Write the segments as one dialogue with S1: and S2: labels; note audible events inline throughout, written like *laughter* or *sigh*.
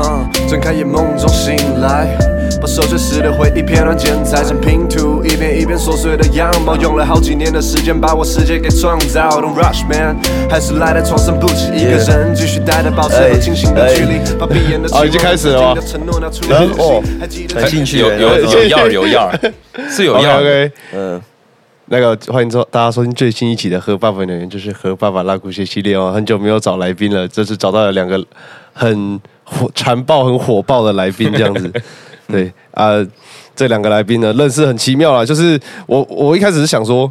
S1: 嗯睁开眼，梦中醒来，把熟睡时的回忆片段剪裁成拼图，一遍一遍琐碎的样貌，用了好几年的时间把我世界给创造。Don't rush man，还是赖在床上不起一个人，继续待着，保持和清醒的距离，把闭眼的
S2: 哦已经开始了吗嗯哦
S1: 承诺拿出来
S2: 然后
S1: 还记得
S3: 很兴趣
S4: 有有有
S2: 对
S4: 样儿有样儿，是有
S2: OK
S4: 样儿。
S2: OK，
S4: 嗯，
S2: 那个欢迎收大家收听最新一期的《和爸爸演员》，就是《和爸爸拉古鞋》系列哦。很久没有找来宾了，这次找到了两个很火、残暴、很火爆的来宾，这样子。对啊、这两个来宾呢，认识很奇妙啦。就是我我一开始是想说，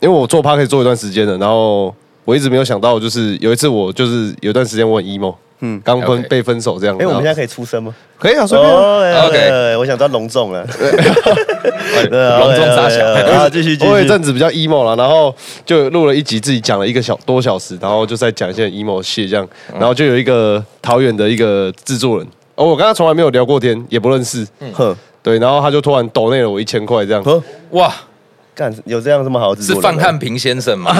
S2: 因为我做 p a r k 做一段时间了，然后我一直没有想到，就是有一次我就是有一段时间我很 emo，嗯，刚分
S4: OK
S2: 被分手这样。
S5: 哎，我们现在
S2: 然后
S5: 可以出声吗？
S2: 可以啊，随便啊、
S5: 哦哎
S4: OK
S5: 哎我想到隆重了，
S4: *laughs*
S5: 对啊
S4: 隆重撒小，
S5: OK，OK，OK，啊，继续继
S2: 我有一
S5: 续。
S2: 阵子比较 emo 了，然后就录了一集，自己讲了一个小多小时，然后就在讲一些 emo 戏这样，
S5: 嗯
S2: 然后就有一个桃园的一个制作人，哦，我跟他从来没有聊过天，也不认识，
S5: 哼，
S2: 对，然后他就突然抖内了我一千块这样，
S5: 呵，
S4: 哇，
S5: 干有这样这么好的制
S4: 是
S5: 作人
S4: 范
S5: 吗
S4: 汉平先生吗？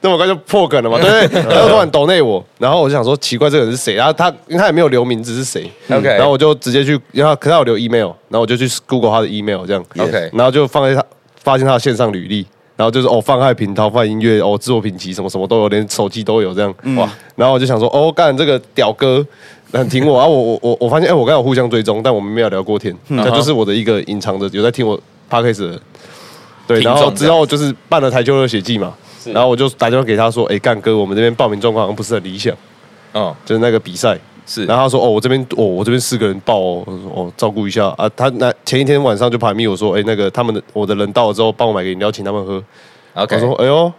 S2: 那么快就破梗了嘛，对不对？他就突然抖内我，然后我就想说奇怪，这个人是谁？然后他因为他也没有留名字是谁
S4: OK
S2: 然后我就直接去，然后可他有留 email，然后我就去 Google 他的 email 这样
S4: OK
S2: 然后就放在他发现他的线上履历。然后就是哦，放害平涛、放音乐哦，制作品集什么什么都有，连手机都有这样、哇。然后我就想说，哦，干这个屌哥很挺我啊！我我我我发现，哎，我刚好互相追踪，但我们没有聊过天，那、就是我的一个隐藏的有在听我 podcast 的人对，
S4: 听
S2: 然
S4: 众
S2: 后
S4: 这
S2: 之
S4: 样
S2: 后就是办了台球热血季嘛，然后我就打电话给他说：“哎、干哥，我们这边报名状况好像不是很理想，
S4: 嗯，
S2: 就是那个比赛。”
S4: 是
S2: 然后他说：“哦，我这边哦，我这边四个人报哦，我说哦，照顾一下啊。”他那前一天晚上就排密我说：“哎、那个他们的我的人到了之后，帮我买个饮料请他们喝。
S4: OK，
S2: 我说：“哎呦。”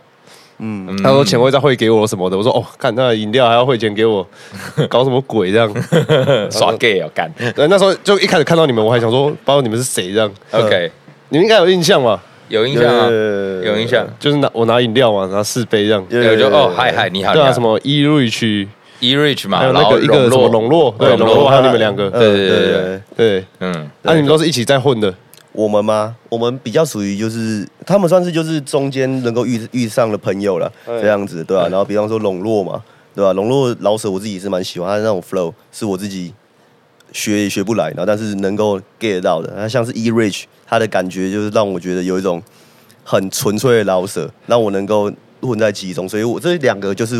S2: 嗯，他说钱会再汇给我什么的，我说哦，看那饮料还要汇钱给我， *laughs* 搞什么鬼这样？ *laughs*
S4: 耍 gay 哦，干
S2: 对，那时候就一开始看到你们，我还想说，不知道你们是谁这样。呃
S4: OK，
S2: 你们应该有印象吧？
S4: 有印
S5: 有
S4: 象啊，
S5: 有
S4: 有印象。
S2: 就是拿我拿饮料嘛，拿四杯这样。
S5: 有
S4: 对，我就
S5: 有
S4: 哦
S5: 有，
S4: 嗨嗨，你好，
S2: 对
S4: 你
S2: 啊，
S4: 好
S2: 什么 e r i c h
S4: ？E Rich 嘛，
S2: 还有
S4: 然
S2: 那
S4: 后
S2: 个一个
S4: 荣
S2: 什么
S4: 洛，
S2: 笼络，对，
S4: 笼
S2: 笼
S4: 络
S2: 络还有你们两个，
S4: 对对对对对
S5: 嗯对，
S2: 对，
S4: 嗯，
S2: 那你们都是一起在混的，
S5: 我们吗？我们比较属于就是他们算是就是中间能够遇遇上的朋友了，这样子对吧、然后比方说笼络嘛，对吧、笼络老舍我自己是蛮喜欢他的那种 flow，是我自己学也学不来，然后但是能够 get 得到的。他像是 E Rich，他的感觉就是让我觉得有一种很纯粹的老舍，让我能够混在其中。所以我这两个就是。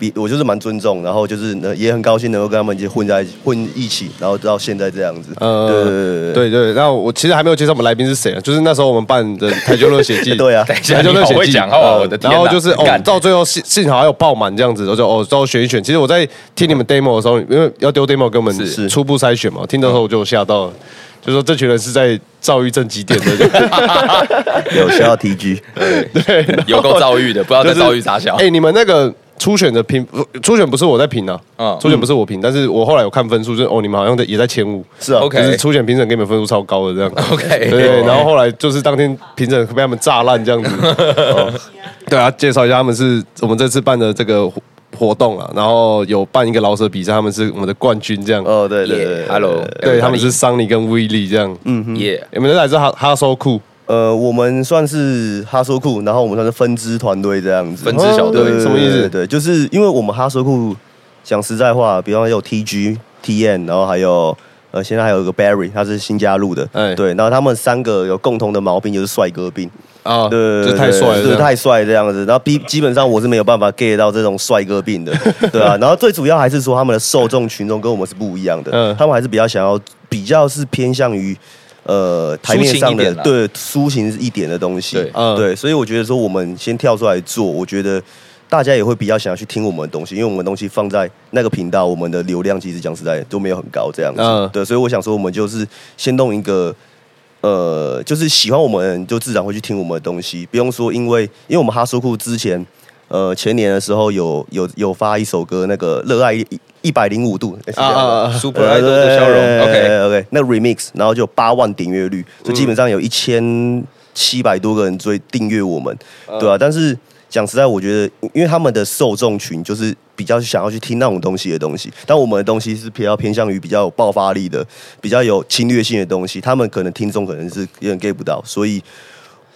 S5: 比我就是蛮尊重，然后就是呢也很高兴能够跟他们一起混在混一起，然后到现在这样子。对对对对
S2: 呃，对对，那我其实还没有介绍我们来宾是谁啊，就是那时候我们办的台球热
S4: *laughs*
S2: 血季，
S5: 对啊
S4: 等一
S2: *laughs* 台
S4: 下，你
S2: 球热
S4: 好
S2: 血
S4: 会
S2: 季，
S4: 讲话，我的天
S2: 然后
S4: 哪，
S2: 就是哦
S4: 干，
S2: 到最后幸幸好还有爆满这样子，我就哦，最后选一选。其实我在听你们 demo 的时候，因为要丢 demo 给我们
S4: 是
S2: 初步筛选嘛，听的时候我就吓到了，就说这群人是在躁郁症几点的， *laughs*
S5: 对，有需要 TG。
S2: 对，然后
S4: *laughs* 有够遭遇的，不知道在遭遇啥小
S2: 哎、，你们那个初选的评，初选不是我在评啊，
S4: 嗯
S2: 初选不是我评，但是我后来有看分数，就是哦，你们好像在也在前五，
S5: 是啊
S4: OK
S2: 就是初选评审给你们分数超高的这样
S4: OK
S2: 对，然后后来就是当天评审被他们炸烂这样
S4: *laughs*
S2: 子，哦、对啊，介绍一下，他们是我们这次办的这个活活动啊，然后有办一个老舍比赛，他们是我们的冠军这
S5: *laughs*
S2: 样，
S5: 哦，对对对
S4: h e l l o
S2: 对，他们是桑尼跟威利这样，嗯，
S4: 耶，
S2: 你们来自哈哈收库，
S5: 呃，我们算是哈索库，然后我们算是分支团队这样子。哦
S4: 分支小队
S5: 对对
S2: 什么意思
S5: 对，对就是因为我们哈索库讲实在话，比方说有 TG、TN，然后还有呃，现在还有一个 Barry，他是新加入的。
S2: 哎
S5: 对，然后他们三个有共同的毛病，就是帅哥病。
S2: 啊，
S5: 对，
S2: 这太帅了这
S5: 对，
S2: 样，
S5: 太帅这样子。然后基基本上我是没有办法 get 到这种帅哥病的，对啊。然后最主要还是说他们的受众群众跟我们是不一样的，
S2: 嗯
S5: 他们还是比较想要，比较是偏向于。呃，台面上
S4: 抒情一
S5: 的
S4: 点啦
S5: 对抒情一点的东西，
S4: 对
S2: 嗯
S5: 对，所以我觉得说我们先跳出来做，我觉得大家也会比较想要去听我们的东西，因为我们的东西放在那个频道，我们的流量其实讲实在都没有很高这样子，
S2: 嗯
S5: 对，所以我想说我们就是先弄一个呃，就是喜欢我们的人就自然会去听我们的东西，不用说，因为因为我们哈苏库之前，呃，前年的时候有有有发一首歌，那个热爱一百零五度，诶是这
S2: 啊
S5: 样
S2: 啊
S5: 吗
S2: 啊啊
S4: ，Super Idol 的笑容，OK，
S5: OK，那 remix，然后就有八万点阅率，所以基本上有一千七百多个人追订阅我们，对啊，但是讲实在，我觉得，因为他们的受众群就是比较想要去听那种东西的东西，但我们的东西是比较偏向于比较有爆发力的、比较有侵略性的东西，他们可能听众可能是有点 get 不到，所以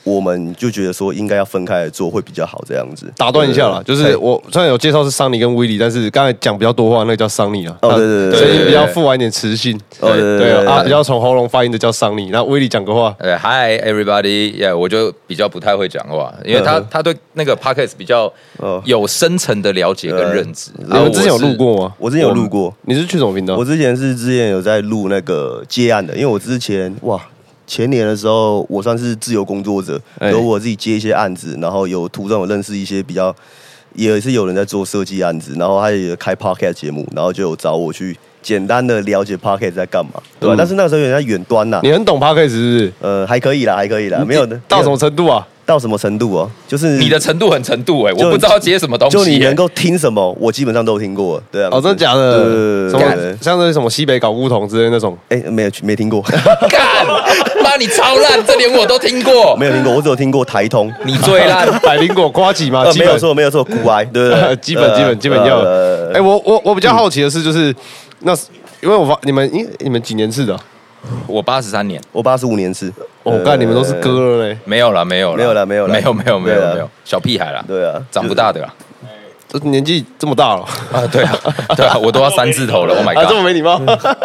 S5: 我们就觉得说应该要分开来做会比较好，这样子。
S2: 打断一下啦，
S5: 对
S2: 就
S5: 对
S2: 是我虽然有介绍是桑尼跟威利，但是刚才讲比较多话，那个叫桑尼啊。
S5: 哦对对对
S2: 他
S5: 对
S2: 声音比较
S4: 对对
S2: 富含一点磁性。
S5: 哦对
S2: 对啊，啊，比较从喉咙发音的叫桑尼。那威利讲个话，
S4: 呃，Hi everybody，yeah，我就比较不太会讲话，因为他他对那个 podcast 比较
S5: 哦
S4: 有深层的了解跟认知。
S2: 你啊们之前有录过吗？
S5: 我之前有录过，
S2: 你是去什么频道
S5: 我？之前是之前有在录那个接案的，因为我之前哇。前年的时候，我算是自由工作者，
S2: 哎
S5: 有我自己接一些案子，然后有途中有认识一些比较，也是有人在做设计案子，然后他也开 podcast 节目，然后就有找我去简单的了解 podcast 在干嘛，对吧？但是那个时候有人在远端呐、
S2: 嗯你很懂 p a r k 是不是？
S5: 呃，还可以啦，还可以啦，没有的，
S2: 到
S5: 没
S2: 什
S5: 有
S2: 么程度啊？
S5: 到什么程度哦、就是
S4: 你的程度很程度哎、
S5: 就
S4: 我不知道接什么东西、
S5: 就你
S4: 欸
S5: 能够听什么，我基本上都听过，对啊，
S2: 哦，真的假
S5: 对对
S2: 的？
S5: 对
S2: 什
S5: 对对
S2: 么像那什么西北搞古董之类的那种？
S5: 哎、没有去没听过， *laughs*
S4: 干，妈你超烂，这连我都听过，
S5: 没有听过，我只有听过台通，
S4: 你最烂。
S2: 百灵果瓜
S5: *laughs*
S2: 子嘛，
S5: 呃，
S2: 基
S5: 没
S2: 本
S5: 有错，呃没有错，古癌，对不对？
S2: *laughs* 基本基本基本要有。
S5: 呃
S2: 哎、我我我比较好奇的是，就是、那是因为我发你们，因你们几年次的啊、哦
S4: 我八十三年，
S5: 我八十五年次，
S2: 我、
S5: 呃
S2: 看你们都是哥了嘞，
S4: 没有了，没有了，
S5: 没有啦没有啦
S4: 没有，没有，没有，
S5: 对啊
S4: 没有，小屁孩啦，
S5: 对啊
S4: 长不大的啦。
S2: 都年纪这么大了，
S4: 啊，对啊，对啊，我都要三字头了
S5: *laughs*
S4: ，Oh my
S2: 啊，这么
S4: god！嗯
S2: 没礼貌。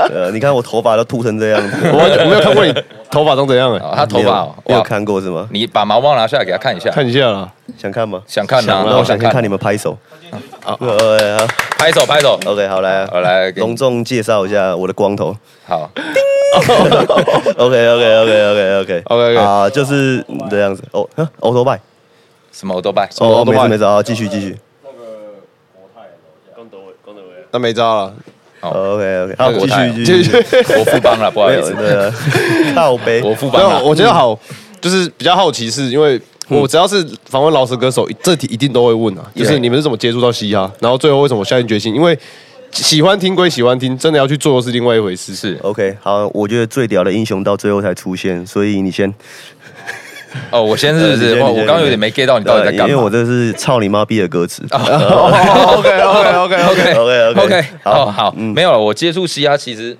S5: 呃，你看我头发都秃成这样子，
S2: *laughs* 我我没有看过你头发长怎样哎、
S4: 啊他头发 *laughs* 哦
S5: 没有
S4: 哇
S5: 看过是吗？
S4: 你把毛毛拿下来给他看一下，
S2: 看一下啦，
S5: 想看吗？
S4: 想看呐，
S5: 那
S4: 我
S5: 我
S4: 想
S5: 想
S4: 看
S5: 先，看你们拍手。好呃好
S4: 拍手拍手，
S5: ，OK，好来啊，
S4: 好来给你
S5: 隆重介绍一下我的光头。
S4: 好，
S5: OK OK OK OK OK
S2: OK，OK
S5: 啊，就是这样子。哦，呵欧头拜，
S4: 什么我都拜。
S5: 哦，没
S2: Autobike
S5: 事没事，好，继续继续。
S2: 那没招
S4: 嗯
S2: 了。
S5: OK OK，好，
S4: 那个
S5: 继
S4: 我带
S5: 续
S4: 了
S5: 继续。
S4: *laughs* 我富邦了，不好
S5: 没
S4: 意
S5: 有
S4: 思，
S5: 的，靠背。
S4: 我富
S2: 没
S4: 邦
S2: 有，
S4: 了。
S2: 我觉得好，
S4: 嗯
S2: 就是比较好奇是，因为我只要是访问老师歌手，这题一定都会问啊，就是
S4: 对
S2: 你们是怎么接触到嘻哈，然后最后为什么下定决心？因为喜欢听归喜欢听，真的要去做是另外一回事。
S4: 是
S5: OK，好，我觉得最屌的英雄到最后才出现，所以你先。
S4: 哦，我先是不
S5: 呃你
S4: 是？
S5: 先
S4: 哇，
S5: 你
S4: 我
S5: 先
S4: 刚刚有点没 get 到你到底在
S5: 对
S4: 干
S5: 呃因为我
S4: 嘛。啊
S5: 这是操你妈逼的歌词。
S2: OK OK OK
S4: OK
S5: OK，OK，
S4: OK，
S5: 好
S4: 好好，没有了。我接触嘻哈其实。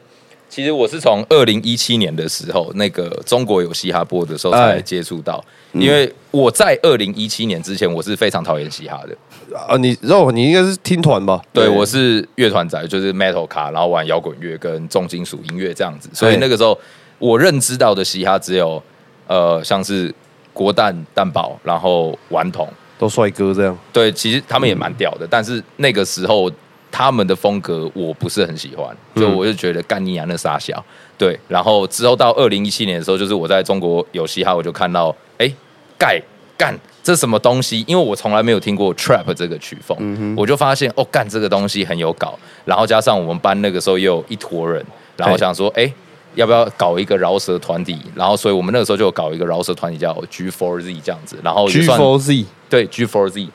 S4: 其实我是从二零一七年的时候，那个中国有嘻哈播的时候
S2: 哎
S4: 才接触到，因为我在二零一七年之前，我是非常讨厌嘻哈的。
S2: 啊，你肉你应该是听团吧？
S4: 对，我是乐团仔，就是 metal 卡，然后玩摇滚乐跟重金属音乐这样子。所以那个时候我认知到的嘻哈只有呃，像是国蛋、蛋堡，然后顽童。
S2: 都帅哥这样。
S4: 对，其实他们也
S2: 嗯
S4: 蛮屌的，但是那个时候他们的风格我不是很喜欢，所
S2: 嗯
S4: 以我就觉得干你娘那傻小。对，然后之后到二零一七年的时候，就是我在中国有嘻哈，我就看到哎盖干这什么东西，因为我从来没有听过 trap 这个曲风，
S2: 嗯
S4: 我就发现哦干这个东西很有搞，然后加上我们班那个时候也有一坨人，然后
S2: 嘿
S4: 想说哎。要不要搞一个饶舌团体？然后，所以我们那个时候就有搞一个饶舌团体叫 G4Z 这样子，然后也
S2: G
S4: 算
S2: Four Z
S4: 对 G4Z，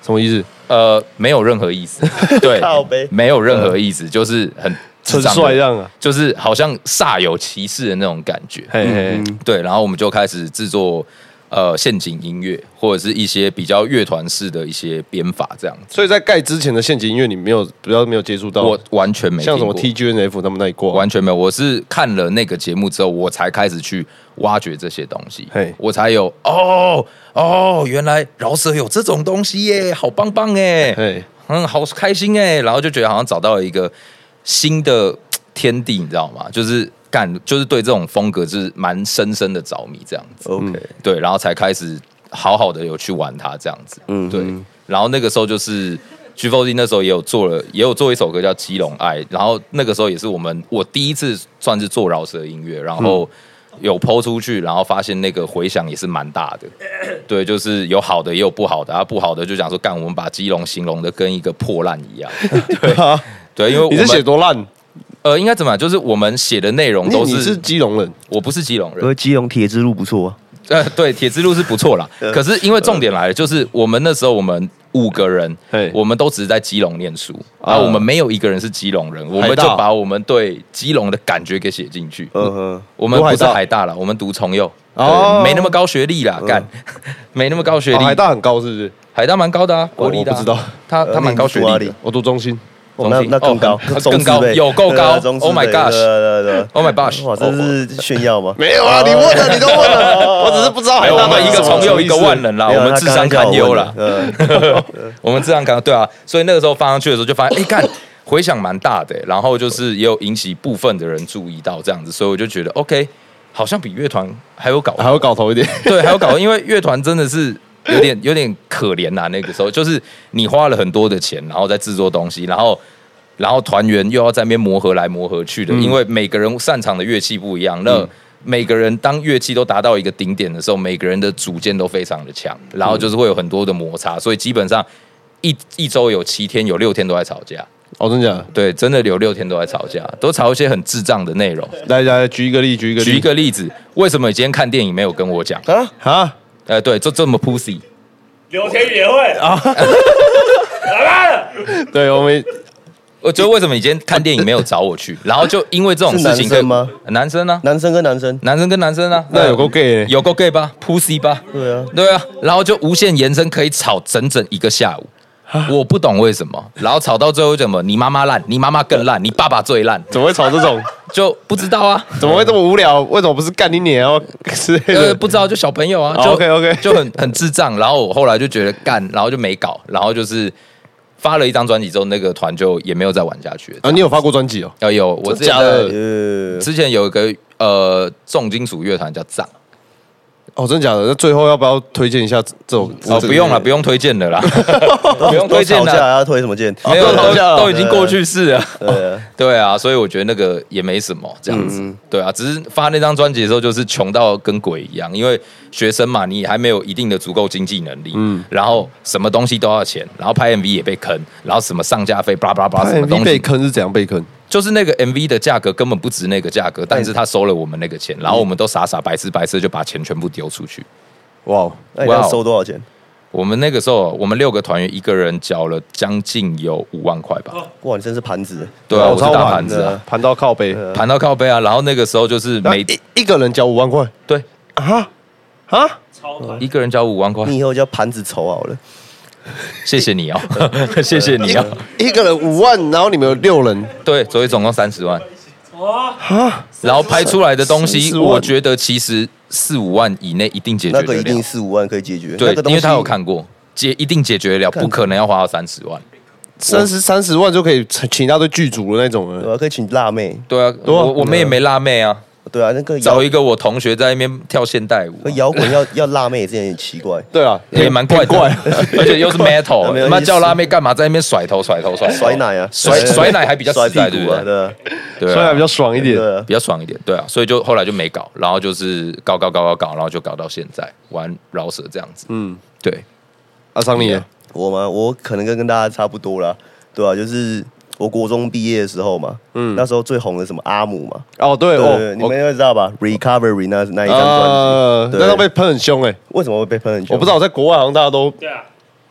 S2: 什么意思？
S4: 呃，没有任何意思，对
S5: 靠背，
S4: 没有任何意思，就是很
S2: 纯
S4: 智障的
S2: 帅样啊，
S4: 就是好像煞有其事的那种感觉。
S2: 嘿嘿，
S4: 对，然后我们就开始制作呃陷阱音乐，或者是一些比较乐团式的一些编法这样子。
S2: 所以在盖之前的陷阱音乐，你没有比较没有接触到，
S4: 我完全没
S2: 哦像什
S4: 听
S2: 么
S4: 过
S2: TGNF 他们那一挂，
S4: 完全没有，我是看了那个节目之后，我才开始去挖掘这些东西
S2: 嘿，
S4: 我才有哦哦，原来饶舌有这种东西耶，好棒棒哎，
S2: 嘿，
S4: 嗯，好开心哎、然后就觉得好像找到了一个新的天地，你知道吗？就是干，就是对这种风格就是蛮深深的着迷这样子，
S5: OK，
S4: 对，然后才开始好好的有去玩它这样子，
S5: 嗯
S4: 嗯，对，然后那个时候就是 G f o d 那时候也有做了，也有做一首歌叫《基隆爱》，然后那个时候也是我们我第一次算是做饶舌音乐，然后有抛出去，然后发现那个回响也是蛮大的，对，就是有好的也有不好的，啊，不好的就讲说干，我们把基隆形容的跟一个破烂一样，对。对，因为我
S2: 你是写
S4: 们
S2: 多烂？
S4: 呃，应该怎么讲？就是我们写的内容
S2: 你
S4: 都
S2: 你是哦基隆人，
S4: 我不是基隆人
S5: 因，为基隆铁之路不错啊，
S4: 呃，对，铁之路是不错啦。
S2: 呃
S4: 可是因为重点来了，就是我们那时候我们五个人
S2: 嘿，
S4: 我们都只是在基隆念书，
S2: 啊
S4: 啊，我们没有一个人是基隆人，我们就
S2: 大
S4: 把我们对基隆的感觉给写进去。
S5: 嗯哼，
S4: 我们
S2: 读呃海
S4: 不是
S2: 大
S4: 海大啦，我们读重幼，
S2: 哦呃
S4: 对，没那么高学历啦，干， *laughs* 没那么高学
S2: 哦
S4: 历。
S2: 海大很高是不是？
S4: 海大蛮高的啊，国立的
S2: 哦
S4: 啊，
S2: 我不知道
S4: 他他蛮高学
S5: 呃你
S4: 历的
S5: 读。
S2: 我读中心，
S5: 哦那
S4: 中信
S5: 那更高
S4: 哦，
S5: 中
S4: 更高
S5: 字辈
S4: 有够
S5: 对啊
S4: 高
S5: 中字
S4: Oh my
S5: 辈
S4: gosh
S5: 对啊对啊对啊
S4: Oh my gosh
S5: 哇，这是炫耀吗？
S2: 没有啊，你问了，你都问 *laughs* 了，我只是不知道
S4: 哎
S2: 海
S4: 我
S2: 大
S4: 们
S2: 到底
S4: 一个
S2: 是什么
S4: 从右一个万人啦，
S5: 没有
S4: 我
S5: 啊
S4: 们
S5: 他
S4: 智
S5: 刚
S4: 商
S5: 刚叫
S4: 堪
S5: 我
S4: 忧
S5: 问
S4: 啦
S5: 的。嗯，
S4: 我们自然感对啊，所以那个时候放上去的时候就发现，哎、干 *laughs* 回响蛮大的、欸然后就是也有引起部分的人注意到这样子，所以我就觉得 OK，好像比乐团还有搞
S2: 还有搞头一点，
S4: 对，还有搞，因为乐团真的是有点有点可怜呐、那个时候就是你花了很多的钱，然后在制作东西，然后然后团员又要在那边磨合来磨合去的，因为每个人擅长的乐器不一样，那每个人当乐器都达到一个顶点的时候，每个人的组件都非常的强，然后就是会有很多的摩擦，所以基本上一一周有七天有六天都在吵架。
S2: 哦，真的假的？
S4: 对，真的有六天都在吵架，都吵一些很智障的内容。
S2: 来来，举一个例，举一个例，
S4: 举一个例子，为什么你今天看电影没有跟我讲？
S5: 啊，
S2: 啊，
S4: 呃，对，就这么 pussy，
S3: 刘天宇也会啊，
S2: 对我
S4: *laughs*
S2: 们
S4: 我觉得呃为什么你今天看电影没有找我去？然后就因为这种事情
S5: 是男生吗
S4: 跟？男生啊，
S5: 男生跟男
S4: *laughs*
S5: 生，
S4: 男生跟男生啊，
S2: 那有够 gay 欸
S4: 有够 gay 吧，pussy 吧，
S5: 对啊，
S4: 对啊，然后就无限延伸，可以吵整整一个下午。我不懂为什么，然后吵到最后怎么？你妈妈烂，你妈妈更烂，你爸爸最烂，
S2: 怎么会吵这种？
S4: 就不知道
S2: *laughs*
S4: 啊。
S2: 怎么会这么无聊？为什么不是干你娘哦之类
S4: 呃，
S2: 的？
S4: 不知道就小朋友啊，
S2: 哦
S4: 就
S2: OK，OK
S4: *laughs* 就很很智障。然后我后来就觉得干，然后就没搞，然后就是发了一张专辑之后，那个团就也没有再玩下去了。
S2: 啊，你有发过专辑哦？
S4: 要有我之前
S2: 假的
S4: 在
S5: 呃，
S4: 之前有一个呃重金属乐团叫藏，
S2: 哦，真的假的？那最后要不要推荐一下这种？
S4: 哦，不用了，不
S2: 用。
S4: 用推荐的啦，不用推
S5: 都
S4: 荐
S5: 吵架啊
S4: 了，
S5: 要推什么哦剑？
S4: *laughs* 没有
S2: 不用
S4: 都
S2: 吵架了
S4: 都已经过去式了。
S5: 对啊，
S4: 对啊，所以我觉得那个也没什么这样子。对啊，只是发那张专辑的时候，就是穷到跟鬼一样，因为学生嘛，你还没有一定的足够经济能力，嗯，然后什么东西都要钱，然后拍 MV 也被坑，然后什么上架费，叭叭叭，什么东
S2: MV
S4: 西
S2: 哎被坑是怎样被坑？
S4: 就是那个 MV 的价格根本不值那个价格，但是他收了我们那个钱，然后我们都傻傻白痴白痴地就把钱全部丢出去。
S2: 哇哦，
S5: 那你要
S4: 哇哦
S5: 收多少钱？
S4: 我们那个时候，我们六个团员一个人缴了将近有五万块吧。
S5: 哇，你真是盘子，
S4: 对啊，
S2: 哦
S4: 我是
S2: 超
S4: 大
S2: 盘
S4: 盘子啊，
S2: 盘到靠背，
S4: 盘到靠背啊。然后那个时候就是
S2: 那
S4: 每
S2: 一一个人交五万块
S4: 对
S2: 啊啊！
S3: 超
S4: 一个人交五万块，
S5: 你以后叫盘子仇好了。
S4: 谢谢你哦， *laughs* 谢谢你哦。
S2: 一个人五万，然后你们有六人，
S4: 对，所以总共三十万，
S3: 哇，
S5: 啊
S4: 然后拍出来的东西，
S2: 30万
S4: 我觉得其实四五万以内一定解决
S5: 那
S4: 得
S5: 个一
S4: 了
S5: 定。四五万可以解决。
S4: 对
S5: 那个，东
S4: 因
S5: 西
S4: 为他有看过，解一定解决得了，不可能要花到三十万。
S2: 三十三十万就可以请一大堆剧组的那种
S5: 对
S2: 了。
S5: 啊，可以请辣妹，
S4: 对啊，
S2: 啊
S4: 我我们也没辣妹啊，
S5: 对啊，那个摇
S4: 找一个我同学在那边跳现代舞
S5: 那
S4: 啊，
S5: 摇滚
S4: *laughs*
S5: 要要辣妹，这点很奇怪，
S2: 对啊，
S4: 也蛮怪的
S2: 怪，
S4: *laughs* 而且
S5: *laughs*
S4: 又是 metal，
S5: 没有
S4: 他妈
S5: 意思
S4: 叫辣妹干嘛在那边甩头甩头甩头
S5: 甩奶啊，
S4: *laughs* 甩甩奶还比较
S5: 甩
S4: 实
S5: 屁
S4: 在，对
S5: 股
S4: 不
S5: 啊，
S4: 对？
S5: 对啊
S4: 对
S2: 虽
S4: 啊，
S2: 然比较爽一点。
S5: 对啊，
S4: 比较爽一点，对啊，所以就后来就没搞，然后就是搞搞搞搞搞，然后就搞到现在玩饶舌这样子，
S2: 嗯，
S4: 对，
S2: 阿桑你呢
S5: 我嘛，我可能跟跟大家差不多啦，对啊，就是我国中毕业的时候嘛，嗯，那时候最红的什么阿姆嘛，
S2: 哦，对
S5: 对
S2: 哦
S5: 对，，你
S2: 我
S5: 们应该知道吧？Recovery 那那一张
S2: 呃
S5: 专，辑，
S2: 那时候
S5: 对
S2: 被喷很凶哎，
S5: 为什么会被喷很久？
S2: 我不知道，我在国外好像大家都
S3: 对啊，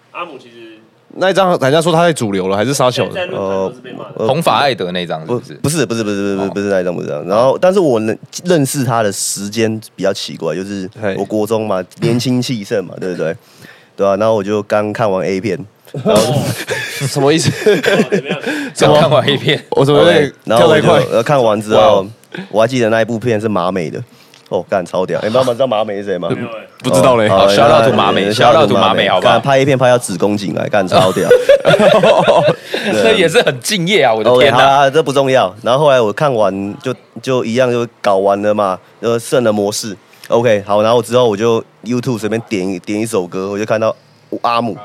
S3: 阿姆其实
S2: 那一张，人家说他太主流了，还是沙小
S3: 在
S2: 的。
S3: 论坛都是被骂的，
S5: 呃
S4: 红发艾德那一张是
S5: 不
S4: 不是？
S5: 不是不是不是不是不是那一张不是那一张，然后但是我能认识他的时间比较奇怪，就是
S2: 嘿
S5: 我国中嘛，年轻气盛嘛，对不对？对啊，然后我就刚看完 A 片，然后
S2: 什么意思？
S5: *laughs*
S3: 怎么样？
S4: 刚看完一遍，
S2: 我怎么有点
S5: OK，然后
S2: 跳
S5: 我
S2: 太
S5: 就
S2: 快？
S5: 呃看完之
S2: 哇
S5: 后
S2: 哦，
S5: 我还记得那一部片是马美的，哦，干超屌！你们知道马美是谁吗？
S3: 没有哎，
S2: 不知道嘞。
S5: 哦
S4: 好
S5: 哎
S4: shout out
S5: 那
S4: to 马美
S5: 哎
S4: shout out to
S5: to
S4: 马美好不好
S5: 干拍一片拍到子宫颈来，干超屌！
S4: 那也是很敬业啊！我的
S5: OK，
S4: 天
S5: 好
S4: 哪，
S5: 啦，这不重要。然后后来我看完就就一样就搞完了嘛，呃，圣人模式。OK，好，然后之后我就 YouTube 随便点一点一首歌，我就看到阿姆，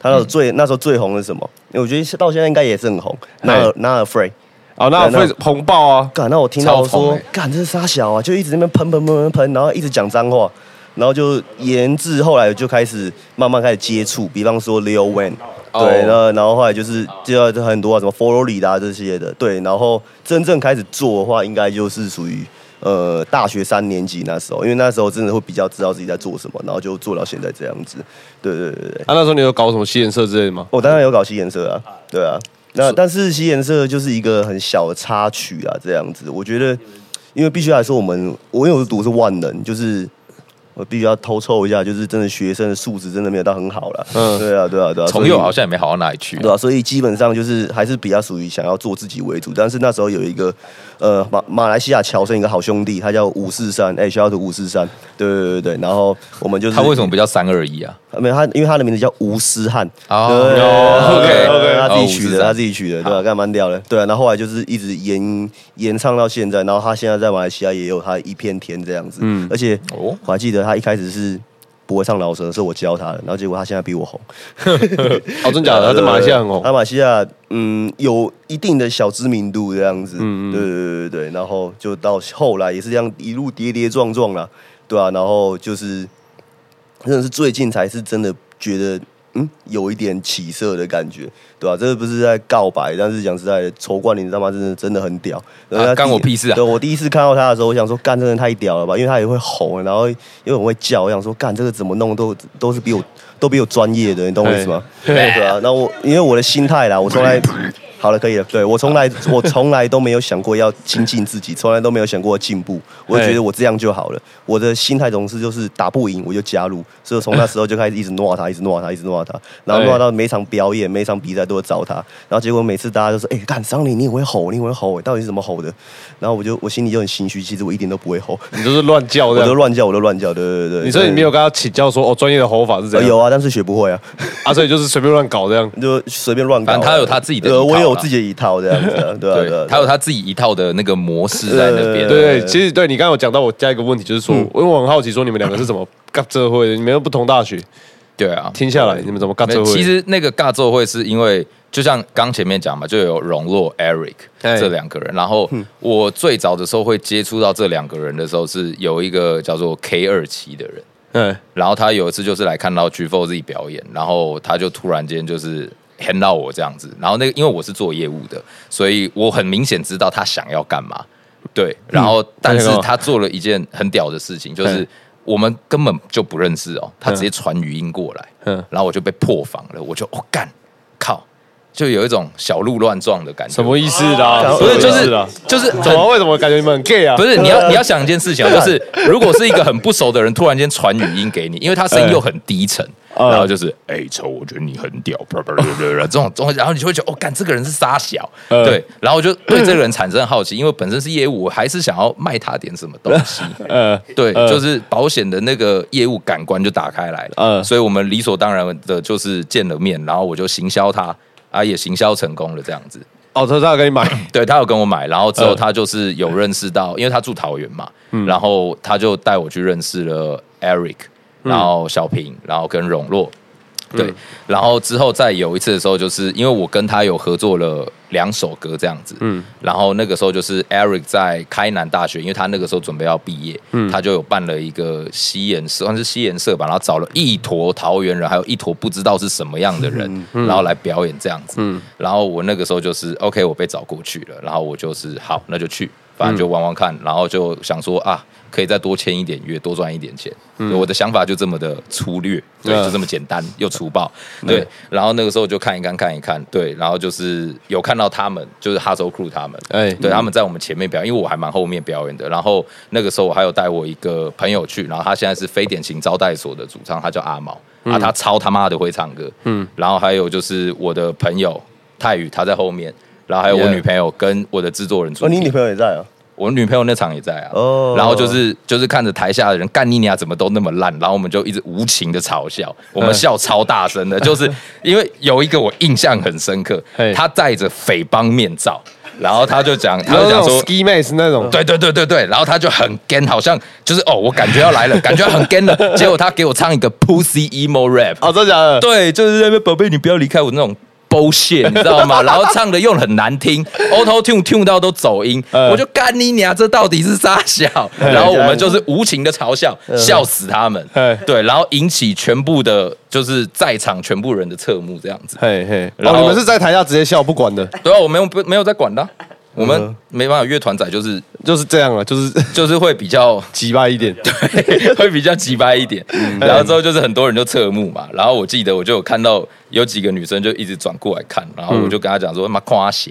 S5: 他那时候最、那时候最红的是什么？我觉得到现在应该也是很红。那那 Free，
S2: 哦，那
S5: 对
S2: 会
S5: 那
S2: 红爆啊！
S5: 干，那我听到我
S4: 超疯
S5: 说
S4: 欸，
S5: 干、这是傻小啊，就一直在那边喷喷喷喷喷，然后一直讲脏话，然后就研制，后来就开始慢慢开始接触，比方说 Lil Wayne，
S4: 哦
S5: 对，然后然后后来就是就要很多啊，什么 f o r l i 啊这些的，对，然后真正开始做的话，应该就是属于。呃，大学三年级那时候，因为那时候真的会比较知道自己在做什么，然后就做到现在这样子。对对对对对，
S2: 啊，那时候你有搞什么吸颜色之类的吗？
S5: 哦我当然有搞吸颜色啊，对啊。那但是吸颜色就是一个很小的插曲啊，这样子。我觉得，因为必须来说，我们我因为我读的是万能，就是我必须要偷臭一下，就是真的学生的素质真的没有到很好了。
S2: 嗯
S5: 对啊，对啊，对啊，
S4: 从
S5: 所以
S4: 右好像也没好到哪里去。
S5: 对啊，所以基本上就是还是比较属于想要做自己为主。但是那时候有一个呃马马来西亚侨生一个好兄弟，他叫五四三，哎，小小的五四三，对对对对。然后我们就是
S4: 他为什么不叫三二一啊？
S5: 没有他，因为他的名字叫吴思翰。
S4: 哦
S5: 对
S4: 哦
S5: 对
S4: OK，OK
S5: 他自己取
S4: 哦吴思
S5: 的，
S4: 翰
S5: 他自己取的，对吧？干蛮屌的，对啊。然后后来就是一直延延唱到现在，然后他现在在马来西亚也有他一片天这样子。嗯，而且
S4: 哦
S5: 我还记得他一开始是不会唱饶舌，是我教他的，然后结果他现在比我红。
S2: 哦，真假的？他在马来西亚很
S5: 他
S2: 红，
S5: 马来西亚嗯有一定的小知名度这样子，嗯对对对对对，然后就到后来也是这样一路跌跌撞撞啦，对啊，然后就是真的是最近才是真的觉得嗯有一点起色的感觉，对吧、啊？这个不是在告白，但是讲实在的，仇冠霖他妈真的真的很屌，然后他
S4: 干
S5: 第一
S4: 我屁事啊
S5: 对我第一次看到他的时候，我想说干真的太屌了吧，因为他也会吼，然后又很会叫，我想说干这个怎么弄都都是比我都比我专业的，你懂我意思吗？
S2: 对
S5: 对啊，那我因为我的心态啦，我从来好了，可以了。对我从来我从来都没有想过要精进自己，从来都没有想过进步。我就觉得我这样就好了。我的心态总是就是打不赢我就加入，所以我从那时候就开始一直诺他，一直诺他，一直诺他，然后
S2: 对
S5: 诺到每场表演、每场比赛都会找他，然后结果每次大家就说：“哎、干桑尼，你也会吼，你也会吼，到底是怎么吼的？”然后我就我心里就很心虚，其实我一点都不会吼，
S2: 你就是乱叫
S5: 我
S2: 这
S5: 都
S2: 样。
S5: 乱叫，我都乱叫，对对对对。
S2: 你说你没有跟他请教说哦，专业的吼法是
S5: 呃？
S2: 怎样？
S5: 有啊，但是学不会啊。
S2: 啊，所以就是随便乱搞这样。
S5: 就随便乱搞啊。
S4: 反正他有他自己的一套
S5: 呃，
S4: 啦
S5: 我也有自己的一套这样子
S4: *laughs*
S5: 啊，对啊，对啊
S4: 对，，他有他自己一套的那个模式在那边。
S5: 呃
S4: 啊
S2: 对对，其实对你刚刚有讲到，我加一个问题，就是说，
S4: 嗯
S2: 因为我很好奇，说你们两个是怎么 *coughs* 尬这会的？你们又不同大学，
S4: 对啊，
S2: 听下来你们怎么尬
S4: 没
S2: 这
S4: 有
S2: 会？
S4: 其实那个尬奏会是因为，就像刚前面讲嘛，就有荣洛、Eric
S2: 哎嗯
S4: 这两个人。然后我最早的时候会接触到这两个人的时候，是有一个叫做 K 二七的人。
S2: 嗯，
S4: 然后他有一次就是来看到 G Four 自己表演，然后他就突然间就是 hand 到我这样子，然后那个因为我是做业务的，所以我很明显知道他想要干嘛，对，然后但是
S2: 他想干嘛
S4: 他做了一件很屌的事情，就是
S2: 嗯
S4: 我们根本就不认识哦，他直接传语音过来，
S2: 嗯
S4: 然后我就被破防了，我就哦干靠，就有一种小鹿乱撞的感觉，
S2: 什么意思啦？
S5: 哦
S4: 不是
S5: 什
S4: 就
S5: 么
S4: 是
S2: 什么意思啦
S4: 就是
S2: *laughs* 怎
S4: 很
S2: 么？为什么感觉你们很 gay 啊？
S4: *laughs* 不是，你要你要想一件
S2: *laughs*
S4: 事情哦，就是如果是一个很不熟的人突然间传语音给你，因为他声音又很
S2: *laughs*
S4: 低沉，
S2: 嗯
S4: 然后就是哎，臭，我觉得你很屌，啪啪啪啪啪这种东西，然后你就会觉得哦，干这个人是傻小，
S2: 嗯
S4: 对，然后我就对
S2: *laughs*
S4: 这个人产生好奇，因为本身是业务，我还是想要卖他点什么东西，
S2: 呃，
S4: 对，
S2: 嗯
S4: 就是保险的那个业务感官就打开来了，
S2: 嗯
S4: 所以我们理所当然的就是见了面，然后我就行销他，啊，也行销成功了这样子。
S2: 哦，他是要给你买，
S4: 对他有跟我买，然后之后
S2: 嗯
S4: 他就是有认识到，因为他住桃园嘛，然后他就带我去认识了 Eric，然后小平，然后跟荣洛，对，然后之后再有一次的时候，就是因为我跟他有合作了两首歌这样子，嗯，然后那个时候就是 Eric 在开南大学，因为他那个时候准备要毕业，嗯，他就有办了一个西研社，算是西研社吧，然后找了一坨桃园人，还有一坨不知道是什么样的人，然后来表演这样子，嗯，然后我那个时候就是 OK，我被找过去了，然后我就是好，那就去。反正就玩玩看，然后就想说啊，可以再多签一点约，多赚一点钱。对我的想法就这么的粗略，对，
S2: 嗯
S4: 就这么简单又粗暴。对，然后那个时候就看一看看一看，对，然后就是有看到他们，就是哈州 crew 他们，
S2: 哎，
S4: 对，他们在我们前面表演，因为我还蛮后面表演的。然后那个时候我还有带我一个朋友去，然后他现在是非典型招待所的主唱，他叫阿毛、啊，他超他妈的会唱歌。嗯，然后还有就是我的朋友泰宇，他在后面，然后还有我
S2: Yeah
S4: 女朋友跟我的制作人主
S5: 哦，
S4: 题。
S5: 你女朋友也在啊？
S4: 我女朋友那场也在啊，
S5: 哦
S4: 然后就是就是看着台下的人干你娘怎么都那么烂，然后我们就一直无情的嘲笑，
S2: 嗯
S4: 我们笑超大
S2: *laughs*
S4: 声的，就是因为有一个我印象很深刻
S2: 嘿，
S4: 他戴着匪帮面罩，然后他
S2: *laughs*
S4: 就讲他
S2: 然后
S4: 就
S2: *laughs* 那
S4: 讲
S2: 种
S4: 说
S2: ski mask 那种，
S4: 对对对对对，然后他就很 gan，好像就是哦，我感觉要来了，感觉很 gan 了。结果他给我唱一个 pussy emo rap，
S2: 哦，真假 *laughs* 的？
S4: 对，就是在那边宝贝，你不要离开我那种 bullshit，你知道吗？然后唱的又很
S2: *laughs*
S4: 难听，auto tune tune 到都走音，
S2: 嗯
S4: 我就干你娘，这到底是啥小？
S2: *laughs*
S4: 然后我们就是无情的嘲笑，笑死他们
S2: 嗯，
S4: 对，然后引起全部的，就是在场全部人的侧目这样子。
S2: 嘿嘿，
S4: 然
S2: 哦，
S4: 后
S2: 你们是在台下直接笑不管
S4: *laughs*
S2: 的，
S4: 对啊，我没有不没有在管的啊，
S2: 嗯
S4: 我们没办法，乐团仔就是
S2: 就是这样了，啊就是 *laughs*
S4: 就是会比较。
S2: 急吧一
S4: *laughs*
S2: 点，
S4: 会比较急掰一
S2: *laughs*
S4: 点。
S2: 嗯
S4: 然后之后就是很多人就侧目嘛，然后我记得我就有看
S2: 嗯
S4: 到有几个女生就一直转过来看，然后我就跟她讲说：“妈夸小，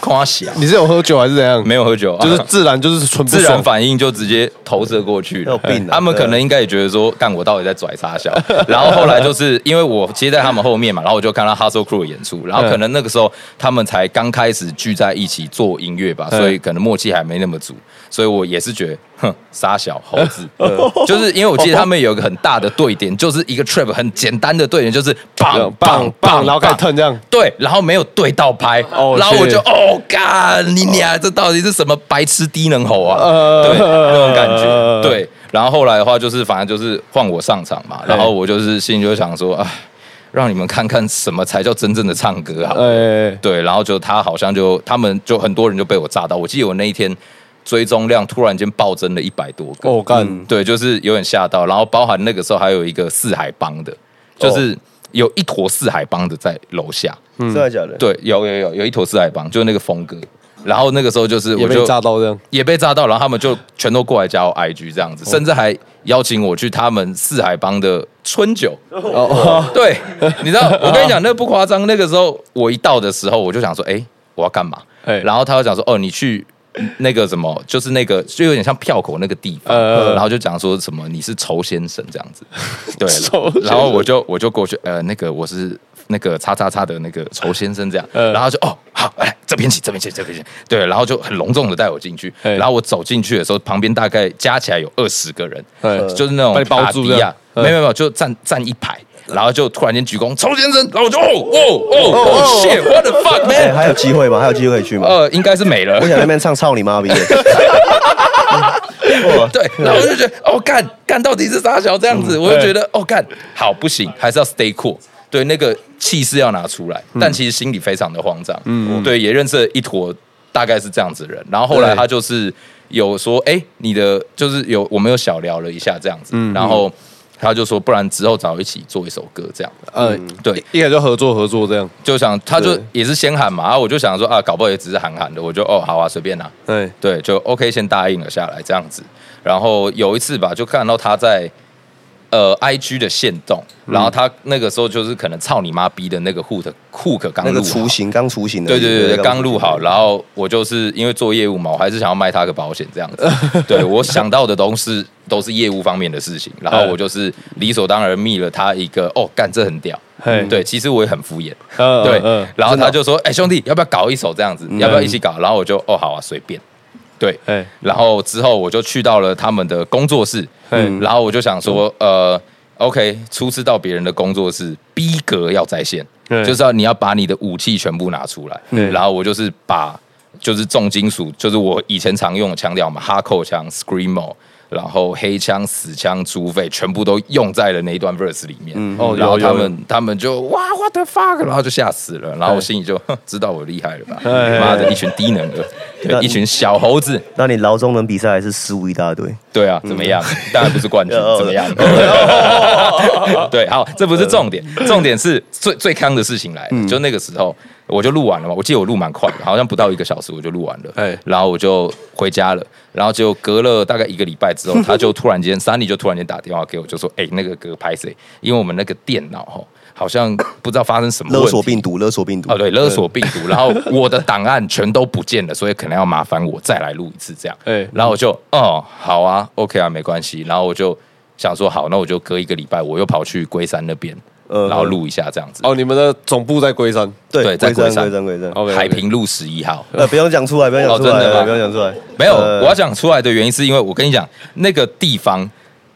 S4: 夸小，
S2: 你是有喝酒还是怎样？
S4: 没有喝酒，啊
S2: 就是自然就是纯不
S4: 自然
S2: 爽
S4: 反应就直接投射过去了嗯
S5: 有病啊
S4: 他们
S5: 对啊
S4: 可能应该也觉得说，干我到底在拽啥小？ *laughs* 然后后来就是因为我其实在他们后面嘛，然后我就看到 Hustle Crew 的演出，然后可能那个时候他们才刚开始聚在一起做音乐吧，
S2: 嗯
S4: 所以可能默契还没那么足，所以我也是觉得，哼，傻小猴
S2: *laughs*
S4: 子，就是因为我记得他们有一个很大的对点，就是一个 trap 很简单的对点，就是
S2: 这
S4: 棒
S2: 样
S4: 棒
S2: 棒
S4: 棒，
S2: 棒，然后开始
S4: 疼。
S2: 腾这样。
S4: 对，然后没有对到拍，
S2: 哦
S4: 然后我
S2: 是
S4: 就哦干你俩，这到底是什么白痴低能猴啊？
S2: 呃
S4: 对，那种感觉，
S2: 呃
S4: 对。然后后来的话就是，反正就是换我上场
S2: 哎
S4: 嘛，然后我就是心里就想说，哎，让你们看看什么才叫真正的唱歌啊！
S2: 哎，
S4: 对，然后就他好像就他们就很多人就被我炸到，我记得我那一天追踪量突然间暴增了一百多个，嗯
S2: 我哦干，
S4: 对，就是有点吓到。然后包含那个时候还有一个四海帮的，
S2: 哦
S4: 就是有一坨四海帮的在楼下，
S5: 真的假的？
S4: 嗯对，有有有有一坨四海帮，就是那个峰哥。然后那个时候就是
S2: 也
S4: 我
S2: 被
S4: 就
S2: 炸到这样。
S4: 也被炸到，然后他们就全都过来加我 IG 这样
S2: 哦
S4: 子，甚至还邀请我去他们四海帮的春酒。
S2: 哦，
S4: 对，你知道，我跟你讲，那不夸张。那个时候我一到的时候，我就想说，哎、我要干嘛？
S2: 哎
S4: 然后他就讲说，哦，你去那个什么，就是那个就有点像票口那个地方，
S2: 呃
S4: 然后就讲说什么你是仇先生这样子，
S2: *laughs*
S4: 对
S2: 仇，先生
S4: 然后我就我就过去，呃，那个我是。那个叉叉叉的那个仇先生这样，
S2: 呃
S4: 然后就哦好，来这边请，这边请，这边请，对，然后就很隆重的带我进去，
S2: 哎
S4: 然后我走进去的时候，旁边大概加起来有二十个人，
S2: 哎
S4: 就是那种
S2: 把你包住
S4: 阿
S2: 这
S4: 迪
S2: 样
S4: 亚，
S2: 嗯
S4: 没有没有没有，就站站一排，然后就突然间鞠躬，曹先生，然后我就哦哦哦哦，shit，what the fuck
S5: 哎，
S2: *laughs*
S4: man，
S5: 还有机会吗？还有机会可以
S4: *laughs*
S5: 去吗？
S4: 呃，应该是没了
S5: 我。想在那边唱操你妈逼的。
S4: *laughs*
S5: 哇
S4: 对，然后我就觉得，哦，干干到底是啥小这样子，我就觉得，哦，干好不行，还是要 stay cool，对，那个气势要拿出来，但其实心里非常的慌张，嗯，对，也认识了一坨大概是这样子的人，然后后来
S2: 对
S4: 他就是有说，哎，你的就是有我们有小聊了一下这样子，然后他就说，不然之后找一起做一首歌这样，
S2: 呃，
S4: 对，
S2: 一开始就合作合作这样。
S4: 就想他就
S2: 对
S4: 也是先喊嘛，啊，我就想说啊，搞不好也只是喊喊的，我就哦好啊，随便拿，
S2: 哎，
S4: 对，就 OK，先答应了下来这样子。然后有一次吧，就看到他在呃 IG 的线动，然后他那个时候就是可能操你妈逼的那个 hook hook 刚
S5: 那个
S4: 录
S5: 雏
S4: 好。
S5: 形刚雏形的，
S4: 对对对对，刚录
S5: 雏形
S4: 好，然后我就是因为做业务嘛，我还是想要卖他个保险这样子。对我想到的都是都是业务方面的事情，然后我就是理所当然密了他一个哦，干这很屌
S2: 嘿。
S4: 对，其实我也很敷衍。
S2: 呃
S4: 对，，然后他就说：“哎，兄弟，要不要搞一首这样子？要不要一起搞？”然后我就：“哦，好啊，随便。”对，
S2: 哎
S4: 然后之后我就去到了他们的工作室，
S2: 嗯
S4: 然后我就想说，呃，OK，初次到别人的工作室，逼格要在线，
S2: 对
S4: 就是要你要把你的武器全部拿出来，
S2: 对
S4: 然后我就是把就是重金属，就是我以前常用的腔调嘛，哈扣枪、screamo。然后黑枪、死枪、猪肺全部都用在了那一段 verse 里面，
S2: 哦
S4: 然
S2: 有
S4: 后
S2: 有
S4: 他们他们就哇 what the fuck，然后就吓死了，然后我心里就哼知道我厉害了吧，
S2: 哎
S4: 妈的一群低能
S2: *laughs*
S4: 儿，对
S5: 那
S4: 一群小猴子，
S5: 那你劳中能比赛还是失误一大堆？
S4: 对啊，怎么样？ *laughs* 当然不是冠军，
S5: 嗯 *laughs* 哦
S4: 怎么样？ *laughs* 对，好，这不是重点，
S5: 嗯
S4: 重点是最最康的事情来了。就那个时候，我就录完了嘛，我记得我录蛮快的，好像不到一个小时我就录完了。
S2: 哎
S4: 然后我就回家了，然后就隔了大概一个礼拜
S5: *laughs*
S4: 之后，他就突然间，Sunny 就突然间打电话给我，就说：“哎，那个歌拍谁？因为我们那个电脑吼，好像不知道发生什么
S5: *laughs*
S4: 问
S5: 勒
S4: 题
S5: 索病毒，勒索病毒。
S4: 哦，对，勒索病毒，然后我的档案全都不见了，所以可能要麻烦我再来录一次这样。
S2: 哎
S4: 然后我就哦，好啊，OK 啊，没关系。然后我就想说，好，那我就隔一个礼拜，我又跑去龟山那边，
S5: 呃
S4: 然后录一下这样子。
S2: 哦，你们的总部在龟山。
S4: 对
S5: 对，
S4: 在
S5: 规
S4: 龟
S5: 章
S4: 山
S5: 规章规章。
S2: OK，OK
S4: 海平路十一号。
S5: *laughs* 呃，不用讲出来，不用讲出
S4: 哦真的吗
S5: 来，不用讲出来。
S4: 没有，
S5: 呃
S4: 我要讲出来的原因是因为我跟你讲，那个地方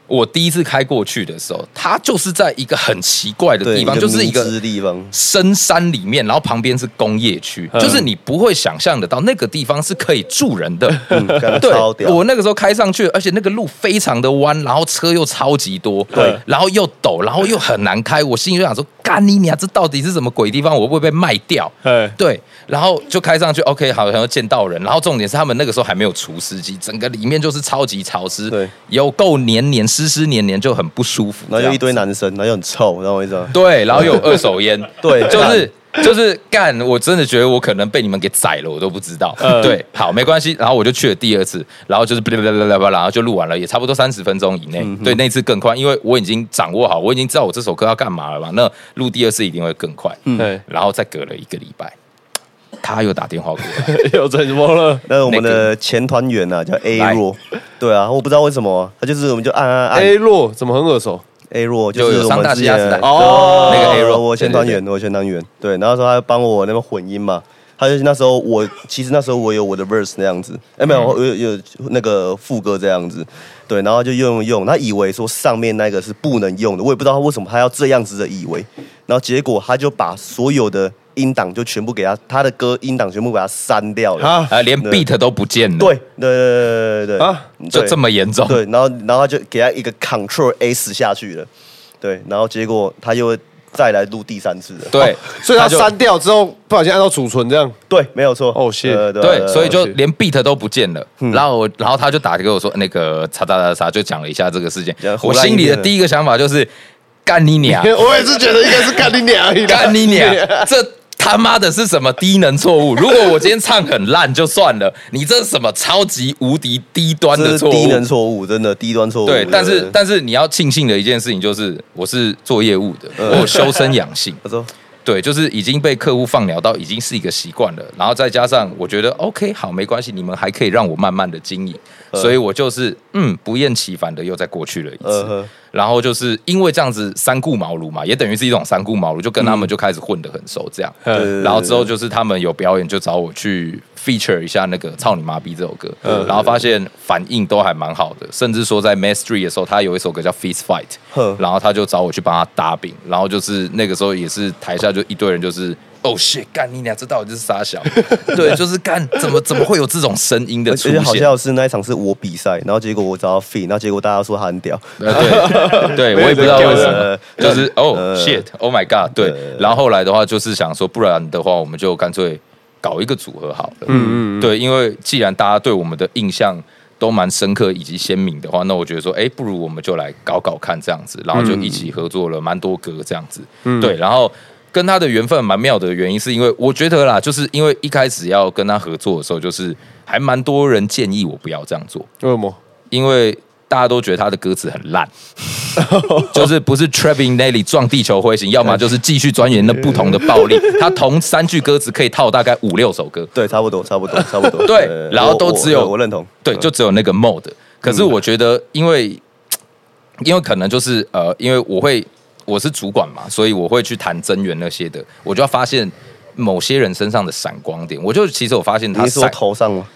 S4: 我第一次开过去的时候，它就是在一个很奇怪的
S5: 对
S4: 地方，就是一个
S5: 迷之地方。
S4: 深山里面，然后旁边是工业区，
S2: 嗯
S4: 就是你不会想象得到那个地方是可以住人的。
S5: 干得嗯 *laughs* 超
S4: 嗯对，
S5: 屌
S4: 我那个时候开上去，而且那个路非常的弯，然后车又超级多，
S2: 对
S4: 然后又陡，然后又很难开。我心里就想说，干你娘，这到底是什么鬼地方？我会不会被卖
S5: *laughs*
S4: 掉？
S2: 哎，
S4: 对，然后就开上去，OK，好像又见到人。然后重点是他们那个时候还没有除湿机，整个里面就是超级潮湿，
S5: 对，
S4: 有够黏黏湿湿黏黏，就很不舒服。
S5: 然后
S4: 这
S5: 就
S4: 样
S5: 一堆男生，然后又很臭，你知道我意思吗？
S4: 对，然后有二手烟，
S5: 对
S4: 就是就是干，我真的觉得我可能被你们给宰了，我都不知道。对，好，没关系，然后我就去了第二次，然后就是叭叭叭叭叭，然后就录完了，也差不多三十分钟以内。对，那次更快，因为我已经掌握好，我已经知道我这首歌要干嘛了嘛，那录第二次一定会更快。嗯，
S2: 哎， *laughs*
S4: 然后再隔了一个礼拜，他又打电话过来，
S2: 又怎么了？
S5: 那我们的前团员啊，叫 A 若，对啊，我不知道为什么，他就是我们就按按按
S2: A 落怎么很耳熟？
S5: A 若，
S4: 哎就有
S5: 是我
S4: 上大
S5: 们
S4: 西
S5: 之
S4: 亚时代
S5: 前
S2: 哦
S4: 那个 A 若
S5: 啊我前团员，我前团员，对，然后说他帮我那边混音嘛，他就是那时候我其实那时候我有我的 verse 那样子，哎
S4: 嗯
S5: 没有，我有有那个副歌这样子，对，然后就用用，他以为说上面那个是不能用的，我也不知道他为什么他要这样子的以为，然后结果他就把所有的音档就全部给他，他的歌音档全部给他删掉了，
S2: 啊
S4: 啊，连 beat 都不见了，
S5: 对，对对对对对
S2: 啊
S5: 对，
S4: 就这么严重，
S5: 对，然后然后他就给他一个 Control S 下去了，对，然后结果他又再来录第三次了，
S4: 对
S2: 哦所以他
S4: 就
S2: 删掉之后，不小心按到储存这样。
S5: 对，没有错，
S2: 哦，shit
S5: 呃对
S4: Oh,
S5: 嗯
S4: 对，所以就
S2: 对，
S4: 连 beat 都不见了。然后我，然后他就打给我说，那个叉叉叉叉，就讲了一下这个事件
S5: 讲。
S4: 我
S5: 胡乱
S4: 心里的
S5: 一点
S4: 第一个想法就是，干你娘
S5: *laughs*
S2: 哎我也是觉得应该是干你娘而已啦，
S4: 干你娘，这他妈的是什么低能错误？如果我今天唱很烂就算了，你这是什么超级无敌低端
S5: 这
S4: 的
S5: 是
S4: 错
S5: 低能
S4: 误？
S5: 错误，真的低端错误，
S4: 对，但是但是你要庆幸的一件事情就是，我是做业务的，
S5: 嗯
S4: 我有修身养性。
S5: 他说
S4: 对，就是已经被客户放鸟到已经是一个习惯了，然后再加上我觉得 OK 好没关系，你们还可以让我慢慢的经营，所以我就是嗯不厌其烦的又再过去了一次，
S5: 呃呵
S4: 然后就是因为这样子三顾茅庐嘛，也等于是一种三顾茅庐，就跟他们
S5: 嗯
S4: 就开始混得很熟这样，
S2: 嗯
S5: 对
S4: 然后之后就是他们有表演就找我去 feature 一下那个操你妈逼这首歌，
S5: 嗯
S4: 然后发现反应都还蛮好的，甚至说在 Mass Three 的时候，他有一首歌叫 Feast Fight，
S5: 哼
S4: 然后他就找我去帮他搭饼，然后就是那个时候也是台下就一堆人就是。哦、shit！干你俩，这到底是傻小？ *laughs* 对，就是干，怎么怎么会有这种声音的
S5: 而
S4: 出
S5: 且
S4: 现？
S5: 好像是那一场是我比赛，然后结果我找到 f e 然后结果大家说他很屌，
S4: 呃，对， *laughs* 对我也不知道为什么
S5: 呃，
S4: 就是哦、
S5: 呃
S4: shit，oh my god，对。然后后来的话，就是想说，不然的话，我们就干脆搞一个组合好了。嗯嗯，对，因为既然大家对我们的印象都蛮深刻以及鲜明的话，那我觉得说，哎，不如我们就来搞搞看这样子，然后就一起合作了蛮多歌这样子。对，然后。跟他的缘分蛮妙的原因，是因为我觉得啦，就是因为一开始要跟他合作的时候，就是还蛮多人建议我不要这样做，
S2: 为什么？
S4: 因为大家都觉得他的歌词很烂， *laughs* 就是不是 Trevin Nelly 撞地球灰型，要么就是继续钻研那不同的暴
S5: *laughs*
S4: 力。他同三句歌词可以套大概五六首歌，
S5: 对，差不多，差不
S4: *laughs*
S5: 多，差不多，
S4: 对
S5: 呃
S4: 然后都
S5: 我
S4: 只有
S5: 我我认同，嗯
S4: 对，就只有那个 mode。可是我觉得，因为因为可能就是呃，因为我会我是主管嘛，所以我会去谈增援那些的，我就要发现某些人身上的闪光点。我就其实我发现他
S5: 你是说
S4: 闪
S5: 头上吗？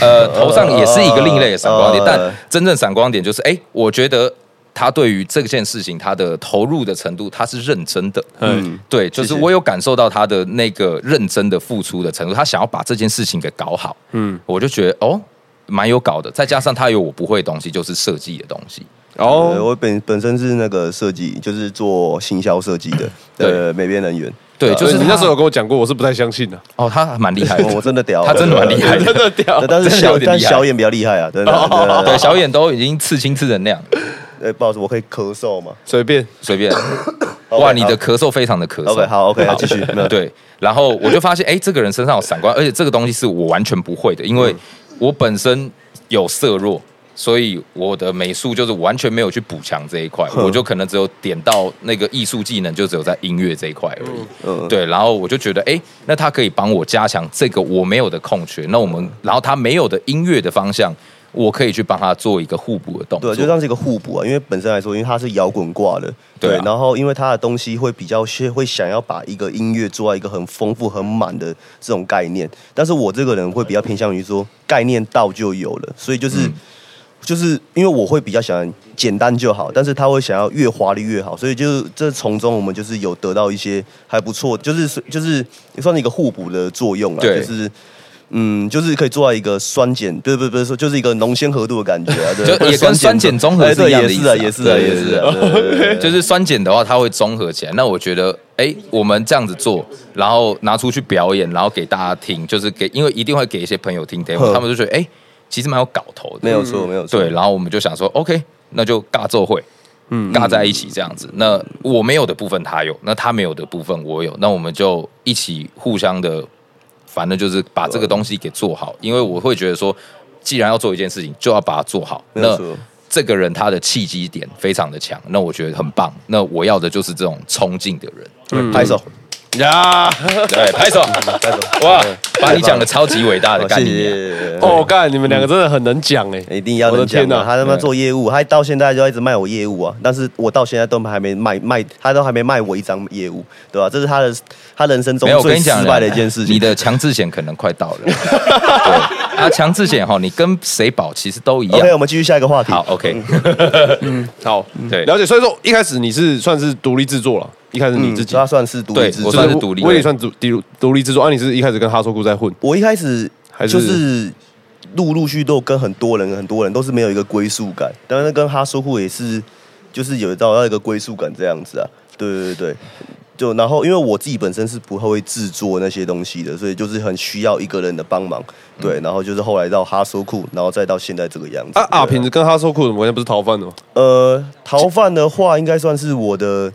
S4: 呃，头上也是一个另类的闪光点，
S5: 呃
S4: 但真正闪光点就是，哎、我觉得他对于这件事情他的投入的程度，他是认真的，嗯，对，就是我有感受到他的那个认真的付出的程度，他想要把这件事情给搞好，嗯，我就觉得哦，蛮有搞的，再加上他有我不会的东西，就是设计的东西，哦
S5: 呃，我本本身是那个设计，就是做行销设计的，
S4: 对
S5: 呃，美编人员，
S4: 对，就
S2: 就是是你
S4: 他
S2: 那时候有跟我讲过，我是不太相信的。
S4: 哦，他蛮厉害的，
S5: 我我真的屌，
S4: 他真的蛮厉害
S2: *laughs*
S4: 的，
S2: 真的屌
S5: 对，但是
S4: 真的有
S5: 小
S4: 点
S5: 但
S4: 厉害
S5: 小眼比较厉害啊，真的。
S4: 对，小眼都已经刺青刺成那样，
S5: 呃，不好意思，我可以咳嗽吗
S2: 随便，
S5: *laughs*
S4: 随便，
S5: 哦 OK，
S4: 哇，你
S5: 好
S4: 的咳嗽非常的咳嗽
S5: ？OK，好，OK，好，继
S4: *laughs*
S5: 续。没有，
S4: 对，然后我就发现，哎、这个人身上有闪光，而且这个东西是我完全不会的，因为我本身有色弱，所以我的美术就是完全没有去补强这一块，
S5: 哼
S4: 我就可能只有点到那个艺术技能，就只有在音乐这一块而已。
S5: 嗯，
S4: 对，然后我就觉得，哎、那他可以帮我加强这个我没有的空缺，那我们，然后他没有的音乐的方向，我可以去帮他做一个互补的动
S5: 对，
S4: 作。
S5: 就像是一个互补啊，因为本身来说，因为它是摇滚挂的，
S4: 对啊
S5: 然后因为它的东西会比较是会想要把一个音乐做到一个很丰富、很满的这种概念，但是我这个人会比较偏向于说概念到就有了，所以
S4: 嗯
S5: 就是。就是因为我会比较喜欢简单就好，但是他会想要越华丽越好，所以就是这从中我们就是有得到一些还不错，就是就是也算是一个互补的作用了，
S4: 对
S5: 就是嗯，就是可以做到一个酸碱，不是不是不是说就是一个浓鲜合度的感觉啊，对
S4: 就也跟酸碱中和
S5: 哎
S4: 是一
S5: 对，
S4: 样
S5: 也
S4: 的意
S5: 是
S4: 思
S5: 啊，
S4: 啊
S5: 也是啊，也
S4: 对对
S5: 是
S4: 对
S5: 啊，对对对
S4: *laughs* 就是酸碱的话，它会综合起来。那我觉得，哎、我们这样子做，然后拿出去表演，然后给大家听，就是给，因为一定会给一些朋友听 demo，
S5: 呵
S4: 他们就觉得，哎、其实蛮有搞头的。
S5: 没有错，没有错，
S4: 对，然后我们就想说，OK，那就尬奏会，嗯，尬在一起这样子。那我没有的部分他有，那他没有的部分我有，那我们就一起互相的，反正就是把这个东西给做好。因为我会觉得说，既然要做一件事情，就要把它做好。
S5: 没有
S4: 那
S5: 错
S4: 这个人他的契机点非常的强，那我觉得很棒。那我要的就是
S5: *laughs*
S4: 这种冲劲的人。
S5: 嗯拍手，
S2: 呀， *laughs*
S4: 对，拍手，
S5: 拍手，
S4: 哇，把你讲的超级伟大的
S5: 好
S4: 干
S5: 谢
S4: 你啊娘。
S5: 谢。
S2: 哦，干，你们两个真的很能讲哎，
S5: 一定要
S2: 我的
S5: 能讲
S2: 天
S5: 啊！
S2: 哪，
S5: 他他妈做业务，他到现在就一直卖我业务啊，但是我到现在都还没卖卖，他都还没卖我一张业务，对吧、这是他的他人生中
S4: 没有，我跟
S5: 最
S4: 你
S5: 失
S4: 讲，
S5: 败的一件事情。
S4: 你的强制险可能快
S5: *laughs*
S4: 到了。对啊，强制险哈，你跟谁保其实都一
S5: OK，
S4: 样。
S5: 我们继续下一个话题。
S4: 好，OK，
S5: 嗯
S2: 好，
S4: 对
S2: 了解。所以说一开始你是算是独立制作了，一开始你
S5: 嗯，
S2: 自己
S5: 他算是独立
S4: 对
S5: 自
S4: 我
S5: 主
S2: 就
S4: 算是独立
S2: 我也
S4: 的
S2: 算独独独立制作。啊，你是一开始跟哈索姑在混，
S5: 我一开始
S2: 还是
S5: 就是陆陆续都跟很多人，很多人都是没有一个归属感。当然，跟哈苏库也是，就是有到要一个归属感这样子啊。对对对对，就然后因为我自己本身是不会制作那些东西的，所以就是很需要一个人的帮忙。对，然后就是后来到哈苏库，然后再到现在这个样子。
S2: 啊啊，
S5: 对
S2: 平时跟哈索姑怎么关系？不是逃犯的吗？
S5: 呃，逃犯的话，应该算是我的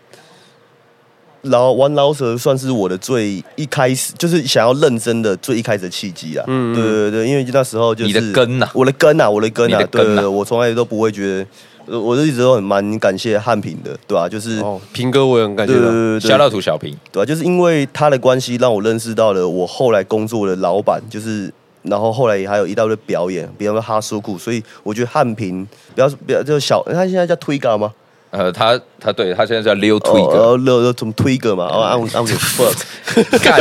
S5: 老玩老蛇，算是我的最一开始，就是想要认真的最一开始的契机啦。嗯对对对，因为那时候就是
S4: 你的根呐
S5: 我的根啊呐、我的根呐、
S4: 你的根啊
S5: 对
S4: 呐
S5: 对对，我从来都不会觉得，呃我一直都很蛮感谢汉平的，对吧、就是、
S2: 哦，平哥我也很感
S5: 对
S2: 谢
S5: 对
S2: 他。
S5: 对对
S4: 小到土小平，
S5: 对啊，就是因为他的关系，让我认识到了我后来工作的老板，就是然后后来也还有一大堆表演，比方说哈苏库，所以我觉得汉平，不要不要就小，他现在叫推杆吗？
S4: 呃，他他对他现在叫溜
S5: 哦
S4: Twig，
S5: 哦，六六怎么推个
S4: 哎
S5: 嘛？哦，按按给 fuck，
S4: *laughs* 干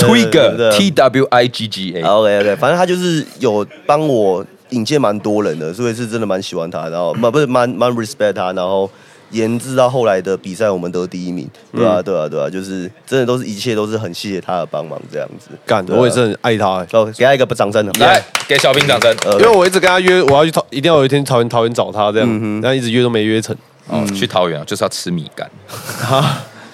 S4: Twig
S5: 对
S4: T W I G G A，
S5: OK OK，反正他就是有帮我引荐蛮多人的，所以是真的蛮喜欢他，然
S4: *coughs*
S5: 后蛮不是蛮蛮 respect 他，然后延至到后来的比赛我们得第一名，
S4: 嗯
S5: 对啊对啊对啊，就是真的都是一切都是很谢谢他的帮忙这样子。
S2: 干，
S5: 对啊
S2: 我也是，很爱他欸，
S5: 哦，给他一个掌声，
S4: 来，给小平掌声。哦
S5: 呃
S2: 因为我一直跟他约，我要去桃，一定要有一天桃园桃园找他这样，但一直约都没约成。
S4: 哦，
S5: 嗯
S4: 去桃园就是要吃米干。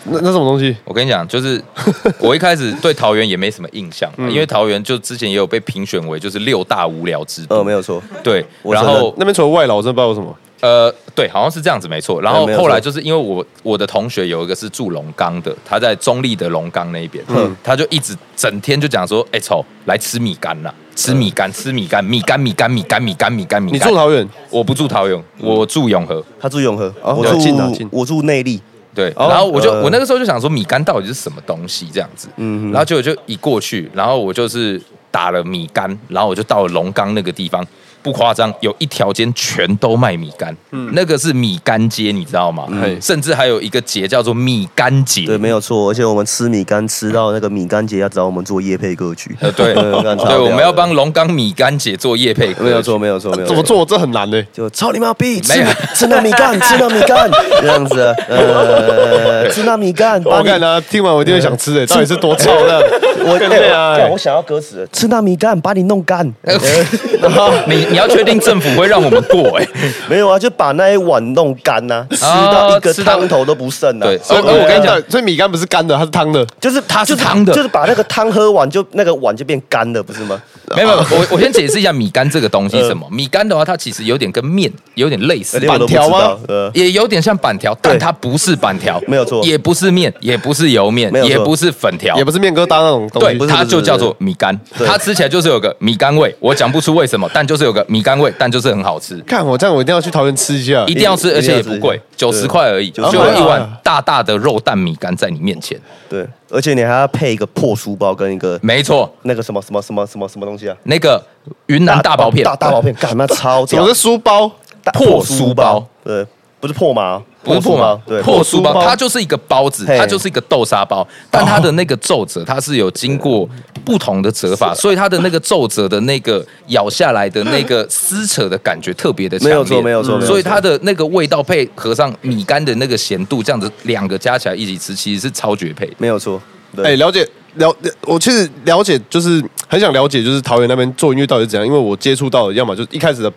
S2: 那那什么东西？
S4: 我跟你讲，就是 *laughs* 我一开始对桃园也没什么印象
S5: 嗯
S4: 嘛，因为桃园就之前也有被评选为就是六大无聊之
S5: 呃
S4: 都，
S5: 没有错，
S4: 对，
S5: 我
S4: 然
S5: 承认
S4: 后
S2: 那边除了外劳，我真的不知道有什么。
S4: 呃，对，好像是这样子，没错。然
S5: 哎
S4: 后
S5: 没有
S4: 后
S5: 错
S4: 来就是因为我我的同学有一个是住龙岗的，他在中立的龙岗那边，他就一直整天就讲说，哎、丑来吃米干啦，吃米干，吃米干，米干，米干，米干，米干，米干，米
S2: 你
S4: 干。
S2: 住桃园？
S4: 我不住桃园，我住永和。
S5: 他住永和，
S2: 哦
S5: 我
S2: 对近啊近
S5: 住我住内力，
S4: 对，
S5: 哦
S4: 然后我就、
S5: 呃
S4: 我那个时候就想说米干到底是什么东西这样子，
S5: 嗯
S4: 然后结果就一过去，然后我就是打了米干，然后我就到了龙岗那个地方，不夸张，有一条街全都卖米干，
S5: 嗯
S4: 那个是米干街，你知道吗？
S2: 嗯
S4: 甚至还有一个节叫做米干节，
S5: 对，没有错，而且我们吃米干吃到那个米干节要找我们做夜配歌曲，
S4: 呃
S5: *laughs*
S4: 对
S5: 对干超
S4: 对，我们
S5: 屌
S4: 要
S5: 的
S4: 帮龙岗米干节做夜配歌曲，
S5: 没有错，没有错，没有
S2: 怎么做？这很难呢。欸
S5: 就操你妈逼，吃
S4: 没有
S5: 吃那米
S4: *laughs*
S5: 干，吃那米干，这样
S4: 啊
S5: 子，呃，吃那米干，把
S2: 我
S5: 你
S2: 看他听完我一定会想吃欸诶，到底是多臭呢？
S5: 我
S2: 更
S5: 哎
S2: 累
S5: 我
S2: 啊
S5: 干我想要歌词，吃那米干，把你弄干，
S4: 哎
S5: 呃
S4: 你你要确定政府会让我们过哎、
S5: 没有啊，就把那一碗弄干呐，吃到一个
S4: 吃到
S5: 汤头都不剩呐
S4: 哦对，
S5: 所
S2: 所
S5: 以
S2: 以
S4: 哦我跟你讲，
S2: 哎所以米干不是干的，它是汤的。
S5: 就是
S4: 它是
S5: 就是
S4: 汤的
S5: 就是把那个汤喝完，就那个碗就变干了，不是吗？
S4: 没有，没有我我先解释一下米干这个东西是
S5: 呃
S4: 什么。米干的话，它其实有点跟面有点类似，
S5: 连我都不
S2: 板条
S5: 知道
S2: 吗？
S5: 呃
S4: 也有点像板条，但
S5: 对
S4: 它不是板条，
S5: 没有错
S4: 也不是面，也不是油面
S5: 没，有错
S4: 也不是粉条
S2: 也。不是面疙瘩那种东
S4: 对
S2: 西，
S5: 不，是
S4: 它
S5: 不是
S4: 就叫做米干，
S5: 对
S4: 它吃起来就是有个米干味，我讲不出为什么，但就是有个米干味，但就是很好吃，
S2: 看我这样，我一定要去桃园吃一下
S4: 一。定要吃，
S5: 啊一
S4: 而且也
S5: 一定要
S4: 不
S5: 吃
S4: 贵，九十
S5: 对
S4: 块而已，就
S5: 90
S4: 有一
S2: 块
S4: 碗大大的肉蛋米干在你面前，
S5: 对，而且你还要配一个破书包跟一个
S4: 没错，
S5: 那个什么什么什么什么什么东西啊？
S4: 那个云南大薄片，
S5: 大大薄片，干那超
S2: 什么
S5: 屌
S2: 是，书包？
S5: 大
S4: 破书包，
S5: 对，不是破麻哦，
S4: 不是破
S5: 麻
S4: 包，，
S5: 对，
S4: 破书包，它就是一个包子，
S5: 嘿
S4: 它就是一个豆沙包，但它的那个皱褶，它是有经过不同的折法，所以它的那个皱褶的那个咬下来的那个撕扯的感觉特别的强
S5: 没
S4: 烈，
S5: 有错没有错
S4: 嗯
S5: 没有错
S4: 所以它的那个味道配合上米干的那个咸度，这样子两个加起来一起吃，其实是超绝配的。
S5: 没有错，
S2: 哎、
S5: 对，
S2: 了解了，我其实了解，就是很想了解，就是桃园那边做音乐到底是怎样，因为我接触到的，要么就是一开始的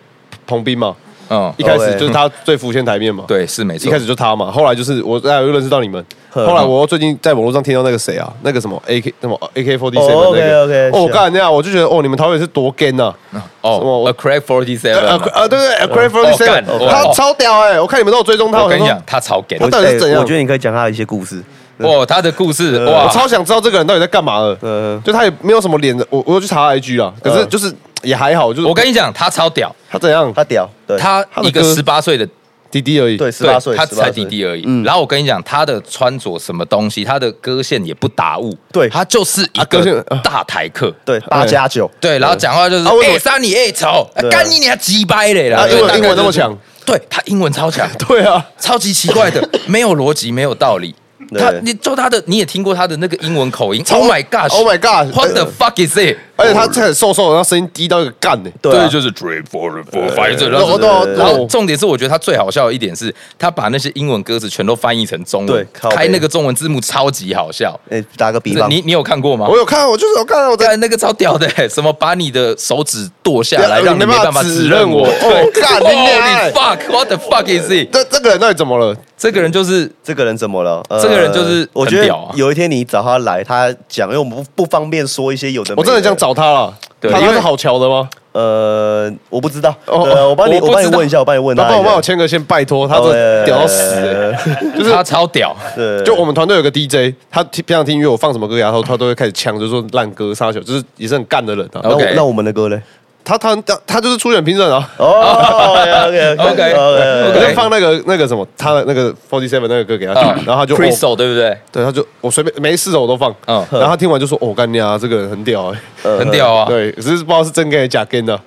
S2: 彭斌嘛，
S4: 嗯，
S2: 一开始
S5: OK
S2: 就是他最浮现台面嘛，，
S4: 对，是没错。
S2: 一开始就他嘛，后来就是我大家又认识到你们，
S5: 呵
S2: 后来我又最近在网络上听到那个谁啊，那个什么 AK 什么 AK forty
S5: 哦
S2: seven 那个，
S5: OK，OK，
S2: 哦，
S5: 是啊
S2: 干那样，我就觉得哦，你们桃园是多 gay 呐、啊，什么
S4: 哦
S2: 我
S4: ，A Crack Forty
S2: 呃
S4: Seven，啊
S2: 呃，对对，AK forty
S4: 哦
S2: seven，
S4: 干哦
S2: 他
S4: 哦
S2: 超屌哎、我看你们都有追踪他，
S4: 我跟你
S2: 想
S4: 讲
S2: 说，，
S4: 他超 gay
S2: 我。到底是
S5: 哎
S2: 怎样
S5: 我觉得你可以讲他的一些故事，
S4: 哇，他的故事哇，
S2: 呃我超想知道这个人到底在干嘛的。
S5: 呃，
S2: 就他也没有什么脸的，我我有去查 IG 啊，
S4: 嗯
S2: 可是就是也还好，就是
S4: 我跟你讲，他超屌。
S2: 他怎样？
S5: 他屌，对，
S4: 他
S2: 他的
S4: 一个
S2: 歌
S4: 十八岁的
S2: 滴滴而已。
S5: 对，十
S4: 对
S5: 八岁，
S4: 他
S5: 18岁
S4: 才弟弟而已。
S5: 嗯
S4: 然后我跟你讲，他的穿着什么东西，他的歌线也不打雾，
S5: 对
S4: 他就是一
S2: 啊歌线
S4: 个大台客。
S5: 呃对八加九，
S4: 对，然后讲话就是
S5: 啊为什么
S4: 哎三你哎丑，
S5: 对啊
S4: 干你娘鸡掰嘞啦！
S2: 啊，
S4: 对
S2: 英
S4: 大概
S2: 文英文那么
S4: 就是
S2: 强，
S4: 对他英
S5: *laughs*
S4: 文超强，
S2: 对啊，
S4: 超级奇怪的，没有逻辑，没有道理。
S5: 对
S4: 他你就他的你也听过他的那个英文口音
S2: 超
S4: ，Oh my gosh，Oh
S2: Oh my god
S4: what
S5: 呃
S4: the fuck is it？
S2: 而且他这很瘦瘦的，然后声音低到一个干呢。
S5: 对啊
S4: 就是 three four four five，这
S2: 我懂我懂
S4: 然后重点是，我觉得他最好笑的一点是，他把那些英文歌词全都翻译成中
S5: 对
S4: 文，
S5: 靠背
S4: 开那个中文字幕超级好笑。
S5: 哎，打个比
S4: 是
S5: 方，
S4: 你你有看过吗？
S2: 我有看，我就是有看，我在
S4: 对，那个超屌的、欸什么把你的手指剁下来，
S2: 对
S4: 让你
S2: 哎你没
S4: 没
S2: 办法
S4: 办法
S2: 指
S4: 指
S2: 认
S4: 认我。
S2: 我哦 *laughs*
S4: 对
S2: 干你娘
S4: Holy fuck，what the fuck
S2: *laughs*
S4: is it？
S2: 这这个人到底怎么了？
S4: 这个人就是
S5: 这个人怎么了？呃
S4: 这个人就是
S5: 我
S4: 很
S5: 觉得
S4: 屌啊
S5: 有一天你找他来，他讲，因为我们不不方便说一些有的没
S2: 我真的想，找他了。
S4: 对
S2: 他
S4: 因
S2: 他
S4: 为
S2: 是好瞧的吗？
S5: 呃，我不知道，
S2: 哦
S5: 呃，我帮你，
S4: 我不
S5: 我帮你
S4: 知道
S5: 问一下，我帮你问他
S2: 那
S5: 一下，
S2: 帮我帮我牵个线，拜托，他这
S5: 哦
S2: 屌到死欸。
S4: 就是他超屌，
S5: 对，
S2: 就我们团队有个 DJ，他听平常听音乐，我放什么歌给他，他他都会开始呛，就说烂歌、沙球，就是也是很干的人啊。
S5: 那我
S4: OK
S5: 那我们的歌嘞？
S2: 他他他他就是初选评审啊，
S5: 哦，OK OK
S4: OK，OK，OK
S2: 我就放那个那个什么，他的那个 Forty Seven 那个歌给他听，
S4: 啊
S2: 然后他就
S4: c r y
S2: 哦
S4: s t 对不对？
S2: 对，他就我随便每四首我都放，
S4: 嗯
S2: 然后他听完就说：“我干你啊，这个人很屌哎。
S4: 很屌啊！
S2: 对，只是不知道是真 gay 还是假 gay 的。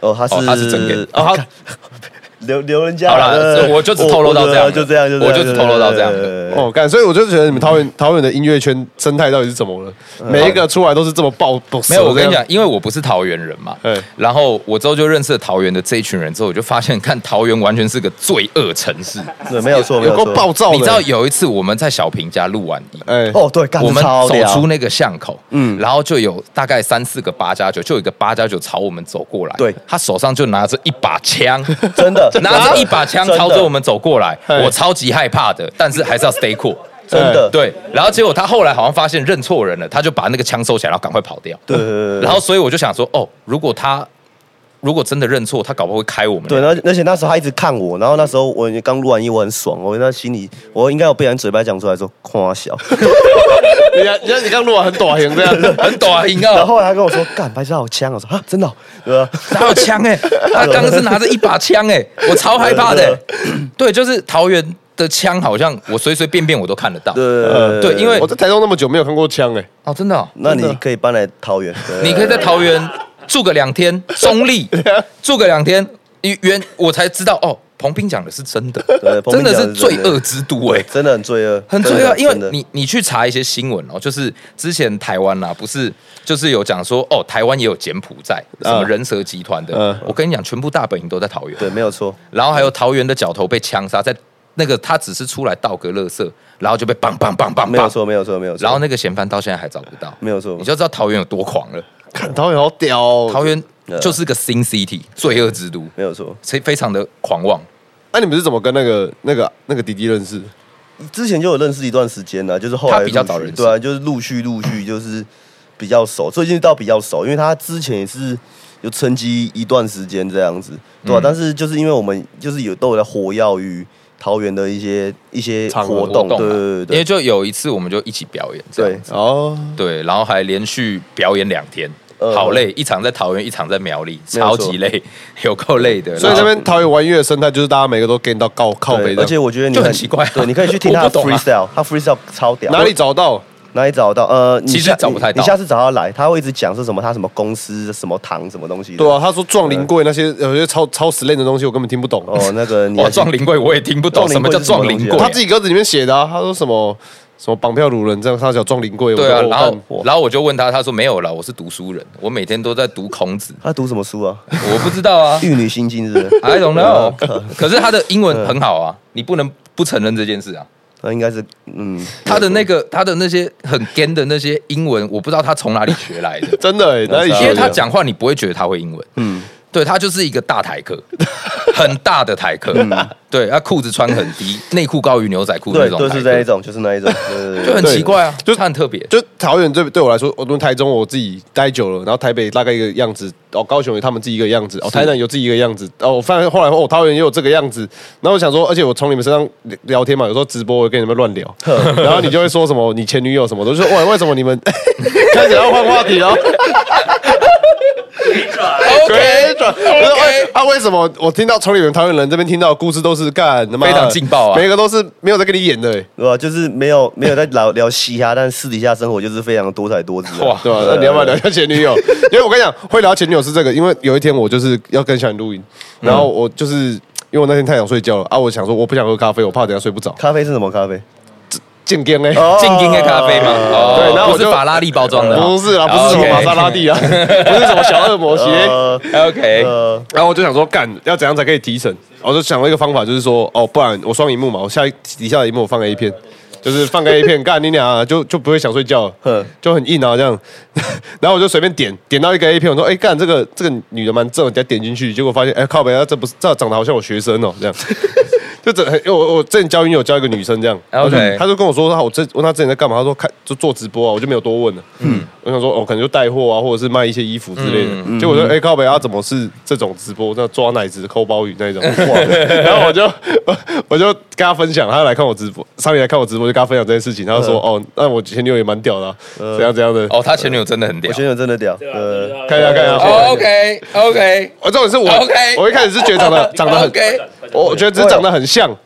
S5: 哦，他
S4: 哦
S5: 是
S4: 他是真的
S2: 然后他
S5: 留留人家
S4: 好啦
S5: 呃
S4: 我就只透露到这样
S5: 我就这样，就这样
S4: 我就只透露到这样
S5: 对对对对对
S2: 哦干，所以我就觉得你们桃园桃园的音乐圈生态到底是怎么了？
S5: 嗯
S2: 每一个出来都是这么爆爆。
S4: 没有，我跟你
S2: 这样
S4: 讲，，因为我不是桃园人嘛
S2: 对，
S4: 然后我之后就认识了桃园的这一群人之后，我就发现，看桃园完全是个罪恶城市。
S5: 对，没有错，没
S2: 有
S5: 有
S2: 够
S5: 错。
S2: 暴躁的。
S4: 你知道有一次我们在小平家录完音，
S2: 哎，
S5: 哦，对，干
S4: 我们
S5: 超
S4: 走
S5: 屌
S4: 出那个巷口，嗯，然后就有大概三四个八加九，就有一个八加九朝我们走过来，
S5: 对
S4: 他手上就拿着一把枪，
S5: 真的
S4: 拿着一把枪
S5: 真的
S4: 朝着我们走过来，
S2: 嘿
S4: 我超级害怕的，但是还是要 stay cool。
S5: 真的
S4: 对，然后结果他后来好像发现认错人了，他就把那个枪收起来，然后赶快跑掉。
S5: 对对对对
S4: 然后所以我就想说，哦，如果他如果真的认错，他搞不好会开我们。
S5: 对，，然后而且那时候他一直看我，然后那时候我刚录完音，我很爽，我那心里我应该有被人嘴巴讲出来说夸小，
S2: 人家人家你刚录完很短型这样，
S4: *laughs* 很短
S5: *laughs*
S4: 赢
S5: 然
S4: 啊，
S5: 后后来他跟我说干，白痴好枪，我说啊真的哦，对吧？
S4: 他有枪哎、他刚刚是拿着一把枪哎、我超害怕的、欸。 *laughs* 对，就是桃园的枪，好像我随随便便我都看得到。
S5: 对
S4: 对因为
S2: 我在台中那么久没有看过枪哎，
S4: 哦，真的哦、
S5: 那你可以搬来桃园，对
S4: 你可以在桃园住个两天，
S5: *laughs*
S4: 中立住个两天，一原我才知道哦，彭斌讲的是真的，
S5: 对彭
S4: 真
S5: 斌
S4: 的
S5: 讲的是真
S4: 是罪
S5: 的
S4: 恶之都哎、
S5: 真的很罪恶，
S4: 很罪恶，啊
S5: 真的
S4: 因为
S5: 真的
S4: 你你去查一些新闻哦，就是之前台湾啦、不是就是有讲说哦，台湾也有柬埔寨什么人蛇集团的，
S2: 嗯
S4: 我跟你讲，全部大本营都在桃园，
S5: 对没有错，
S4: 然后还有桃园的角头被枪杀，在那个他只是出来倒个垃圾，然后就被棒棒棒棒
S5: 没有
S4: 棒，
S5: 错，没有错，没有错。
S4: 然后那个嫌犯到现在还找不到，
S5: 没有错
S4: 你就呃知道桃园有多狂了，
S2: 看桃园好屌哦。
S4: 桃园就是个 sin city 罪恶之都，
S5: 没有错，
S4: 所以非常的狂妄。
S2: 那你们是怎么跟那个那个那个弟弟认识？
S5: 之前就有认识一段时间了，就是后来
S4: 他比较
S5: 陆续
S4: 早认识
S5: 对啊，就是陆续陆续就是比较熟，最近倒比较熟，因为他之前也是有沉寂一段时间这样子，对吧、啊
S4: 嗯
S5: 但是就是因为我们就是有都有在活跃于桃园的一些一些
S2: 场合
S5: 活动，
S4: 啊
S5: 对对对
S4: 因
S5: 对
S4: 为就有一次我们就一起表演，这样
S5: 对，
S2: 哦，
S4: 对，然后还连续表演两天，
S5: 呃
S4: 好累，一场在桃园，一场在苗栗，
S5: 没有
S4: 超
S5: 错
S4: 级累，有够累的。
S2: 所以
S4: 然
S2: 这
S4: 后
S2: 边桃园玩乐的生态就是大家每个都 get 到靠靠
S5: 对
S2: 北的，
S5: 而且我觉得你
S4: 就很奇怪啊
S5: 对，你可以去听他
S4: 我
S5: 的
S4: 不懂啊
S5: freestyle，他 freestyle 超屌，
S2: 哪里找到？
S5: 哪里找到？呃，你
S4: 其实
S5: 下
S4: 找不太
S5: 你
S4: 到
S5: 你下次找他来，他会一直讲说什么他什么公司什么堂什么东西的。
S2: 对啊，他说撞临柜那些有些超超 slang 的东西，我根本听不懂。
S5: 哦，那
S4: *laughs*
S5: 个你
S4: 哇，
S5: 还是
S4: 撞林柜我也听不懂
S5: 撞
S4: 什
S5: 林
S4: 么
S5: 柜
S4: 叫
S5: 是什么
S4: 撞林
S5: 东西啊
S4: 柜
S2: *laughs* 他
S4: 啊。
S2: 自己歌词里面写的啊，他说什么什么绑票掳人这样，他叫撞临柜。我
S4: 对啊，
S2: 说
S4: 然后
S2: 哦
S4: 然后我就问他，他说没有啦，我是读书人，我每天都在读孔子，
S5: 他读什么书啊？
S4: 我不知道啊
S5: *laughs* 《玉女心经》是不
S4: *laughs*
S5: 是？
S4: ，I don't know。可 *laughs* 是他的英文很好啊，你不能不承认这件事啊。
S5: 他应该是嗯，
S4: 他的那个他的那些很 g 的那些英文，我不知道他从哪里学来的，
S2: 真的欸，哪里
S4: 因
S2: 学的？
S4: 为他讲话你不会觉得他会英文，嗯，对他就是一个大台客，很大的台客，对，他裤子穿很低，内裤高于牛仔裤那
S5: 对，
S4: 种
S5: 就
S4: 台
S5: 是
S4: 客
S5: 那一种，就是那一种，对对对
S4: 就很奇怪啊，
S2: 对
S4: 就他很特别，
S2: 就桃园对对我来说，我从台中我自己待久了，然后台北大概一个样子，哦，高雄有他们自己一个样子，哦，台南有自己一个样子，哦，我发现后来哦，桃园也有这个样子，然后我想说，而且我从你们身上聊聊天嘛，有时候直播我会跟你们乱聊，然后你就会说什么
S4: *laughs*
S2: *laughs* 你前女友什么的，我就说喂，为什么你们开始要换话题哦？
S3: 回转，
S4: OK，
S2: 不是为
S4: OK，
S2: 啊？为什么我听到从你们桃园人这边听到的故事都是干他妈的
S4: 非常劲爆啊
S2: 每个都是没有在跟你演的、欸，
S5: 对吧？啊就是没有没有在聊聊嘻哈，但私底下生活就是非常多彩多姿啊。
S4: 哇
S2: *laughs* 对吧、那你要不要聊一下前女友？因为我跟你讲，会聊前女友是这个，因为有一天我就是要跟小林录音，然后我就是因为我那天太想睡觉了啊，我想说我不想喝咖啡，我怕等一下睡不着，欸
S5: 咖啡是什么咖啡？
S2: 进店嘞。
S5: 哦
S4: 静音的咖啡嘛，哦，
S2: 对然后我
S4: 不是
S2: 就
S4: 法拉利包装的
S2: *laughs*
S4: 哦，
S2: 不是啦，不是什么玛莎拉蒂啊，不是什么小恶魔鞋。
S5: 呃
S4: OK，
S5: 呃，
S2: 然后我就想说，干要怎样才可以提神？我就想了一个方法，就是说，哦，不然我双荧幕嘛，我下一底下的荧幕我放个 A 片，就是放个 A 片，干你俩、啊就就不会想睡觉了
S5: 哼，
S2: 就很硬啊这样。 *laughs* 然后我就随便点点到一个 A 片，我说，哎、干这个这个女的蛮正，我给她点进去，结果发现，哎、靠北，这不是这长得好像我学生哦，这样。 *laughs* 就整很，因为我我之前教音有教一个女生这样她
S4: OK
S2: 就她就跟我说，她我这问她之前在干嘛，她说看就做直播啊，我就没有多问了。嗯，我想说，我、可能就带货啊，或者是卖一些衣服之类的。
S4: 嗯
S2: 结果我说，哎、靠北啊，怎么是这种直播？那抓奶子、抠包雨那种。哇
S4: *laughs*
S2: 然后我就 *laughs* 我我就跟她分享，她来看我直播，上面来看我直播，就跟她分享这件事情。她就说，哦，那我前女友也蛮屌的、啊，怎样怎样的。
S4: 嗯 *laughs* 哦，他前女友真的很屌
S5: 我。觉得真的屌。
S3: 对吧？啊对
S5: 呃，
S3: 吧
S2: 看一下看一下，
S4: 哦 OK OK
S2: 我这种是我
S4: OK
S2: 我一开始是觉得长
S4: *laughs*
S2: 得长得很，
S3: 回
S4: OK，
S3: 转回转
S2: 我觉得只是长得很像，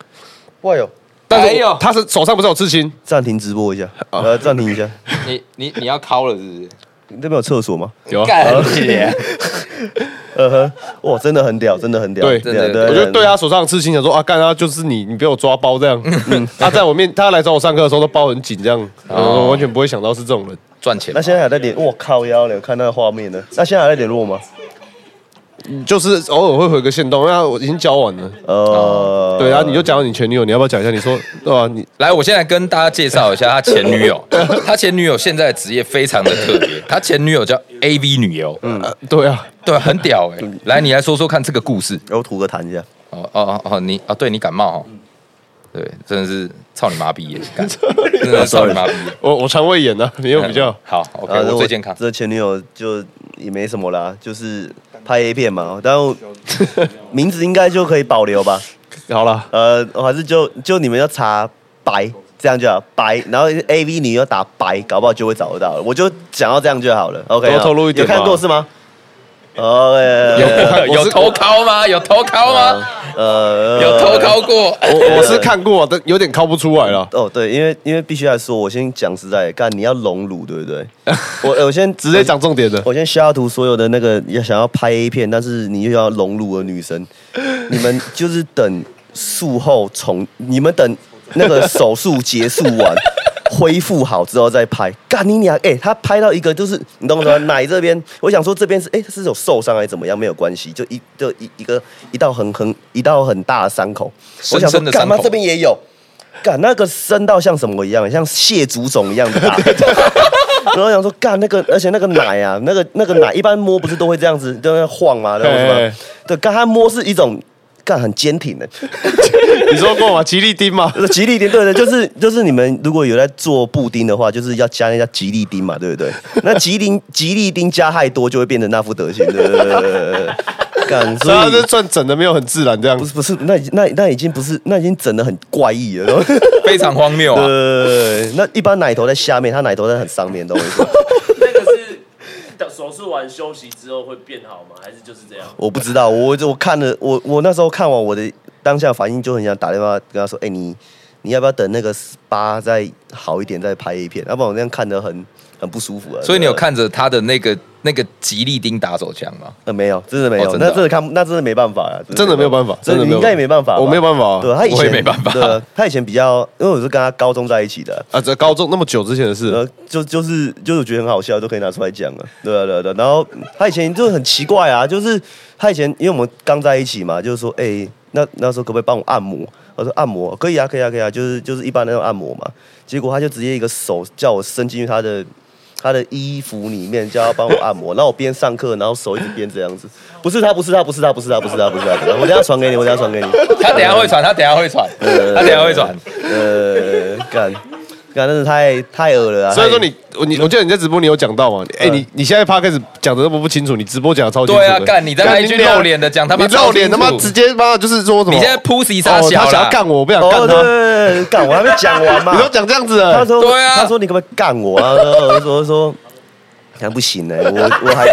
S5: 哇哟，
S2: 但
S4: 哎
S2: 是
S4: 呦
S2: 我她是手上不是有刺青？
S5: 暂停直播一下，
S4: 啊
S5: 呃，暂停一下。
S4: 你你你要敲了是不是？
S5: 你那边有厕所吗？
S2: 有啊。
S4: *laughs* 干你啊！
S5: *laughs* 呃呵，哇，真的很屌，真的很屌。
S2: 对
S5: 对
S4: 真的
S2: 我就对他手上的刺青想说啊，干他就是你，你被我抓包这 *laughs* 样。他在我面，他来找我上课的时候都包很紧这样，我完全不会想到是这种人。
S4: 赚钱
S5: 那，现在还在联，我靠腰了，看那个画面了。那现在还在联络吗？
S2: 就是偶尔会回个线动，那我已经交往了。
S4: 啊
S5: 呃，
S2: 对，然啊后你就讲到你前女友，你要不要讲一下？你说对啊，你
S4: 来，我现在跟大家介绍一下他前女友。他前女友现在的职业非常的特别，他前女友叫 AV 女优，嗯，
S2: 呃对啊，
S4: 对，很屌哎。
S5: 嗯
S4: 来，你来说说看这个故事。
S5: 然后涂个痰一下。
S4: 哦哦哦哦，你啊，对你感冒
S5: 嗯
S4: 哦，对，真的是操你妈逼耶，
S5: *laughs*
S4: 干真的是操你妈逼耶。 *laughs* 嗯
S2: 我我肠胃炎啊， *laughs* 你又比较
S4: 好，OK，
S5: 啊
S4: 我最健康。
S5: 这前女友就也没什么啦，就是拍 A 片嘛，但我名字应该就可以保留吧。
S2: 好了。
S5: 呃，我还是就就你们要查白，这样就好白，然后 A V 你要打白，搞不好就会找得到了。我就想要这样就好了。OK，
S2: 多
S5: 好
S2: 透露一点
S5: 有看
S2: 嘛
S5: 过是吗？哦，呃
S2: 我
S4: 有 *laughs*
S2: 是
S4: 投靠吗？有投靠吗？
S5: 呃
S4: 有投靠过？
S2: 我我是看过，但有点靠不出来 *laughs* 了。
S5: 哦，对，因为因为必须来说，我先讲实在的，干你要隆乳对不
S2: *laughs*
S5: 对？我呃我先
S2: 直接讲重点 *laughs* 的，
S5: 我先消除所有的那个要想要拍 A 片，但是你又要隆乳的女
S4: *laughs*
S5: 生，你们就是等术后重，你们等那个手术结束
S4: *laughs*
S5: 完。恢复好之后再拍，干你娘！哎、他拍到一个就是你懂我吗？奶这边，我想说这边是哎、是有受伤还是怎么样？没有关系，就一就一一个一道很很一道很大的伤口。我想说
S4: 深深的，
S5: 干
S4: 伤
S5: 嘛
S4: 口
S5: 这边也有？干那个深到像什么一样，像蟹足肿一样的
S2: *laughs*
S5: 大。然后想说，干那个，而且那个奶啊，那个那个奶，一般摸不是都会这样子，都在晃嘛，对
S2: 嘿
S5: 吧？对，干他摸是一种干很坚挺的，
S2: 你说过吗？吉利丁吗？
S5: 就是吉利丁，对对，就是就是你们如果有在做布丁的话，就是要加那叫吉利丁嘛，对不对？那吉林吉利丁加太多就会变成那副德行，对对对对对对对。干，所
S2: 所以他
S5: 以
S2: 这算整的没有很自然这样
S5: 不。是不是，那已那那已经不是，那已经整的很怪异了。
S4: 非常荒谬啊！
S5: 呃，那一般奶头在下面，他奶头在很上面，懂我意思吗？
S3: 那个是等手术完休息之后会变好吗？还是就是这样？
S5: 我不知道，我我看了，我我那时候看完我的当下反应就很想打电话跟他说，哎、你你要不要等那个 SPA 再好一点再拍一片？要不然我那样看得很很不舒服啊。
S4: 所以你有
S5: 对啊？
S4: 看着他的那个那个吉利丁打手枪吗？
S5: 呃，没有，真的没有，
S4: 哦真的啊
S5: 那真的看，那真的没办法了，
S2: 真的没有办法
S5: 真
S2: 真的
S5: 的
S2: 没有
S5: 应该也没办法吧，
S2: 我没有办法啊
S5: 对他以
S4: 我也
S5: 前
S4: 没办法
S5: 对啊，他以前比较，因为我是跟他高中在一起的，
S2: 啊，这高中那么久之前的事了，
S5: 呃，就就是就是我觉得很好笑，都可以拿出来讲了。对啊对啊对啊，然后他以前就很奇怪啊，就是他以前因为我们刚在一起嘛，就是说，哎、那那时候可不可以帮我按摩？我说按摩可以啊，可以啊，可以啊，就是就是一般那种按摩嘛。结果他就直接一个手叫我伸进去他的他的衣服里面，叫他帮我按摩。然后我边上课，然后手一直边这样子。不是他，不是他，不是他，不是他，不是他，不是他。不是他我等一下传给你，我等一下传给你。
S4: *laughs* 他等一下会传，他等一下会传，他等一下会传。
S5: 呃，干干，真是太太恶了啊！
S2: 哎所以说
S5: 太
S2: 你
S4: 哎
S2: 我你我记得你在直播你有讲到嘛？哎、你你现在 p 开始讲的那么不清楚，你直播讲的超清楚的。
S4: 嗯对啊干你在 IG
S2: 娘
S4: 露脸的讲他妈
S2: 你露脸
S4: 超
S2: 他
S4: 清楚
S2: 妈直接妈就是说什么？
S4: 你现在 pussy
S2: 哦
S4: 杀小
S2: 他
S4: 啦
S2: 想要干我，我不想干
S5: 哦，对
S2: 他。
S5: 对对，对干我还没讲完嘛。
S2: 你都讲这样子
S5: 他
S2: 了，
S5: 说，
S4: 对啊
S5: 欸他说你可不可以干我啊？然后我就说说，还不行呢、我我还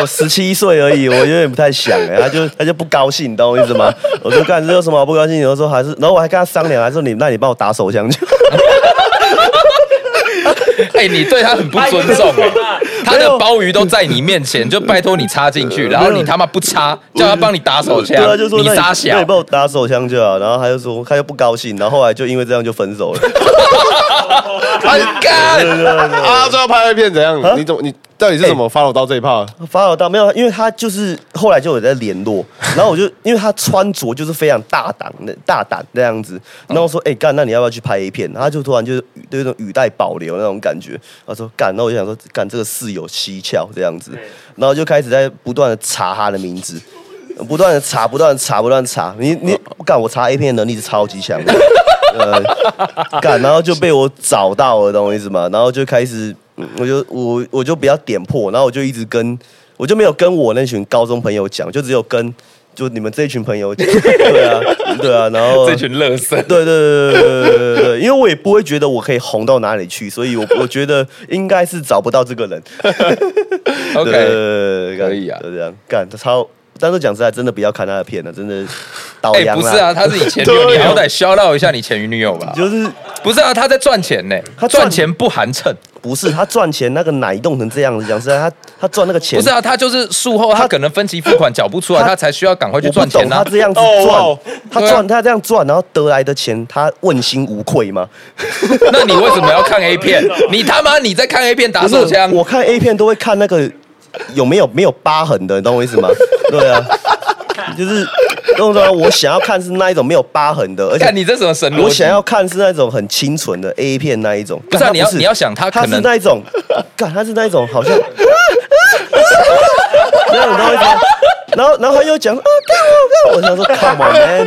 S5: 我十七岁而已，我有点不太想哎、他就他就不高兴，你懂我意思吗？我说干这有什么好不高兴？我说还是，然后我还跟他商量，还说你那你帮我打手枪去。
S4: 哎，你对他很不尊重哎、 *laughs* 他的鲍鱼都在你面前，就拜托你插进去，然后你他妈不插，叫他帮你打手枪
S5: 对啊，就，说
S4: 你
S5: 那
S4: 傻
S5: 那
S4: 小
S5: 你，帮我打手枪就好。然后他就说他就不高兴，然后后来就因为这样就分手了。
S4: 啊干！
S2: 啊，最后拍了片怎样？
S5: 啊
S2: 你怎么你到底是
S4: 哎
S2: 怎么 follow 到这一趴？
S5: 发了到没有，因为他就是后来就有在联络， *laughs* 然后我就因为他穿着就是非常大胆的大胆那样子，然后我说哎干、那你要不要去拍 A 片？然后他就突然就是语有一种语带保留那种感觉，他说干，那我就想说干这个事有蹊跷这样子，然后就开始在不断的查他的名字。不断的查，不断的查，不断的查。你你干，我查 A 片的能力是超级强的，呃，干，然后就被我找到了，懂我意思吗？然后就开始，嗯我就我我就比较点破，然后我就一直跟，我就没有跟我那群高中朋友讲，就只有跟就你们这一群朋友讲，对啊，对啊，然后
S4: 这群乐色，
S5: 对对对对对对对对对，因为我也不会觉得我可以红到哪里去，所以我我觉得应该是找不到这个人。对对
S4: OK，
S5: 对对
S4: 可以啊
S5: 就这样干，他超。但是讲实在，真的不要看他的片了，真
S4: *laughs*
S5: 的倒
S4: 哎、
S5: 洋
S4: 不
S5: 啦
S4: 是，啊，他是你前女 *laughs* 友，你好歹消到一下你前女友吧。
S5: 就是
S4: 不是啊，他在赚钱呢、
S5: 他赚
S4: 赚钱不寒碜。
S5: 不是他赚钱那个奶弄成这样子，讲实在，他他赚那个钱，
S4: 不是啊，他就是术后他可能分期付款缴不出来，
S5: 他
S4: 他才需要赶快去
S5: 我不
S4: 赚钱
S5: 懂
S4: 啊
S5: 他。这样子
S2: 哦
S5: 赚，他
S4: 对啊
S5: 赚他这样赚，然后得来的钱，他问心无愧吗？
S4: *laughs* 那你为什么要看 A 片？你他妈你在看 A 片打
S5: 不
S4: 手
S5: 是
S4: 枪，
S5: 我看 A 片都会看那个有没有没有疤痕的，你懂我意思吗？对啊，就是懂我意思吗？我想要看是那一种没有疤痕的，而且
S4: 看你这什么神逻
S5: 我
S4: 辑
S5: 想要看是那种很清纯的 A 片那一种。
S4: 不是啊
S5: 干它
S4: 你要你要想它
S5: 它
S4: 可能
S5: 是那一
S4: *laughs*
S5: 种，干它是那一种好像， *laughs* 那种东西。然后，然后他又讲啊，干我干，我想说 come 呃 on
S4: *laughs*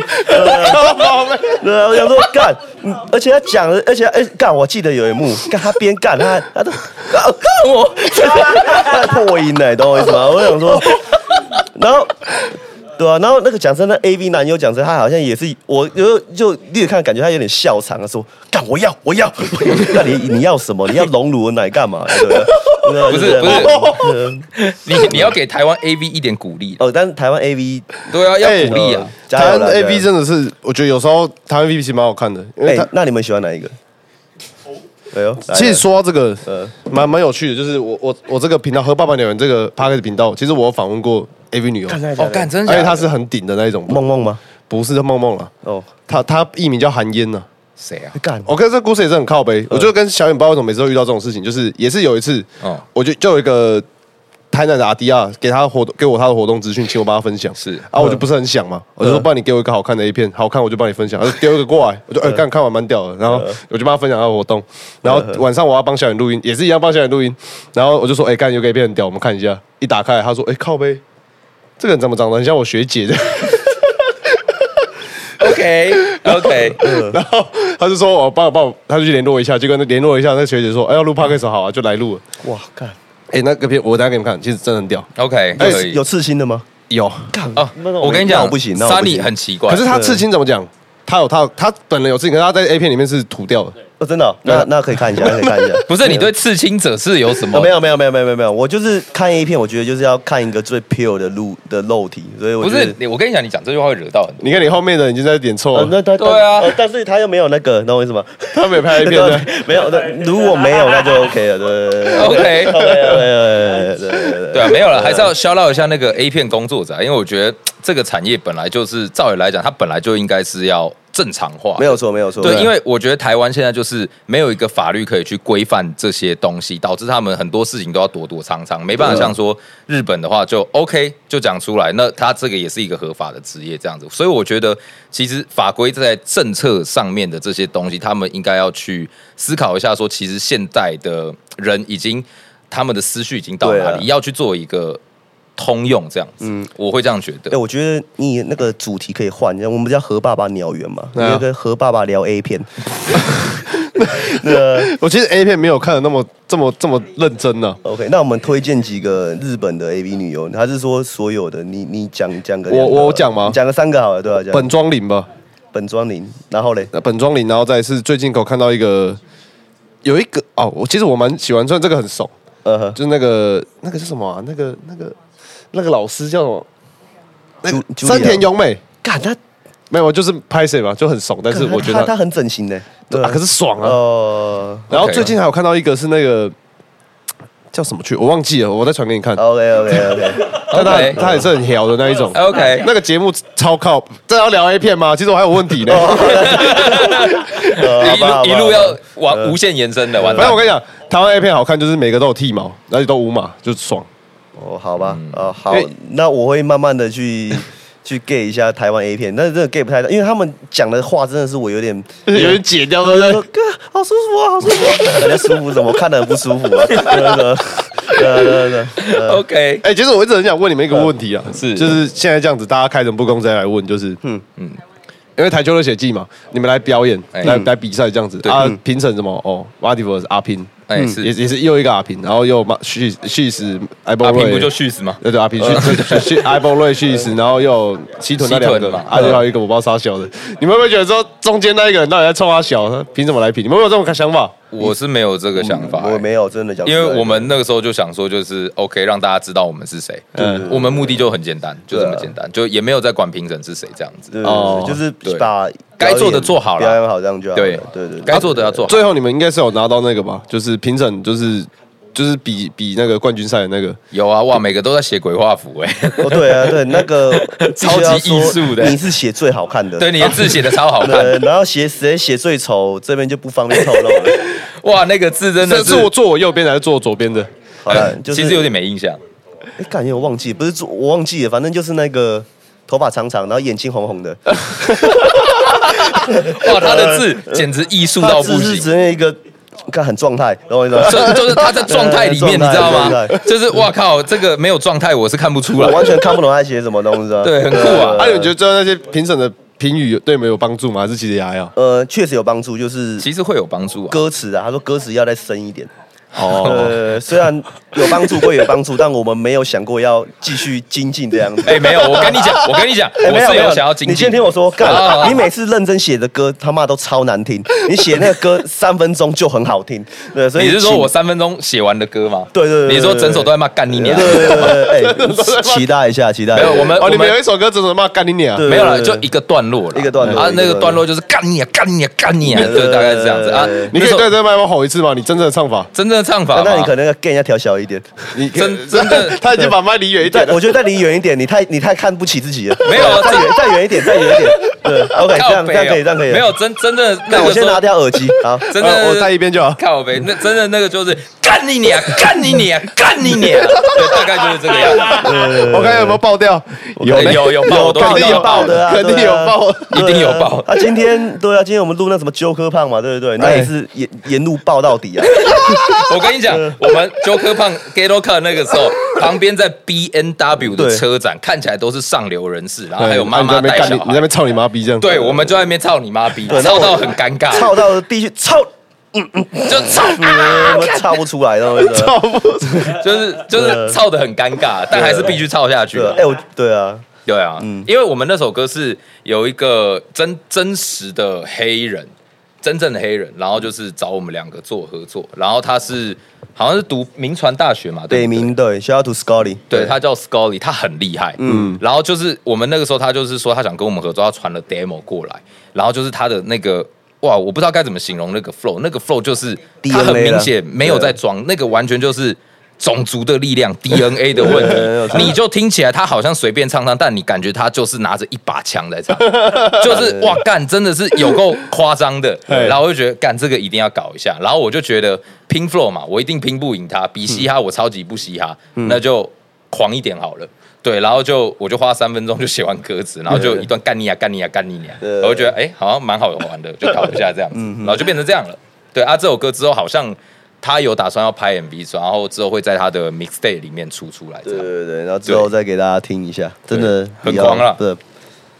S5: man，对啊，我想说 *laughs* 干，嗯而且他讲的，而且哎干，我记得有一幕，干他边干他他都干干我， *laughs* 他破音呢，懂我意思吗？我想说，然后。对啊，然后那个讲真的，A V 男优讲真，他好像也是我有就略看感觉他有点笑场，他说：“干，我要，我要。” *laughs* 那你你要什么？你要隆乳的奶干嘛？对不对？对啊
S4: 不是
S5: 就这样
S4: 不
S5: 嗯
S4: 你你要给台湾 A V 一点鼓励。
S5: 哦，但是台湾 A V
S4: 对啊，要鼓励啊。
S5: 呃加
S2: 台
S5: 油
S2: 湾
S5: 啦
S2: A
S5: 加
S2: V
S5: 油
S2: 真的是，我觉得有时候台湾 A V 其实蛮好看的，因为
S5: 哎、
S2: 它
S5: 那你们喜欢哪一个？哎呦，来
S2: 其实
S5: 了
S2: 说到这个，
S5: 呃
S2: 蛮蛮有趣的，就是我我我这个频道和爸爸鸟人这个 p a r k 频道，其实我有访问过 A V 女优，而
S5: 呃
S4: 哦，干真假
S2: 且
S4: 的？
S2: 她是很顶的那一种，
S5: 梦梦吗？
S2: 不是梦梦了，
S5: 哦，
S2: 她她艺名叫韩嫣呐。
S4: 谁啊？
S5: 干
S2: 我跟这故事也是很靠背，
S4: 嗯
S2: 我就跟小远不知道为什么每次都遇到这种事情，就是也是有一次
S4: 哦，
S2: 我就就有一个台南的阿迪亚给他活动给我他的活动资讯，请我帮他分享，
S4: 是嗯
S2: 啊，我就不是很想嘛，我就说不然你给我一个好看的 A 片，好看我就帮你分享，他就丢一个过来，我
S4: 嗯
S2: 就哎看看完蛮屌的，然后我就帮他分享他的活动，然后
S4: 嗯
S2: 晚上我要帮小远录音，也是一样帮小远录音，然后我就说哎干有个 A 片很屌，我们看一下，一打开他说哎靠背，这个人怎么长得很像我学姐的？
S4: OK
S5: *laughs*
S4: OK，
S2: *laughs* 然后他就说：“我帮我帮我，他就去联络一下。”结果那联络一下，那个学姐说：“哎，要录 podcast 好啊，就来录了。
S5: 哇，干”
S2: 哎，那个片我等下给你们看，其实真的很屌。
S4: OK，
S2: 哎
S4: 可以
S5: 有刺青的吗？
S2: 有，
S4: 哦。我跟
S5: 那
S4: 你讲，
S5: 我不行那我不
S4: Sunny
S5: 行
S4: 很奇怪，
S2: 可是他刺青怎么讲？他有他有他本人有刺青，可是他在 A 片里面是涂掉的。
S5: 哦，真的哦、
S2: 对啊
S5: 那那可以看一下，那可以看一下。
S4: 哎 *laughs* 不是你对刺青者是有什
S5: *laughs* 哦？ *laughs*
S4: 么
S5: 没有没有没有没有没有没有，我就是看 A 片，我觉得就是要看一个最 pure 的露的肉体，所以我
S4: 不
S5: 觉
S4: 是哦
S5: 得。
S4: 你，我跟你讲，你讲这句话会惹到很多。
S2: 你看你后面的已经在点错
S5: 呃
S2: 了，
S5: 那他
S4: 对啊
S5: 呃但是他又没有那个，懂我意
S4: *laughs*
S5: 思吗？
S2: 他没拍 A 片的。
S5: 对 *laughs* 没有，那如果没有那就 OK 了，对对对 *laughs* 对
S4: OK
S5: OK，对对对对
S4: 对啊，没有了，还是要消绕一下那个 A 片工作者啊，因为我觉得嘖这个产业本来就是，照理来讲，它本来就应该是要正常化。
S5: 没有错没有错，啊
S4: 对，因为我觉得台湾现在就是没有一个法律可以去规范这些东西，导致他们很多事情都要躲躲藏藏，没办法
S5: 对啊
S4: 像说日本的话就 OK 就讲出来，那他这个也是一个合法的职业这样子，所以我觉得其实法规在政策上面的这些东西，他们应该要去思考一下，说其实现代的人已经他们的思绪已经到
S5: 对啊
S4: 哪里，要去做一个通用这样子，嗯我会这样觉
S5: 哎、
S4: 得。
S5: 我觉得你那个主题可以换，我们叫和爸爸鸟园嘛，你
S2: 对啊
S5: 要跟和爸爸聊 A 片。 *laughs* 啊那
S2: 我其实 A 片没有看的那么这么这么认真啊呢。
S5: OK，那我们推荐几个日本的 AV 女优，还是说所有的？你你讲讲个
S2: 我
S5: 两个好了，
S2: 我讲吗
S5: 讲个三个好了，对吧、啊讲
S2: 本庄林吧，
S5: 本庄林，然后嘞，
S2: 那本庄林，然后再是最近给我看到一个有一个哦，我其实我蛮喜欢，虽然这个很怂，
S5: 呃，
S2: 就是那个那个是什么啊？那个那个那个老师叫什么？那个
S5: 茱
S2: 山田，
S5: 茱莉亚
S2: 勇美，
S5: 干他，
S2: 没有，我就是拍谁嘛，就很怂，但是
S5: 干他
S2: 我觉
S5: 他
S2: 得
S5: 他
S2: 他
S5: 很整形的，对
S2: 啊，可是爽啊。
S5: 呃
S2: 然后
S4: OK
S2: 最近还有看到一个是那个叫什么去，我忘记了，我再传给你看。
S5: ，OK OK 哦 OK，
S2: 但他
S4: OK 哦
S2: 他也是很屌的那一种。
S4: OK
S2: 那个节目超靠，这要聊 A 片吗？其实我还有问题呢。
S5: 呃
S4: 一路一路要
S5: 呃
S4: 往无限延伸的，完
S2: 反
S4: 蛋
S2: 正我。跟你讲，台湾 A 片好看，就是每个都有剃毛，而且都无码，就是爽。
S5: 哦，好吧，哦好
S2: 因为，
S5: 那我会慢慢的去去 gay 一下台湾 A 片，但是真的 gay 不太到，因为他们讲的话真的是我有点
S2: 就是有人解掉，对
S5: 他
S2: 不
S5: 说
S2: 对？
S5: 哥，好舒服啊，好 *laughs* 舒服、啊，感觉舒服什么？看得很不舒服啊。 *laughs* 对对啊对对对对
S4: OK，
S2: 哎、其实我一直很想问你们一个问题啊，
S4: 嗯是
S2: 就是现在这样子，大家开诚布公直接来问，就是嗯嗯，因为台球热血季嘛，你们来表演，
S4: 哎
S2: 来来比赛这样子
S4: 对
S2: 啊
S4: 嗯，
S2: 评审什么哦 v a d i v e r 阿平，
S4: 哎
S2: 嗯
S4: 是
S2: 也也是又一个阿平，然后又马续续死艾波
S4: 阿
S2: 瑞，
S4: 平啊不就续死吗？
S2: 对对，阿平去去艾波瑞去
S4: *laughs*
S2: 死，然后又有西屯那两
S4: 西
S2: 个，
S4: 屯嘛
S2: 啊，
S4: 嗯
S2: 又还有一个我不知道啥小的，你们会不会觉得说中间那一个人到底在冲他小，他凭什么来评？你们有没有这种想法？
S4: 我是没有这个想法、
S5: 嗯我没有真的讲出
S4: 因
S5: 来，
S4: 为我们那个时候就想说，就是 OK，让大家知道我们是谁。
S2: 嗯
S4: 我们目的就很简单，就这么简单，就也没有在管评审是谁这样子。
S5: 对对
S2: 哦
S5: 对就是
S4: 对
S5: 把
S4: 该做的做好啦
S5: 表演好这样就好了。
S4: 对
S5: 对对，对
S4: 该做的要做好。
S2: 最后你们应该是有拿到那个吧？就是评审，就是就是比比那个冠军赛的那个，
S4: 有啊，哇，每个都在写鬼画符哎、
S5: 哦对啊对，那个
S4: *laughs* 超
S5: 必
S4: 级
S5: 须要说
S4: 艺术的
S5: 你是写最好看的，
S4: 对，你的字写的超好看，
S5: 对，然后写谁写最丑，这边就不方便透露了。
S4: *laughs* 哇，那个字真的
S2: 这
S4: 是哎
S2: 是我坐我右边的还是坐我左边的？
S5: 好了，啊就是
S4: 嗯其实有点没印象。
S5: 哎，感觉我忘记，不是做我忘记了，反正就是那个头发长长，然后眼睛红红的，
S4: 哇，他的字简直艺术到
S5: 他
S4: 不
S5: 字是
S4: 行。
S5: 只有一个，看很状态，然后你知道吗。
S4: *laughs* 就就是他在状态里面，你
S5: 对
S4: 知道吗
S5: 状态？
S4: 就是哇靠，这个没有状态我是看不出来
S5: 我。完全看不懂他写什么东西啊。
S4: 对很酷啊
S2: 啊，你们觉得最后那些评审的评语有对你们有帮助吗？还是其实也还好？
S5: 呃，确实有帮助，就是
S4: 其实会有帮助啊。
S5: 歌词啊，他说歌词要再深一点。 *laughs*
S2: 哦，
S5: 呃，虽然有帮助归有帮助，但我们没有想过要继续精进这样子。
S4: *laughs* 哎、没有，我跟你讲，我跟你讲，
S5: 哎
S4: 我是有想要精进。
S5: 你先听我说，
S4: *laughs* 啊
S5: 干，你每次认真写的歌他妈都超难听，你写那个
S4: *laughs*
S5: 歌三分钟就很好听，对，所以
S4: 你是说
S5: 请
S4: 我三分钟写完的歌吗？
S5: 对对对对
S4: 你说整首都在骂干你
S5: 对
S4: 啊娘？
S5: 对
S4: *laughs*
S5: 对对，哎，期待一下，期待一
S4: 没
S5: 下。
S4: 有，我们
S2: 哦，
S4: 我
S2: 你们有一首歌真的骂干你娘，
S5: 对
S4: 没有了，就一个段落啦
S5: 一个段落
S4: 啊
S5: 一，个
S4: 那个段落就是干你啊，干你啊，干你啊，
S5: 对对
S4: 就大概是这样子啊
S5: 对对对。
S2: 你可
S4: 那
S2: 以
S4: 首
S2: 对着麦克风吼一次吗？你真正的唱法，
S4: 真正的唱法
S5: 那
S4: 嘛，
S5: 那你可能要 gain 要调小一点，
S2: 你
S4: 真真
S5: *laughs*
S4: 的
S2: *laughs* 他已经把麦离远一
S5: 再
S2: 点
S5: 我
S2: 了。
S5: 觉得再离远一点，你太你太看不起自己了。
S4: 没有啊
S5: 再远再远一点，再远一点。对，OK，
S4: 靠
S5: 哎这样这
S4: 北
S5: 样
S4: 哦
S5: 可以，这样可以。
S4: 没有，真真的那
S5: 那我
S4: 个时
S5: 先拿
S4: 候
S5: 掉耳机，
S4: *laughs*
S5: 好。
S4: 真
S2: 呃
S4: 的
S2: 我在一边就好。
S4: 靠呗，那真的那个就是干你娘，干你娘，干你娘，对，大概就是这个样子。哎
S2: 我看有没有爆掉？有嘞
S4: 有有爆我都
S2: 肯
S4: 看
S2: 定
S4: 到
S2: 有爆
S5: 的啊
S2: 肯定
S5: 对
S2: 有
S5: 啊
S2: 爆。
S4: 一定有爆
S5: 啊，今天对啊，今天我们录那什么纠科胖嘛，对不对？那也是沿沿路爆到底啊。
S4: *laughs* 我跟你讲，我们 Joker 胖 Gato Car 那个时候，旁边在 B N W 的
S5: 对
S4: 车展，看起来都是上流人士，然后
S2: 对
S4: 还有妈
S2: 啊你在
S4: 妈
S2: 那边
S4: 带
S2: 干你
S4: 小
S2: 你在那
S4: 孩
S2: 边。操你妈逼这样。
S4: 对，我们就在那边操你妈逼，
S5: 对那
S4: 操
S5: 我
S4: 到很尴尬，
S5: 操到地区，操，
S4: 就操，
S5: 嗯我操不出来，然后对
S2: 操不出。
S4: *laughs* 就是就是操的很尴尬，但还是必须操下去
S5: 对。啊，哎，我对啊，
S4: 对啊，
S2: 嗯
S4: 因为我们那首歌是有一个真真实的黑人，真正的黑人，然后就是找我们两个做合作，然后他是好像是读名传大学嘛，对
S5: 北
S4: 不对
S5: 明对，shout out to Scotty，
S4: 对他叫 Scully，他很厉害。嗯，然后就是我们那个时候，他就是说他想跟我们合作，他传了 demo 过来，然后就是他的那个哇，我不知道该怎么形容那个 flow，那个 flow 就是他
S5: DNA
S4: 很明
S5: 啦
S4: 显没有在装，那个完全就是。种族的力 *laughs* 量 DNA 的问题，你就听起来他好像随便唱唱，但你感觉他就是拿着一把枪在唱，就是哇干，真的是有够夸张
S5: *laughs*
S4: 的。
S2: 嘿
S4: 然后我就觉得干这个一定要搞一下，然后我就觉得拼 flow 嘛，我一定拼不赢他，比
S5: 嗯
S4: 嘻哈我超级不嘻哈，那就狂一点好了。对，然后就我就花三分钟就写完歌词，然后就一段干你呀干你呀干你呀，
S5: 对嗯
S4: 我就觉得哎、好像蛮好玩的，就搞一下这样子，然后就变成这样了。对啊，这首歌之后好像他有打算要拍 MV，然后之后会在他的 mixtape 里面出出来这
S5: 对
S4: 样。
S5: 对对，然后之后再给大家听一下，真的
S4: 很
S5: 要
S4: 狂啦
S5: 对，期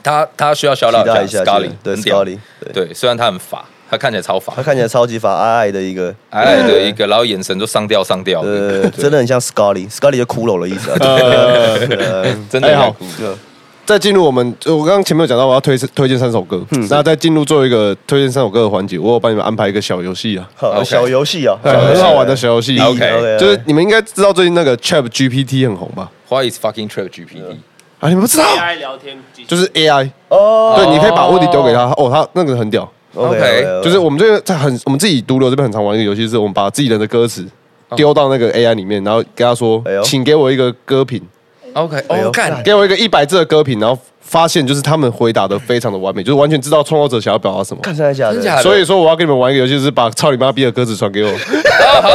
S4: 他他需要消到
S5: 待一下，期
S4: 下
S5: 待
S4: Scully，
S5: 对
S4: 很屌
S5: Scotty，对。
S4: 对，虽然他很法，他看起来超法
S5: 他，看起来超级法矮矮的一个，
S4: 矮矮的哎一个，然后眼神就上吊上吊的，
S5: 呃，真的很像 Scotty，Scotty 就骷髅的意思啊。
S2: 呃
S5: 呃
S4: 真的
S2: 哎好
S4: 很酷
S5: 对
S2: 再进入我们，就我刚刚前面有讲到我要推推荐三首歌，那在进入做一个推荐三首歌的环节，我有帮你们安排一个小游戏啊，
S5: 好
S4: OK
S5: 小游戏啊，
S2: 对，很好玩的小游戏
S5: OK，OK，OK
S2: 就是你们应该知道最近那个 Chat GPT 很红吧？
S4: Why is fucking trap
S5: 嗯
S4: GPT？
S2: 啊，你们不知道？
S3: AI 聊天机器
S2: 就是 AI，
S5: 哦
S2: 对，你可以把问题丢给他，哦，他那个很屌，
S5: ，OK，
S2: 就是我们这个在很我们自己独流这边很常玩一个游戏，是我们把自己人的歌词丢到那个 AI 里面，然后跟他说
S5: 哎，呦
S2: 请给我一个歌评，
S4: OK，
S5: 哎
S4: 哦，
S5: 呦
S4: 干，
S2: 给我一个一百字的歌评，然后发现就是他们回答的非常的完美，就是完全知道创作者想要表达什么。
S5: 看真的假
S4: 真假
S5: 的？
S4: 的
S2: 所以说我要跟你们玩一个游戏，就是把操你妈逼的歌词传给
S5: *laughs*
S2: 我，
S5: 好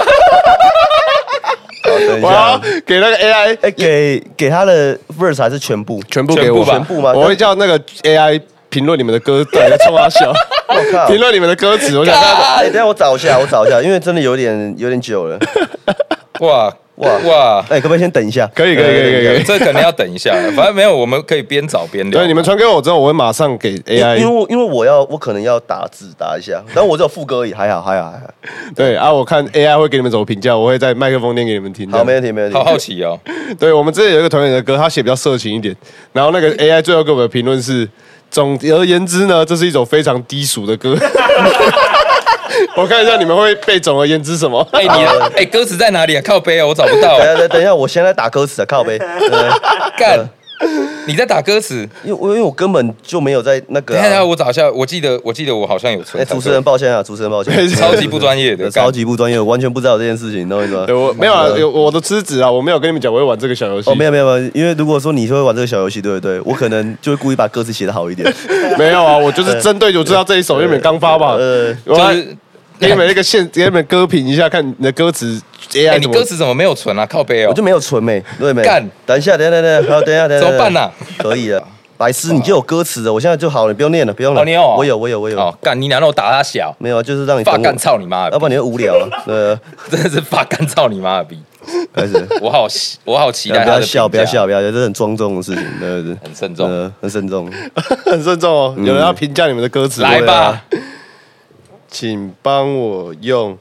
S5: 等一
S2: 我
S5: 下
S2: 要，给那个 AI
S5: 哎，给给他的 verse 还是全部？
S2: 全部给我，
S5: 全部吧
S2: 我会叫那个 AI 评论你们的歌，对，冲他笑，
S5: *laughs* 我靠！
S2: 评论你们的歌词，我想看
S5: *laughs* 哎，等一下我找一下，我找一下，因为真的有点有点久了。
S4: 哇哇
S5: 哇
S4: 哇！
S5: 哎，可不可以先等一下？
S2: 可以可以可以可以可以，
S4: 这可能要等一下，反正没有，我们可以边找边聊。
S2: 对，你们传给我之后，我会马上给
S5: 因 *laughs* 为因为
S2: AI，
S5: 我因为我要我可能要打字打一下，但我只有副歌而已，还好还好还好。
S2: 对啊，我看 AI 会给你们怎么评价，我会在麦克风念给你们听。
S5: 好，没问题没问题。
S4: 好好奇哦，
S2: 对我们之前有一个团员的歌，他写比较色情一点，然
S5: *laughs*
S2: 后那个 AI 最后给我们的评论是：总而言之呢，这是一首非常低俗
S5: *laughs*
S2: 的歌。 *laughs* 我看一下你们会被总而言之什么？
S4: 哎，你
S5: *laughs*
S4: 的哎歌词在哪里啊？靠背啊，我找不到
S5: 哎等。一下，等一下，我现在打歌词啊，靠背。对
S4: 干，你在打歌词？
S5: 因为我因为我根本就没有在那个
S4: 等一下，等一下
S5: 啊。
S4: 我找一下，我记得我记得我好像有存
S5: 哎，
S4: 才对。
S5: 主持人抱歉啊，主持人抱歉，
S4: 超级不专业的
S5: 对超级不专业，我完全不知道这件事情，懂我意思吗
S2: 对？我没有啊，有我的资质啊，我没有跟你们讲我会玩这个小游戏。
S5: 哦，没有没有没有，因为如果说你会玩这个小游戏，对不对？我可能就会故意把歌词写的好一点。
S2: 没有啊，我
S5: 哎
S2: 就是针对我知道这一首，因为你们刚发吧，
S5: 呃，
S2: 我
S4: 就
S2: 要
S4: 是。
S2: 给你们一个现，给你们歌评一下，看你的歌词
S4: 哎，
S2: AI
S4: 你
S2: 怎么
S4: 歌词怎么没有存啊？靠背哦
S5: 我就，没有存没，对没？
S4: 干
S5: 等一下，等一下，等一下，好，等一下，等一下，
S4: 怎么办啊
S5: 等一下可以了，白痴，你就有歌词了，我现在就好了，你不用念了，不用了。
S4: 哦你有哦
S5: 我有，我有，我有
S4: 哦。，干你难道我打他小？
S5: 没有，啊就是让你
S4: 发
S5: 等
S4: 干
S5: 我，
S4: 操你妈的
S5: 要！不然你会无聊
S4: *laughs*
S5: 啊。对，
S4: 真的是发干操你妈的逼！
S5: 开始。
S4: 我好喜我好期
S5: 不
S4: 待他
S5: 要
S4: 的评
S5: 笑，
S4: 价
S5: 不要笑，，不要笑，这是很庄重的事情，对对对，
S4: 很慎重
S5: 呃，很慎重。
S2: *laughs* 很慎重哦。
S5: 嗯
S2: 有人要评价你们的歌词，
S4: 来吧，
S5: 啊
S2: 请帮我用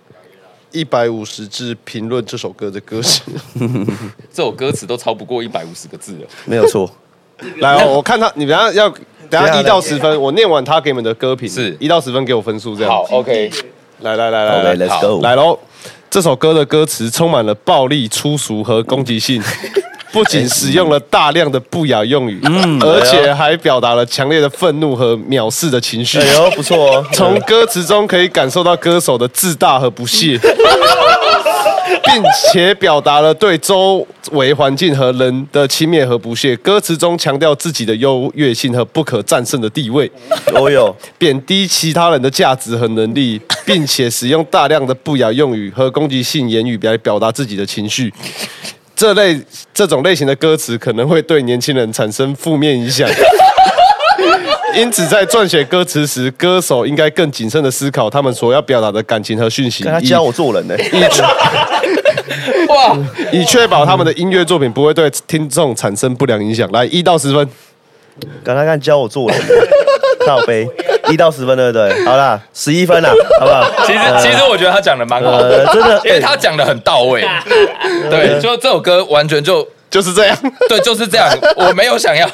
S2: 一百五十字评论这首歌的歌
S4: *laughs*
S2: 词。
S4: 这首歌词都超不过一百五十个字了。
S5: 没有错，
S2: 来、哦，我看他，你等下要等
S5: 等一
S2: 下
S5: 下
S2: 一到十分，我念完他给你们的歌评，
S4: 是
S2: 一到十分给我分数这样。
S4: 好，，OK，
S2: 来来来来
S5: OK，
S2: 来
S5: let's go
S2: 来喽！这首歌的歌词充满了暴力、粗俗和攻击
S5: *laughs*
S2: 性，不仅使用了大量的不雅用语，
S5: 嗯
S2: 而且还表达了强烈的愤怒和藐视的情绪。
S5: 哎呦，不错哦，
S2: 从歌词中可以感受到歌手的自大和
S5: *laughs*
S2: 不屑，
S5: 哎
S2: 并且表达了对周围环境和人的轻蔑和不屑。歌词中强调自己的优越性和不可战胜的地位，
S5: 我有，
S2: 贬低其他人的价值和能力， *laughs* 并且使用大量的不雅用语和攻击性言语来表达自己的情绪。这类这种类型的歌词可能会对年轻人产生负面影响， *laughs* 因此在撰写歌词时，歌手应该更谨慎的思考他们所要表达的感情和讯息，
S5: 看他
S2: 以
S5: 教我做人呢，
S4: 哇，
S2: 以确保他们的音乐作品不会对听众产生不良影响。来，一到十分，
S5: 看他看教我做人，靠背，一到十分，对不对？好啦，十一分啦，好不好？
S4: 其实其实我觉得他讲的蛮好的
S5: 呃，，真的，
S4: 因为他讲的很到位。对，就这首歌完全就
S2: 就是这样。
S4: 对，就是这样。我没有想要，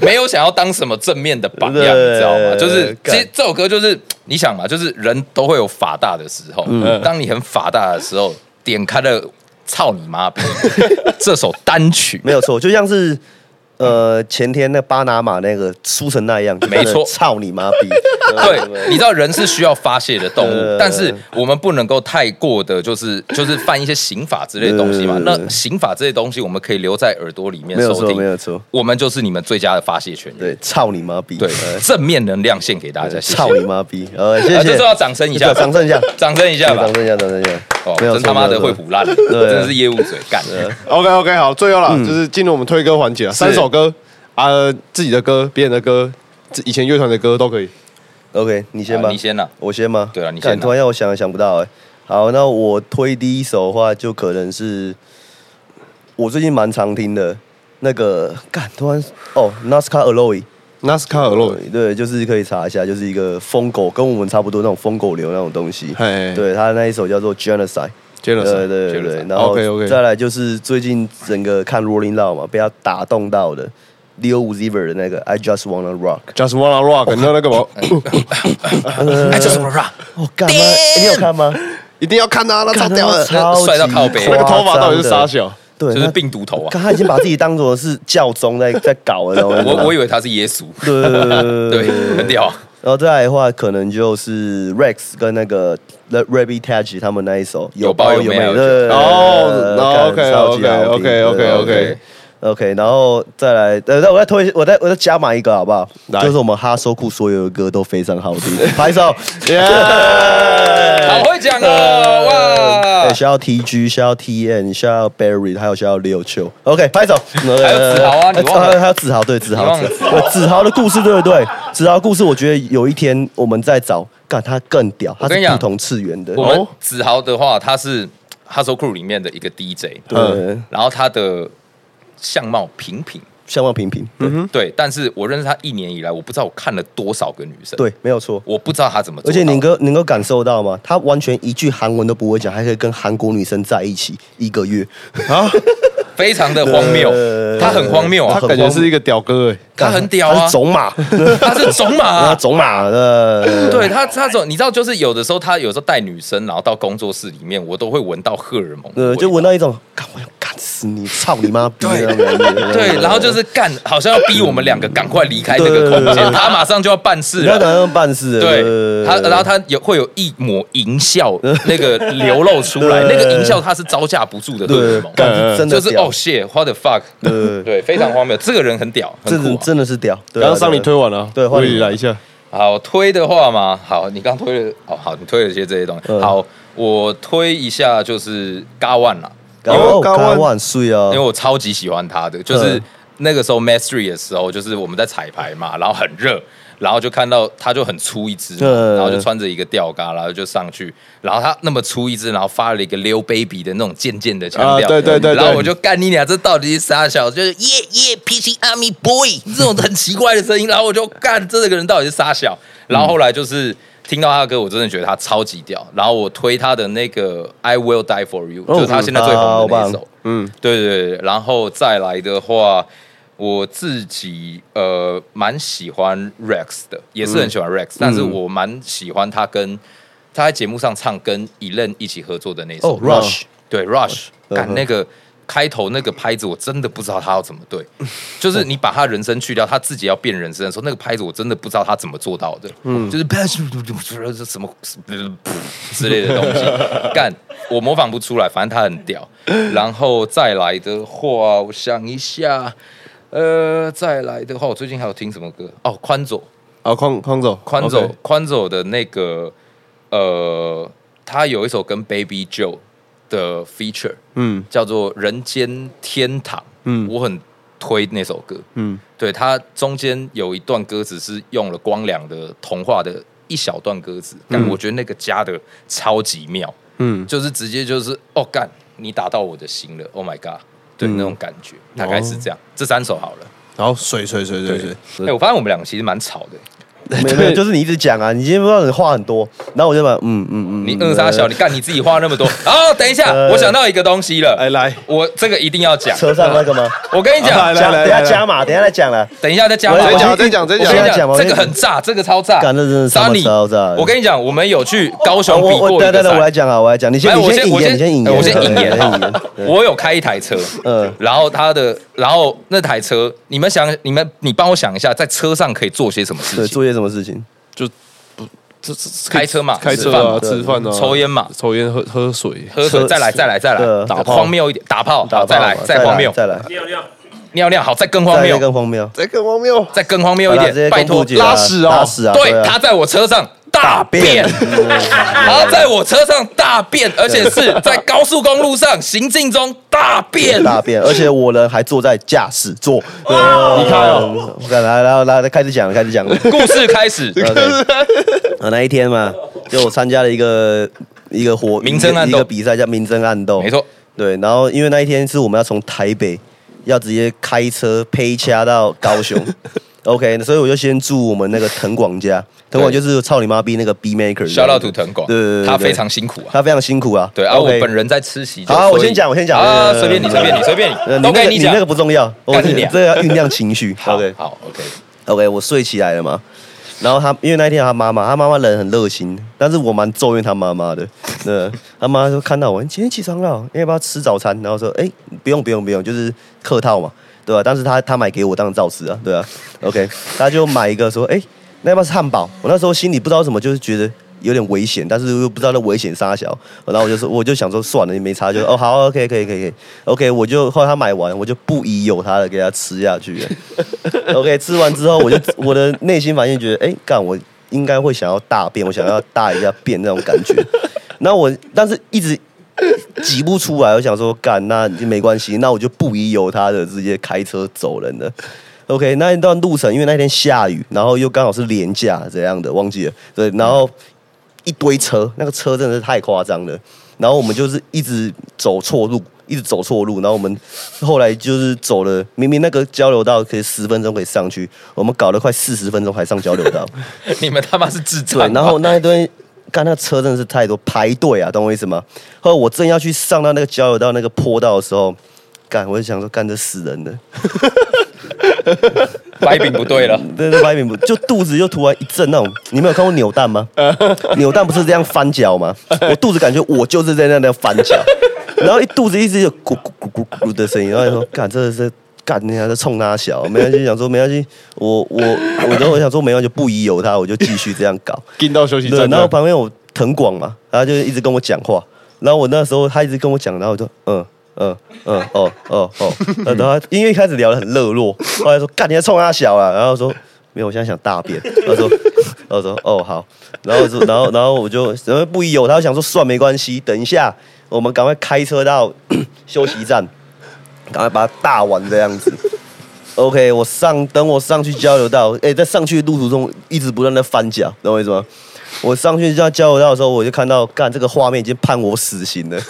S4: 没有想要当什么正面的榜样，
S5: 对
S4: 你知道吗？就是其
S5: 干
S4: 实这首歌就是你想嘛，就是人都会有法大的时
S5: 嗯
S4: 候。嗯当你很法大的时候，点开了《操你妈逼》 *laughs* 这首单曲，
S5: 没有错，就像是呃前天那巴拿马那个输成那样，就真的
S4: 没错
S5: 操你妈逼！ *laughs*
S4: 对，你知道人是需要发泄的动物，
S5: 呃
S4: 但是我们不能够太过的，就是就是犯一些刑法之类的东西嘛
S5: 呃。
S4: 那刑法这些东西，我们可以留在耳朵里面
S5: 没有
S4: 收
S5: 错，没有
S4: 听。
S5: 错，
S4: 我们就是你们最佳的发泄权人
S5: 对，，操你妈逼！
S4: 对
S5: 呃，
S4: 正面能量献给大家，谢谢
S5: 操。你妈逼！呃，谢
S4: 啊，这
S5: 谢
S4: 时候，要掌声一下吧，
S5: 掌声一下，
S4: 掌声一下吧
S5: 掌。声一下，掌声一下
S4: 哦，，
S5: 没有
S4: 真他妈的会
S5: 补。
S4: 腐烂，真的是业务嘴干。
S2: OK OK，好，最后了，
S5: 嗯
S2: 就是进入我们推歌环节了，三首歌啊、自己的歌、别人的歌、自以前乐团的歌都可以。
S5: OK，你先
S4: 啊
S5: 吧，
S4: 你先啦
S5: 我先吗？
S4: 对啊你
S5: 干
S4: 先啦
S5: 突然让我想想不到哎。好，那我推第一首的话，就可能是我最近蛮常听的那个，干突然哦，Nascar Alloy。
S2: NASCAR 耳漏，
S5: 对，就是可以查一下，就是一个疯狗，跟我们差不多那种疯狗流那种东西。
S2: 嘿
S5: 对他那一首叫做《Genocide》。
S2: 接了
S5: 对
S2: 谁？
S5: 对
S4: Genocide
S5: 对，然后
S2: OK，OK
S5: 再来就是最近整个看《Rolling Loud》嘛，被他打动到的， Leo Uziver 的那个 I Just Wanna Rock。
S2: Just wanna
S5: 哦
S2: rock，你知道那个吗？
S4: 哎，这什么 rap？
S5: 我干嘛？欸你有看吗？
S2: *coughs* 一定要看他，那超屌的，
S5: 超级
S4: 帅到靠北
S5: 夸
S2: 那
S5: 张
S2: 个
S5: 的
S2: 头发到底是啥？小？
S5: 对，
S4: 就是
S5: 那
S4: 病毒头啊！
S5: 干他已经把自己当做是教宗在在搞了，你知道吗
S4: 我我以为他是耶稣，
S5: 对对对对
S4: 对，很屌啊。
S5: 然后再来的话，可能就是 Rex 跟那个 r a b b i t a c h 他们那一首
S4: 有包有
S5: 有
S4: 没有
S5: 对对对
S2: 哦
S5: 干
S2: ，OK
S5: 超级好
S2: OK
S5: 听
S2: OK
S5: 对
S2: OK
S5: 对
S2: OK，
S5: OK，然后再来，呃，那我再推，我再我再加码一个好不好？
S2: 来
S5: 就是我们哈收库所有的歌都非常好听， *laughs* 拍手。哎
S4: 好会讲
S5: 呃
S4: 哦，哇
S5: 对，！需要 TG，需要 TN，需要 Barry，还有需要六秋。OK，拍
S4: *laughs*
S5: 手。还
S4: 有子豪啊你忘了
S5: 还有子豪，对子
S4: 你
S5: 豪，
S4: 忘了
S5: 子对子豪的故事，对不对？子豪的故事，我觉得有一天我们再找，干他更屌，他
S4: 跟你
S5: 是
S4: 讲
S5: 不同次元的。
S4: 我们子豪的话，他是哈手 crew 里面的一个 DJ，
S5: 对，
S4: 然后他的相貌平平，
S5: 相貌平平，对
S4: 对，但是我认识他一年以来，我不知道我看了多少个女生，，
S5: 对，没有错。
S4: 我不知道他怎么做
S5: 而
S4: 到的，
S5: 且你哥能够感受到吗？他完全一句韩文都不会讲，还可以跟韩国女生在一起一个月，
S4: 非常的荒谬
S5: 呃，
S4: 他很荒谬
S2: 他
S4: 啊，
S2: 感觉是一个屌哥哎，
S4: 他很屌啊
S5: 他是，种
S4: *laughs*
S5: 马，
S4: 他是种马
S5: 他
S4: 啊
S5: 是。种马呃的，
S4: 对他，他种你知道，就是有的时候他有时候带女生，然后到工作室里面，我都会闻到荷尔蒙的味道，
S5: 呃，就闻到一种，干我要干死你，操你妈逼的那种感觉。
S4: 对，然后就是干，好像要逼我们两个赶快离开这个空
S5: 对对对
S4: 间，他马上就要办事
S5: 不要
S4: 了。
S5: 拿那种办事。
S4: 对他，然后他有会有一抹淫笑，那个流露出来，
S5: 对
S4: 那个淫笑他是招架不住的荷
S5: 对
S4: 尔蒙，，
S5: 干是真的
S4: 就
S5: 屌
S4: 是哦，shit，what the fuck，
S5: 对
S4: *laughs* 对，非常荒谬，这个人很屌，很
S5: 真
S4: 酷
S5: 的
S4: 啊。
S5: 真的是屌。对啊
S2: 刚刚上你推，完了，
S5: 对换
S2: 我
S5: 你
S2: 也来一下，
S4: 好推的话嘛，好，你刚推了，哦，好，你推了些这些东西。
S5: 嗯
S4: 好，我推一下就是嘎万啦，
S5: 对
S2: 哦
S5: 哦，高
S2: 高万
S5: 万岁啊
S4: 因为，我超级喜欢他的，就是
S5: 嗯
S4: 那个时候 Mastery 的时候，就是我们在彩排嘛，然后很热，然后就看到他就很粗一只嘛，
S5: 嗯
S4: 然后就穿着一个吊嘎，然后就上去，然后他那么粗一只，然后发了一个溜 baby 的那种贱贱的腔调，
S2: 啊对对对对
S4: 然后我就干你俩，这到底是啥小？就是耶耶 PC Army Boy 这种很奇怪的声音，然后我就干这个人到底是啥小？然后后来就是。听到他的歌，我真的觉得他超级屌。然后我推他的那个《I Will Die for You》，就是
S2: 哦
S4: 他现在最红的那一
S5: 好棒
S4: 首。嗯，对对对，然后再来的话，我自己呃蛮喜欢 Rex 的，也是很
S5: 嗯
S4: 喜欢 Rex，、但是我蛮喜欢他跟他在节目上唱跟 Elen 一起合作的那首
S5: 哦，Rush
S4: 对 Rush，
S5: 嗯
S4: 感、
S5: 嗯
S4: 那个。开头那个拍子，我真的不知道他要怎么对，就是你把他人声去掉，他自己要变人声的时候，那个拍子我真的不知道他怎么做到的，嗯，就是什么之类的东西，干我模仿不出来，反正他很屌。然后再来的话，我想一下，呃，再来的话，我最近还有听什么歌？哦，宽左，
S2: 啊，匡匡总，
S4: 宽走
S2: OK
S4: 宽走的那个呃，他有一首跟 Baby Joe 的 feature，
S2: 嗯
S4: 叫做《人间天堂》，
S2: 嗯
S4: 嗯，我很推那首歌，
S2: 嗯，
S4: 对，它中间有一段歌词是用了光良的童话的一小段歌词，但我觉得那个加的超级妙，
S2: 嗯，
S4: 就是直接就是哦干，你打到我的心了，Oh my god，对、那种感觉，
S2: 嗯
S4: 大概是这
S2: 哦
S4: 样，这三首好了。
S2: 然后水水水水水，
S4: 哎、我发现我们两个其实蛮吵的、
S5: 没有没有，就是你一直讲啊，你今天不知道你话很多，然后我就把嗯嗯嗯，
S4: 你扼杀小，你干你自己花那么多。 *laughs* 哦，等一下，
S5: 呃
S4: 我想到一个东西了，
S2: 哎来，
S4: 我这个一定要讲。
S5: 车上那个吗？
S4: 我跟你
S2: 啊
S4: 讲
S2: 来，
S5: 加
S2: 来
S5: 等一下
S2: 来
S5: 加码，等一下再讲了。
S4: 等一下再加
S5: 我
S4: 码。
S5: 我
S2: 再讲
S5: 我
S2: 再讲再
S4: 我
S2: 讲
S4: 跟你
S5: 再讲
S4: 讲
S5: 吧，
S4: 这个很炸，这个超炸，
S5: 干这真的超
S4: Sunny，
S5: 超炸
S4: 我跟你讲，我们有去高雄比
S5: 我
S4: 过
S5: 我
S4: 一
S5: 等
S4: 个
S5: 等等，我来
S4: 赛。
S5: 讲啊，我来讲，你先
S4: 来，
S5: 你
S4: 我
S5: 先引
S4: 我
S5: 言，你
S4: 先
S5: 先引
S4: 呃
S5: 言，
S4: 我先引言
S5: 对
S4: 哈
S5: 引言。对
S4: 我有开一台车，
S5: 嗯
S4: 然后他的，然后那台车，你们想，你们你帮我想一下，在车上可以做些什么事
S5: 对，
S4: 情？
S5: 做些什么事情？
S2: 这这
S4: 开车嘛
S2: 开
S4: 吃
S2: 车
S4: 饭
S2: 啊，
S4: 嘛
S2: 吃饭啊，
S4: 抽烟嘛
S2: 抽烟喝喝水，
S4: 喝水，
S5: 车
S4: 再来，再来，再来，
S5: 对
S2: 打炮
S4: 荒谬一点，打炮，好再来，再荒谬，
S5: 再来，
S3: 尿尿，
S4: 尿尿，好，再更荒
S5: 再来
S4: 谬，
S5: 更荒谬。
S2: 这个荒谬，
S4: 再更荒谬一
S5: 好啦直接
S4: 点，拜
S5: 公布
S4: 托，
S5: 结果啊
S2: 拉屎哦
S5: 拉屎啊！
S4: 对，
S5: 啊
S4: 他在我车上大便，然后在我车上大便，而且是
S5: *laughs*
S4: 在高速公路上行进中大便。
S5: 大便，而且我人还坐在驾驶座。你看哦，来来来来，开始讲，开始讲。
S4: *laughs* 故事
S5: *laughs*
S4: 开始，
S5: 呃那一天嘛，就我参加了一个一个活
S4: 明争暗斗
S5: 一个比赛，叫明争暗斗。
S4: 没错，
S5: 对，然后因
S4: *laughs*
S5: 为那一天是我们要从台北要直接开车配掐到高雄， OK，所以我就先祝我们那个藤广家，藤广就是操你妈逼那个 B Maker，
S4: 小老土藤广，
S5: 对对对对
S4: 他非常辛苦啊。
S5: 他非常辛苦啊。
S4: 对啊，我
S5: OK
S4: 本人在吃席。
S5: 好，我
S4: 所以
S5: 先讲，我先讲
S4: 啊，
S5: 对
S4: 随便你，随便你，随便
S5: 呃
S4: 你，
S5: 你
S4: 都
S5: 那个
S4: 给你
S5: 你
S4: 讲
S5: 那个。不重要，我
S4: 干你俩
S5: 这要酝酿情绪。
S4: 好
S5: OK
S4: 好，OK，
S5: OK，我睡起来了嘛，然后他因为那一天他妈妈，他妈妈人很热心，但是我蛮咒怨他妈妈的。 *laughs* 那他妈就看到我，你今天起床了，你要不要吃早餐？然后说，哎、不用不用不用，就是客套嘛，对吧、但是他他买给我当然照吃啊，对啊。OK，他就买一个说，哎、那要不要吃汉堡？我那时候心里不知道什么，就是觉得。有点危险，但是又不知道那危险啥小，然后我就说，我就想说算了，你没差就哦好，OK 可以可以可以，OK，我就后来他买完，我就不疑有他的给他吃下去了。OK，吃 *laughs* 完之后，我就我的内心反应觉得，哎、干我应该会想要大便，我想要大一下便那种感觉。那我但是一直挤不出来，我想说干那没关系，那我就不疑有他的，直接开车走人了。OK，那一段路程，因为那天下雨，然后又刚好是连假这样的，忘记了。对，然后一堆车，那个车真的是太夸张了。然后我们就是一直走错路，一直走错路。然后我们后来就是走了，明明那个交流道可以十分钟可以上去，我们搞了快四十分钟才上交流道。
S4: 你们他妈是智障啊
S5: 对
S4: 吧。，
S5: 然后那一堆，干那个车真的是太多排队啊，懂我意思吗？后来我正要去上到那个交流道那个坡道的时候，干我就想说，干这死人了，
S4: 掰饼
S5: *laughs*
S4: 不对了，
S5: 对对，白饼不就肚子就突然一阵那种，你们有看过扭蛋吗？扭蛋不是这样翻脚吗？我肚子感觉我就是在那那翻脚，然后一肚子一直有咕咕咕咕咕的声音，然后你说干，真的是。干，你还在冲他笑，没关系，想说没关系，我我我，然后我想说没关系，不疑有他，我就继续这样搞。
S2: 进到休息
S5: 对，
S2: 站
S5: 然后
S2: 了，
S5: 旁边有藤广嘛，他就一直跟我讲话，然后我那时候他一直跟我讲，然后我就嗯嗯嗯哦哦哦，
S2: *laughs*
S5: 然后他因为一开始聊得很热络，后来说干你在冲他小啊，然后我说没有，我现在想大便，他说。 *laughs* 然后我说哦好，然后我说然后然后我就然后不疑有他，我想说算没关系，等一下我们赶快开车到 *coughs* 休息站，赶快把它大完这样子。OK，我上等我上去交流道，哎、在上去的路途中一直不断的翻脚，懂我意思吗？我上去要交流道的时候，我就看到，干这个画面已经判我死刑了。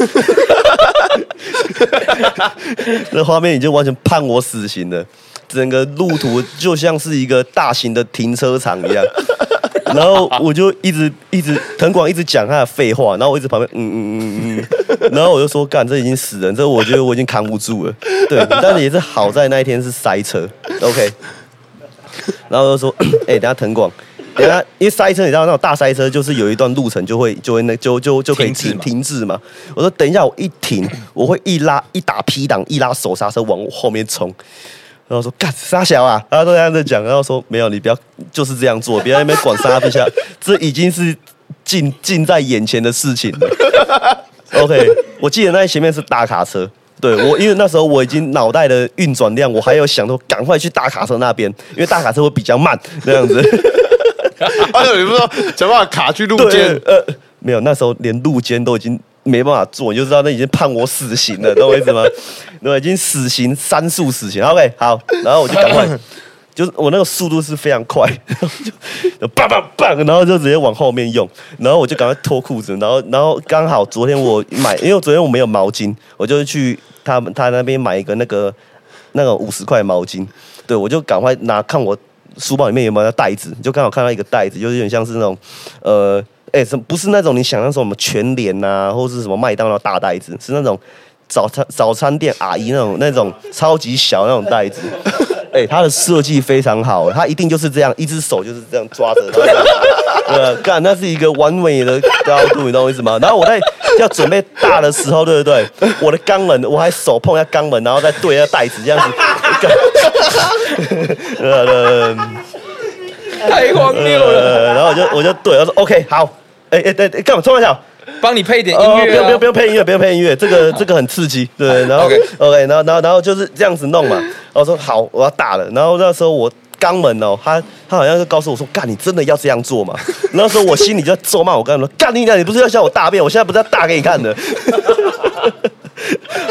S5: *laughs* 那画面已经完全判我死刑了，整个路途就像是一个大型的停车场一样。然后我就一直一直藤广一直讲他的废话，然后我一直旁边嗯嗯嗯嗯嗯，然后我就说干这已经死人，这我觉得我已经扛不住了。对，但是也是好在那一天是塞车，OK。然后就说， *coughs* 哎、等下藤广，等下因为塞车，你知道那种大塞车，就是有一段路程就会就会那就就就可以
S4: 停滞
S5: 停
S4: 嘛
S5: 停滞嘛。我说等一下我一停，我会一拉一打 P 档，一拉手刹车往我后面冲。然后说干傻小啊，然后都这样子讲，然后说没有，你不要就是这样做，不要在那边管沙不下，这已经是近近在眼前的事情了。OK，我记得那前面是大卡车，对我，因为那时候我已经脑袋的运转量，我还有想说赶快去大卡车那边，因为大卡车会比较慢这样子。
S2: *laughs* 哎呦，你不知道想办法卡去路
S5: 对
S2: 肩，，
S5: 呃，没有，那时候连路肩都已经没办法做，你就知道那已经判我死刑了，懂我意思吗？那已经死刑三速死刑。OK，好，然后我就赶快，就是我那个速度是非常快， *laughs* 然后就棒棒棒，然后就直接往后面用，然后我就赶快脱裤子，然后然后刚好昨天我买，因为昨天我没有毛巾，我就去他们他那边买一个那个那个五十块毛巾，对我就赶快拿看我书包里面有没有那袋子，就刚好看到一个袋子，就是有点像是那种呃，哎、什么不是那种你想象什么全联呐、啊，或是什么麦当劳大袋子，是那种早餐早餐店阿姨那种那种超级小那种袋子。 *laughs* 哎、它的设计非常好，它一定就是这样，一只手就是这样抓着它。呃，干，那是一个完美的高度，你懂我意思吗？然后我在要准备大的时候，对不对？我的肛门，我还手碰一下肛门，然后再对一下袋子，这样子。干呃呃
S4: 太荒谬了。
S5: 呃，然后我就我就对，我说 OK 好，哎哎对，哎干嘛冲我笑？
S4: 帮你配一点音
S5: 哦，不
S4: 乐
S5: 用不
S4: 啊
S5: 用不！用配音乐，不用配音乐，这个这个很刺激，对。然后
S4: OK
S5: OK，然后然后然后就是这样子弄嘛。然后我说好，我要打了。然后那时候我肛门哦，他他好像是告诉我说，干你真的要这样做嘛？那时候我心里就在咒骂我刚才说，干你娘，你不是要叫我大便？我现在不是要大给你看的。 *laughs*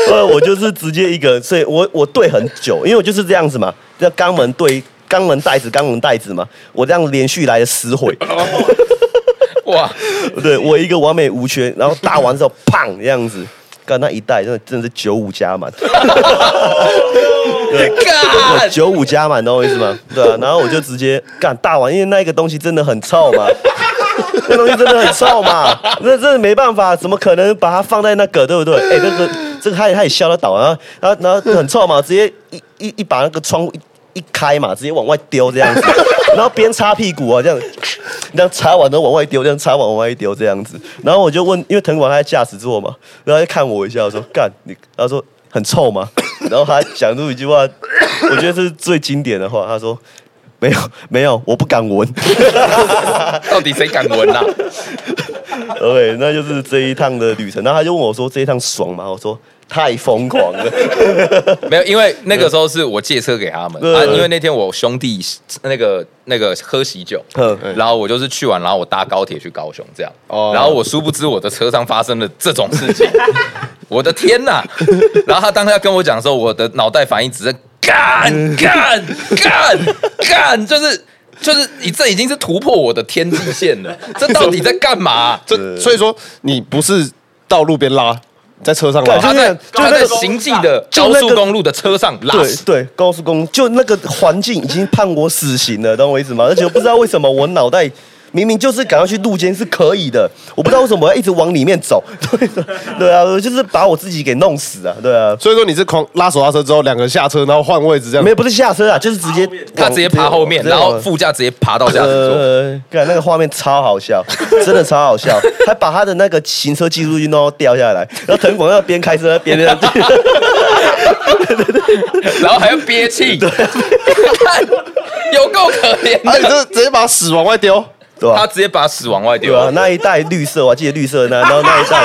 S5: 呃，我就是直接一个，所以我我对很久，因为我就是这样子嘛，叫肛门对肛门袋子，肛门袋子嘛，我这样连续来了十回。
S4: 哇，
S5: *laughs* 对我一个完美无缺，然后打完之后砰这样子，干那一代真的真的是九五加满，
S4: 干 *laughs*
S5: 九五加满，懂我意思吗？对啊，然后我就直接干大碗，因为那个东西真的很臭嘛，那东西真的很臭嘛，那真的没办法，怎么可能把它放在那个，对不对？哎、那个这个他也他也笑得倒，然后啊然后然后很臭嘛，直接一一一把那个窗户一一开嘛，直接往外丢这样子，然后边擦屁股啊这样。这样擦完都往外丢，这样擦完往外丢这样子。然后我就问，因为藤管他在驾驶座嘛，然后他就看我一下，我说干你，他说很臭吗？然后他讲出一句话，我觉得是最经典的话，他说没有没有，我不敢闻。
S4: 到底谁敢闻啊？
S5: OK，那就是这一趟的旅程。然后他就问我说这一趟爽吗？我说太疯狂了。
S4: 没有，因为那个时候是我借车给他们
S5: 对
S4: 啊，因为那天我兄弟那个那个喝喜酒，
S5: 嗯
S4: 然后我就是去完，然后我搭高铁去高雄这样，
S2: 哦
S4: 然后我殊不知我的车上发生了这种事
S5: *laughs*
S4: 情，我的天呐！然后他当他跟我讲的时候，我的脑袋反应只是干
S5: 嗯
S4: 干干干，就是。就是你这已经是突破我的天际线了，这到底在干嘛、
S5: *laughs*
S2: 这所以说你不是到路边拉，在车上
S5: 干
S2: 拉
S5: 就
S4: 他
S5: 是。
S4: 在
S5: 那
S4: 他在
S5: 就那个
S4: 行进的
S5: 就
S4: 高
S5: 那个
S4: 速公路的车上拉
S5: 对
S4: 屎，
S5: 对，高速公路就那个环境已经判我死刑了，懂我意思吗？而且我不知道为什么我脑袋明明就是赶快去路肩是可以的，我不知道为什么我要一直往里面走。 *laughs* 对对啊，我就是把我自己给弄死啊！对啊，
S2: 所以说你是狂拉手刹车之后，两个人下车，然后换位置这样。
S5: 没有不是下车啊，就是直接
S3: 爬后面
S4: 他直接爬后面，
S5: 直接
S4: 然
S5: 往啊
S4: 后副驾直接爬到下子座。
S5: 哦呃，看那个画面超好笑， *laughs* 真的超好笑，还把他的那个行车记录仪弄到掉下来，然后藤广要边开车边
S4: *laughs*
S5: 那样
S4: 啊然后还要憋气，看有够可怜
S5: 哎
S2: 啊，你
S4: 的。
S2: 这直接把屎往外丢。
S5: 对吧、
S4: 他直接把屎往外丢
S5: 对啊，，那一袋绿色，我还记得绿色那，然后那一袋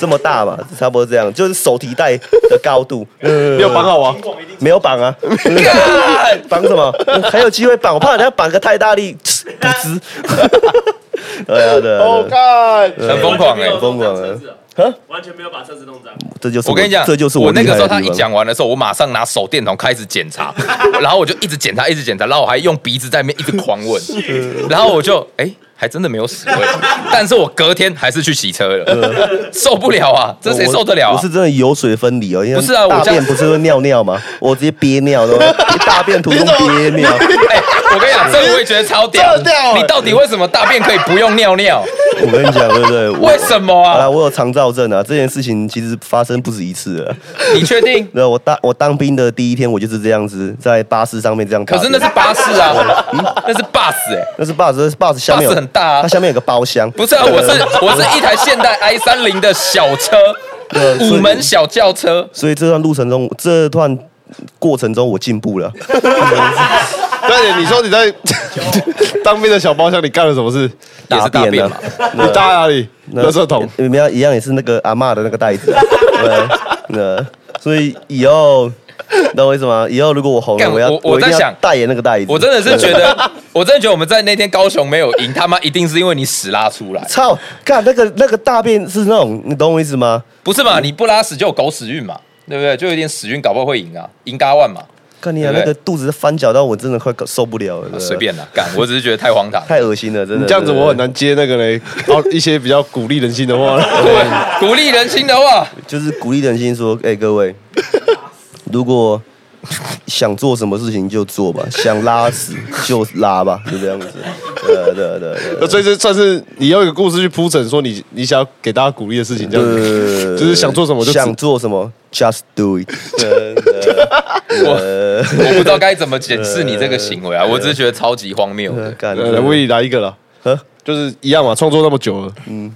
S5: 这么大嘛，差不多这样，就是手提袋的高度，
S4: 嗯
S2: 你有绑好吗？
S3: 广一定
S5: 没有绑啊，
S4: 干
S5: 绑什么？还有机会绑，我怕人家绑个太大
S4: *laughs*
S5: 力，不知。 *laughs* 对啊，对啊，
S2: 哦，
S5: 对啊
S2: 看，
S4: 很疯狂哎、
S3: 完全没有
S5: 疯狂欸
S3: 弄脏车子啊
S5: 啊
S3: 完全没有把车子弄脏。
S5: 这就是
S4: 我跟你讲，
S5: 这就是
S4: 我
S5: 我
S4: 那个时候
S5: 厉害
S4: 他
S5: 的地
S4: 一
S5: 方
S4: 讲完的时候，我马上拿手电筒开始检
S5: *laughs*
S4: 查，然后我就一直检查，一直检查，然后我还用鼻子在那边一直狂闻，然后我就哎、还真的没有屎味，但是我隔天还是去洗车了，受不了啊，这谁受得了
S5: 呃我
S4: 啊
S5: 是？真的油水分离哦，因为
S4: 不是啊我
S5: 大
S4: 这
S5: 便
S4: 样
S5: 不是会尿尿吗？我直接憋尿
S4: *laughs*
S5: 的，一大便途中憋尿，
S4: 哎、我跟你讲，这个我也觉得超屌，
S2: 超屌欸
S4: 你到底为什么大便可以不用尿尿？
S5: 我跟你讲，对不
S4: *laughs*
S5: 对？我
S4: 为什么
S5: 好
S4: 啊
S5: *laughs* 啦，？我有肠燥症啊，这件事情其实发生不止一次了。
S4: 你确定？
S5: 那我当我当兵的第一天，我就是这样子，在巴士上面这样大
S4: 可
S5: 便。
S4: 是那是巴士啊，
S5: *laughs*
S4: 那是 bus 哎、
S5: 那是 bus，那是 bus 下面有
S4: bus 很大啊
S5: 它下面有个包厢。
S4: 不是
S5: *laughs*
S4: 啊，我是我是一台现代 i 三零的小车，
S5: 所以
S4: 五门小轿车，
S5: 所以这段路程中，这段过程中我进步了。
S2: 对，你说你
S4: *laughs*
S2: 在当兵的小包厢，你干了什么事？
S4: 也是大
S5: 大便
S4: 便嘛
S5: 啊。
S2: 你搭哪里？垃圾桶。
S5: 你们要一样也是那个阿嬷的那个袋子、啊。对，那所以以后。懂我意思吗？以后如果我红
S4: 干
S5: 了，要
S4: 我
S5: 我
S4: 我
S5: 一定
S4: 在
S5: 要
S4: 想
S5: 代言那个袋子。
S4: 我真的是觉
S5: *laughs*
S4: 得，我真的觉得我们在那天高雄没有赢，他妈一定是因为你屎拉出来，
S5: 操，干那个那个大便是那种，你懂我意思吗？
S4: 不是嘛？你不拉屎就有狗屎运嘛，对不对？就有点屎运，搞不好会赢啊，赢嘎万嘛，
S5: 看你啊，
S4: 对
S5: 那
S4: 不对
S5: 个肚子翻搅到我真的快受不了了。对
S4: 随，便啦，干，我只是觉得太荒唐。
S5: *laughs* 太恶心了，真的。
S2: 你这样子
S5: 对
S2: 我很，难接那个嘞，哦，一些比较鼓励人心的话 *laughs* 了。
S4: 对，鼓励人心的话，
S5: 就是鼓励人心说，哎、各位，如果想做什么事情就做吧，想拉屎就拉吧，就这样子。对啊对啊对啊对啊
S2: 那所以这算是你要有一个故事去铺陈，说你你想要给大家鼓励的事情，这样子，就是想做什么就
S5: 想
S2: 想。
S5: 做什么，just do it。对
S4: 我我不知道该怎么解释你这个行为啊，我只是觉得超级荒谬的。
S5: 干
S2: 呃，为你来一个了，
S4: 啊
S5: 呵
S2: 就是一样嘛，创作那么久了，嗯，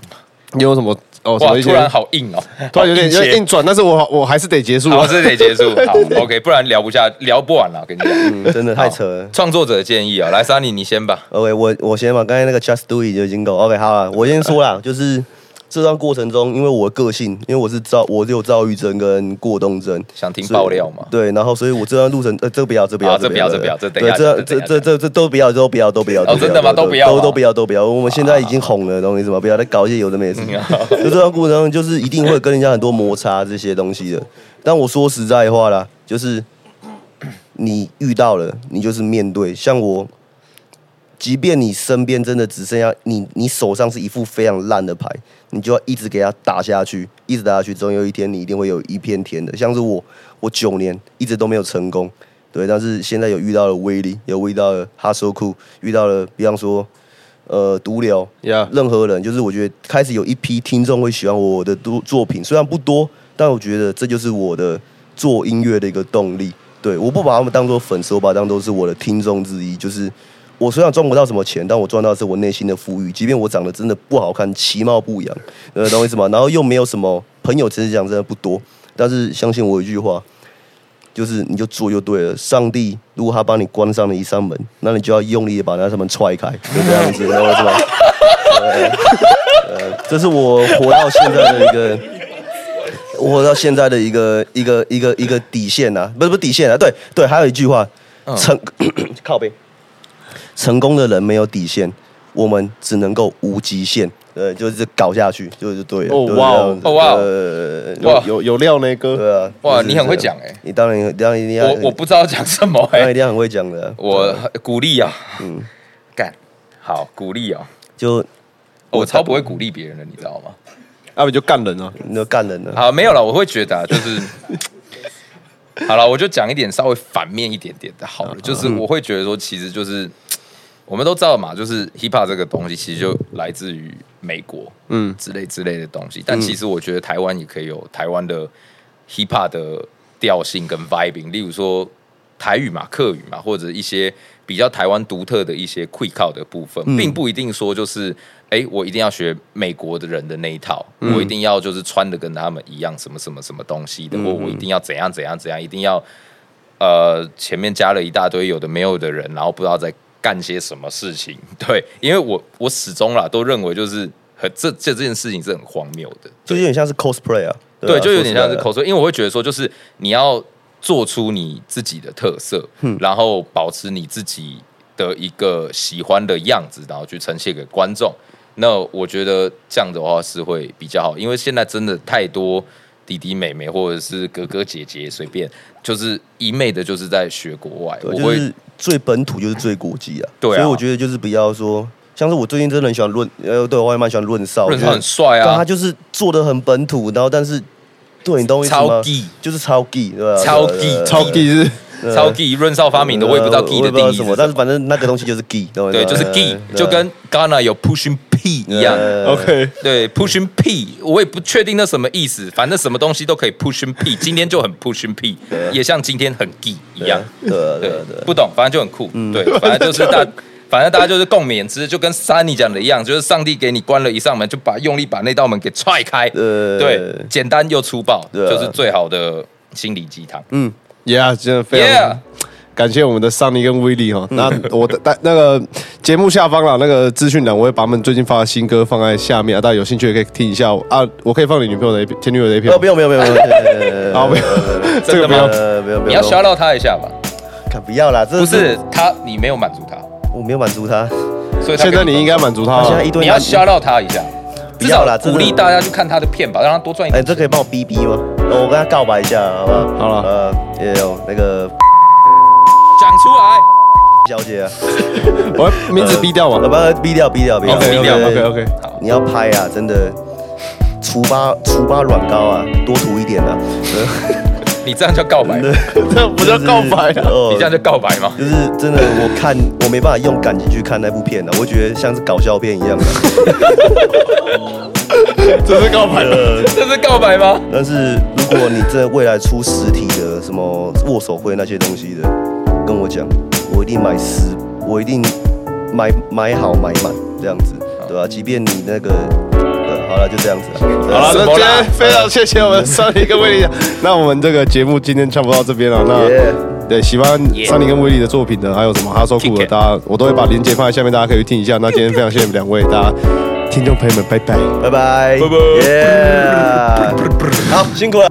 S2: 你有什么哦？什
S4: 哇，
S2: 么一些
S4: 突然好硬哦，
S2: 突然有点有
S4: 好
S2: 点
S4: 硬切
S2: 硬转，但是我我还是得结束啊
S4: 好，
S2: 了。
S4: 这得
S2: *laughs*
S4: 结束。好，OK，不然聊不下，聊不完了。跟你讲，
S5: 真嗯的太扯了。
S4: 创作者建议啊，来，Sunny，你先吧。
S5: OK，我我先把刚才那个 Just Do It 就已经够。OK，好了，我先说啦，就是这段过程中，因为我的个性，因为我是躁，我有躁郁症跟过动症，
S4: 想听
S5: 所以
S4: 爆料吗
S5: 对，然后所以我这段路程，呃，这个不要，这个不
S4: 啊
S5: 要，
S4: 这不要这不要这等
S5: 对
S4: 一下
S5: 这
S4: 这等
S5: 这
S4: 一下
S5: 这这这都不要，都不要，都不要。
S4: 哦真的吗都不要
S5: 都
S4: 啊
S5: 都不要，都不要。我们现在已经红了，懂我意思吗？不要再搞一些有的没的事情。就这段过程中，就是一定会跟人家很多摩擦这些东西的。但我说实在话啦，就是你遇到了，你就是面对。像我即便你身边真的只剩下你，你手上是一副非常烂的牌，你就要一直给它打下去，一直打下去，总有一天你一定会有一片天的。像是我，我九年一直都没有成功，对，但是现在有遇到了威力，有遇到了哈索库，遇到了比方说呃毒瘤
S2: Yeah
S5: 任何人，就是我觉得开始有一批听众会喜欢我的作作品，虽然不多，但我觉得这就是我的做音乐的一个动力。对，我不把他们当做粉丝，我把他当做是我的听众之一。就是我虽然赚不到什么钱，但我赚到的是我内心的富裕。即便我长得真的不好看，其貌不扬，呃，懂我意思吗？然后又没有什么朋友，其实讲真的不多，但是相信我一句话，就是你就做就对了。上帝如果他帮你关上了一扇门，那你就要用力地把那扇门踹开，就这样子，然后是吧？呃，呃这是我活到现在的一个，我活到现在的一个一个一个一个底线呐、啊，不是不是底线啊，对对，还有一句话，成、 *coughs* 靠背，成功的人没有底线，我们只能够无极限。呃，就是搞下去，就是对了。
S2: 哦
S5: 就是
S2: 哇
S5: 这
S2: 哦
S5: 样子
S4: 哦哇哦
S5: 呃
S4: 哇
S2: 有有有料呢，哥。
S5: 对啊，
S4: 哇
S5: 就是
S4: 你很会
S5: 这样
S4: 讲欸
S5: 你当然当然一定要，
S4: 我我不知道讲什么
S5: 当然
S4: 哎、
S5: 一定要很会讲的啊。
S4: 我鼓励啊，
S5: 嗯，
S4: 干好鼓励啊，
S5: 就
S4: 我超不会鼓励别人的，你知道吗？
S2: 要不就干人啊！
S5: 你就干人了，
S4: 好，没有了，我会觉得、啊、就是 *laughs* 好了，我就讲一点稍微反面一点点的，好了，就是我会觉得说，其实就是我们都知道嘛，就是 hip hop 这个东西其实就来自于美国，
S2: 嗯
S4: 嗯，之类之类的东西，但其实我觉得台湾也可以有台湾的 hip hop 的调性跟 vibing，例如说台语嘛、客语嘛，或者一些比较台湾独特的一些 quick call 的部分，并不一定说就是，哎、我一定要学美国的人的那一套，我一定要就是穿的跟他们一样，什么什么什么东西的，或我一定要怎样怎样怎样，一定要呃前面加了一大堆有的没有的人，然后不知道在干些什么事情。 *laughs* 对，因为我我始终啦都认为就是很这这这件事情是很荒谬的，
S5: 就有点像是 cosplay 啊。
S4: 对，
S5: 啊
S4: 就有点像是。
S5: 说
S4: 口说，因为我会觉得说，就是你要做出你自己的特色，
S5: 嗯
S4: 然后保持你自己的一个喜欢的样子，然后去呈现给观众。那我觉得这样的话是会比较好，因为现在真的太多弟弟妹妹或者是哥哥姐姐随便，就是一昧的就是在学国外，
S5: 出
S4: 我
S5: 来啊对，就
S4: 会、
S5: 是最本土就是最国际啊。
S4: 对啊
S5: 所以我觉得就是不要说，像是我最近真的很喜欢论，呃，对我也蛮喜欢论少，
S4: 论
S5: 我
S4: 他
S5: 觉
S4: 很
S5: 得
S4: 帅
S5: 但他
S4: 啊，
S5: 就是做的很本土，然后但是对你懂我意思吗？
S4: 超 gay
S5: 就是超 gay，对吧？
S4: 超
S5: 对啊
S4: gay
S5: 对啊
S2: 超 gay *laughs* 是
S5: 对啊
S4: 超 gay 润少发明的，我也不知道 gay
S5: 呃我
S4: 的
S5: 也不知
S4: 定
S5: 道
S4: 义是
S5: 什
S4: 什
S5: 么，
S4: 么，
S5: 但是反正那个东西就是 gay，懂我意思
S4: 对，
S5: 吗
S4: 就是
S5: 对啊
S4: gay，
S5: 对啊
S4: 就跟 Ghana 有 pushing P 一样。
S5: 对啊
S2: OK。
S4: 对，pushing P，我也不确定那什么意思，反正什么东西都可以 pushing P。今天就很 pushing P，也像今天很 gay 一样。
S5: 对啊对
S4: 对
S5: 啊对啊，
S4: 不懂，反正就很酷。对，反正就是大， *laughs* 反正大家就是共勉之，就跟 Sunny 讲的一样，就是上帝给你关了一扇门，就把用力把那道门给踹开。
S5: 呃
S4: 对，简单又粗暴，
S5: 对啊
S4: 就是最好的心理鸡汤。嗯
S2: Yeah，真的非常
S4: ，Yeah，
S2: 感谢我们的桑尼跟威利
S5: 嗯
S2: 哈。那我的但那个节目下方啦，那个资讯栏我会把他们最近发的新歌放在下面啊，大家有兴趣也可以听一下啊。我可以放你女朋友的 A 片前女友的 A 片
S5: 呃，
S2: 吗
S5: 不，用不用不用，
S2: 啊不用，这个不
S4: 真的
S2: 用
S4: 吗。
S5: 呃不用不用，
S4: 你要 shout out 他一下吧。
S5: 看不要啦，这
S4: 不是他，你没有满足他，
S5: 我没有满足他，
S4: 所以他
S2: 现在
S4: 给
S2: 你应该满足他
S5: 他现
S2: 啊
S5: 在一，堆
S4: 你要
S5: 男
S4: shout out 他一下，
S5: 不要啦
S4: 至少
S5: 真的
S4: 鼓励大家去看他的片吧，让他多赚一
S5: 哎、
S4: 点。
S5: 这可以帮我逼逼吗？哦我跟他告白一下，好不好？
S2: 好了
S5: 呃，也有那个 *laughs*
S4: 讲出来。
S5: 小姐啊，
S2: 我名字逼掉
S5: 呃，
S2: 嘛。
S5: 不，逼掉，逼掉，逼掉
S2: OK
S5: 对对
S2: OK
S5: 对
S2: OK OK，
S5: 你要拍啊，真的，除疤除疤软膏啊，多涂一点啊，
S4: 你这样叫告
S5: *laughs*
S4: 白 *laughs* 吗，
S2: 这不叫告白
S5: 就是
S2: 啊。
S5: 哦
S4: 你这样叫告白吗？ *laughs*
S5: 就是真的，我看 *laughs* 我没办法用感情去看那部片啊了、我觉得像是搞笑片一 *laughs* 样、啊
S2: 这是告白了。
S5: 呃
S4: 这是告白吗？
S5: 但是如果你真的未来出实体的什么握手会那些东西的，跟我讲，我一定买十，我一定买买好买满这样子，对吧、即便你那个，呃，好了，就这样子啊。好
S2: 好了，
S4: 什
S2: 那
S4: 么
S2: 今天
S4: 啦
S2: 呃非常谢谢我们桑尼跟威利。 *laughs* 那我们这个节目今天差不多到这边了。
S5: 耶
S2: 那对喜欢桑尼跟威利的作品的，还有什么哈收库
S4: Kick
S2: 的，
S4: it
S2: 大家我都会把链接放在下面，大家可以去听一下。那今天非常谢谢你们两位，大家听众朋友们，拜拜。
S5: 拜拜，拜拜，耶！好，辛苦了。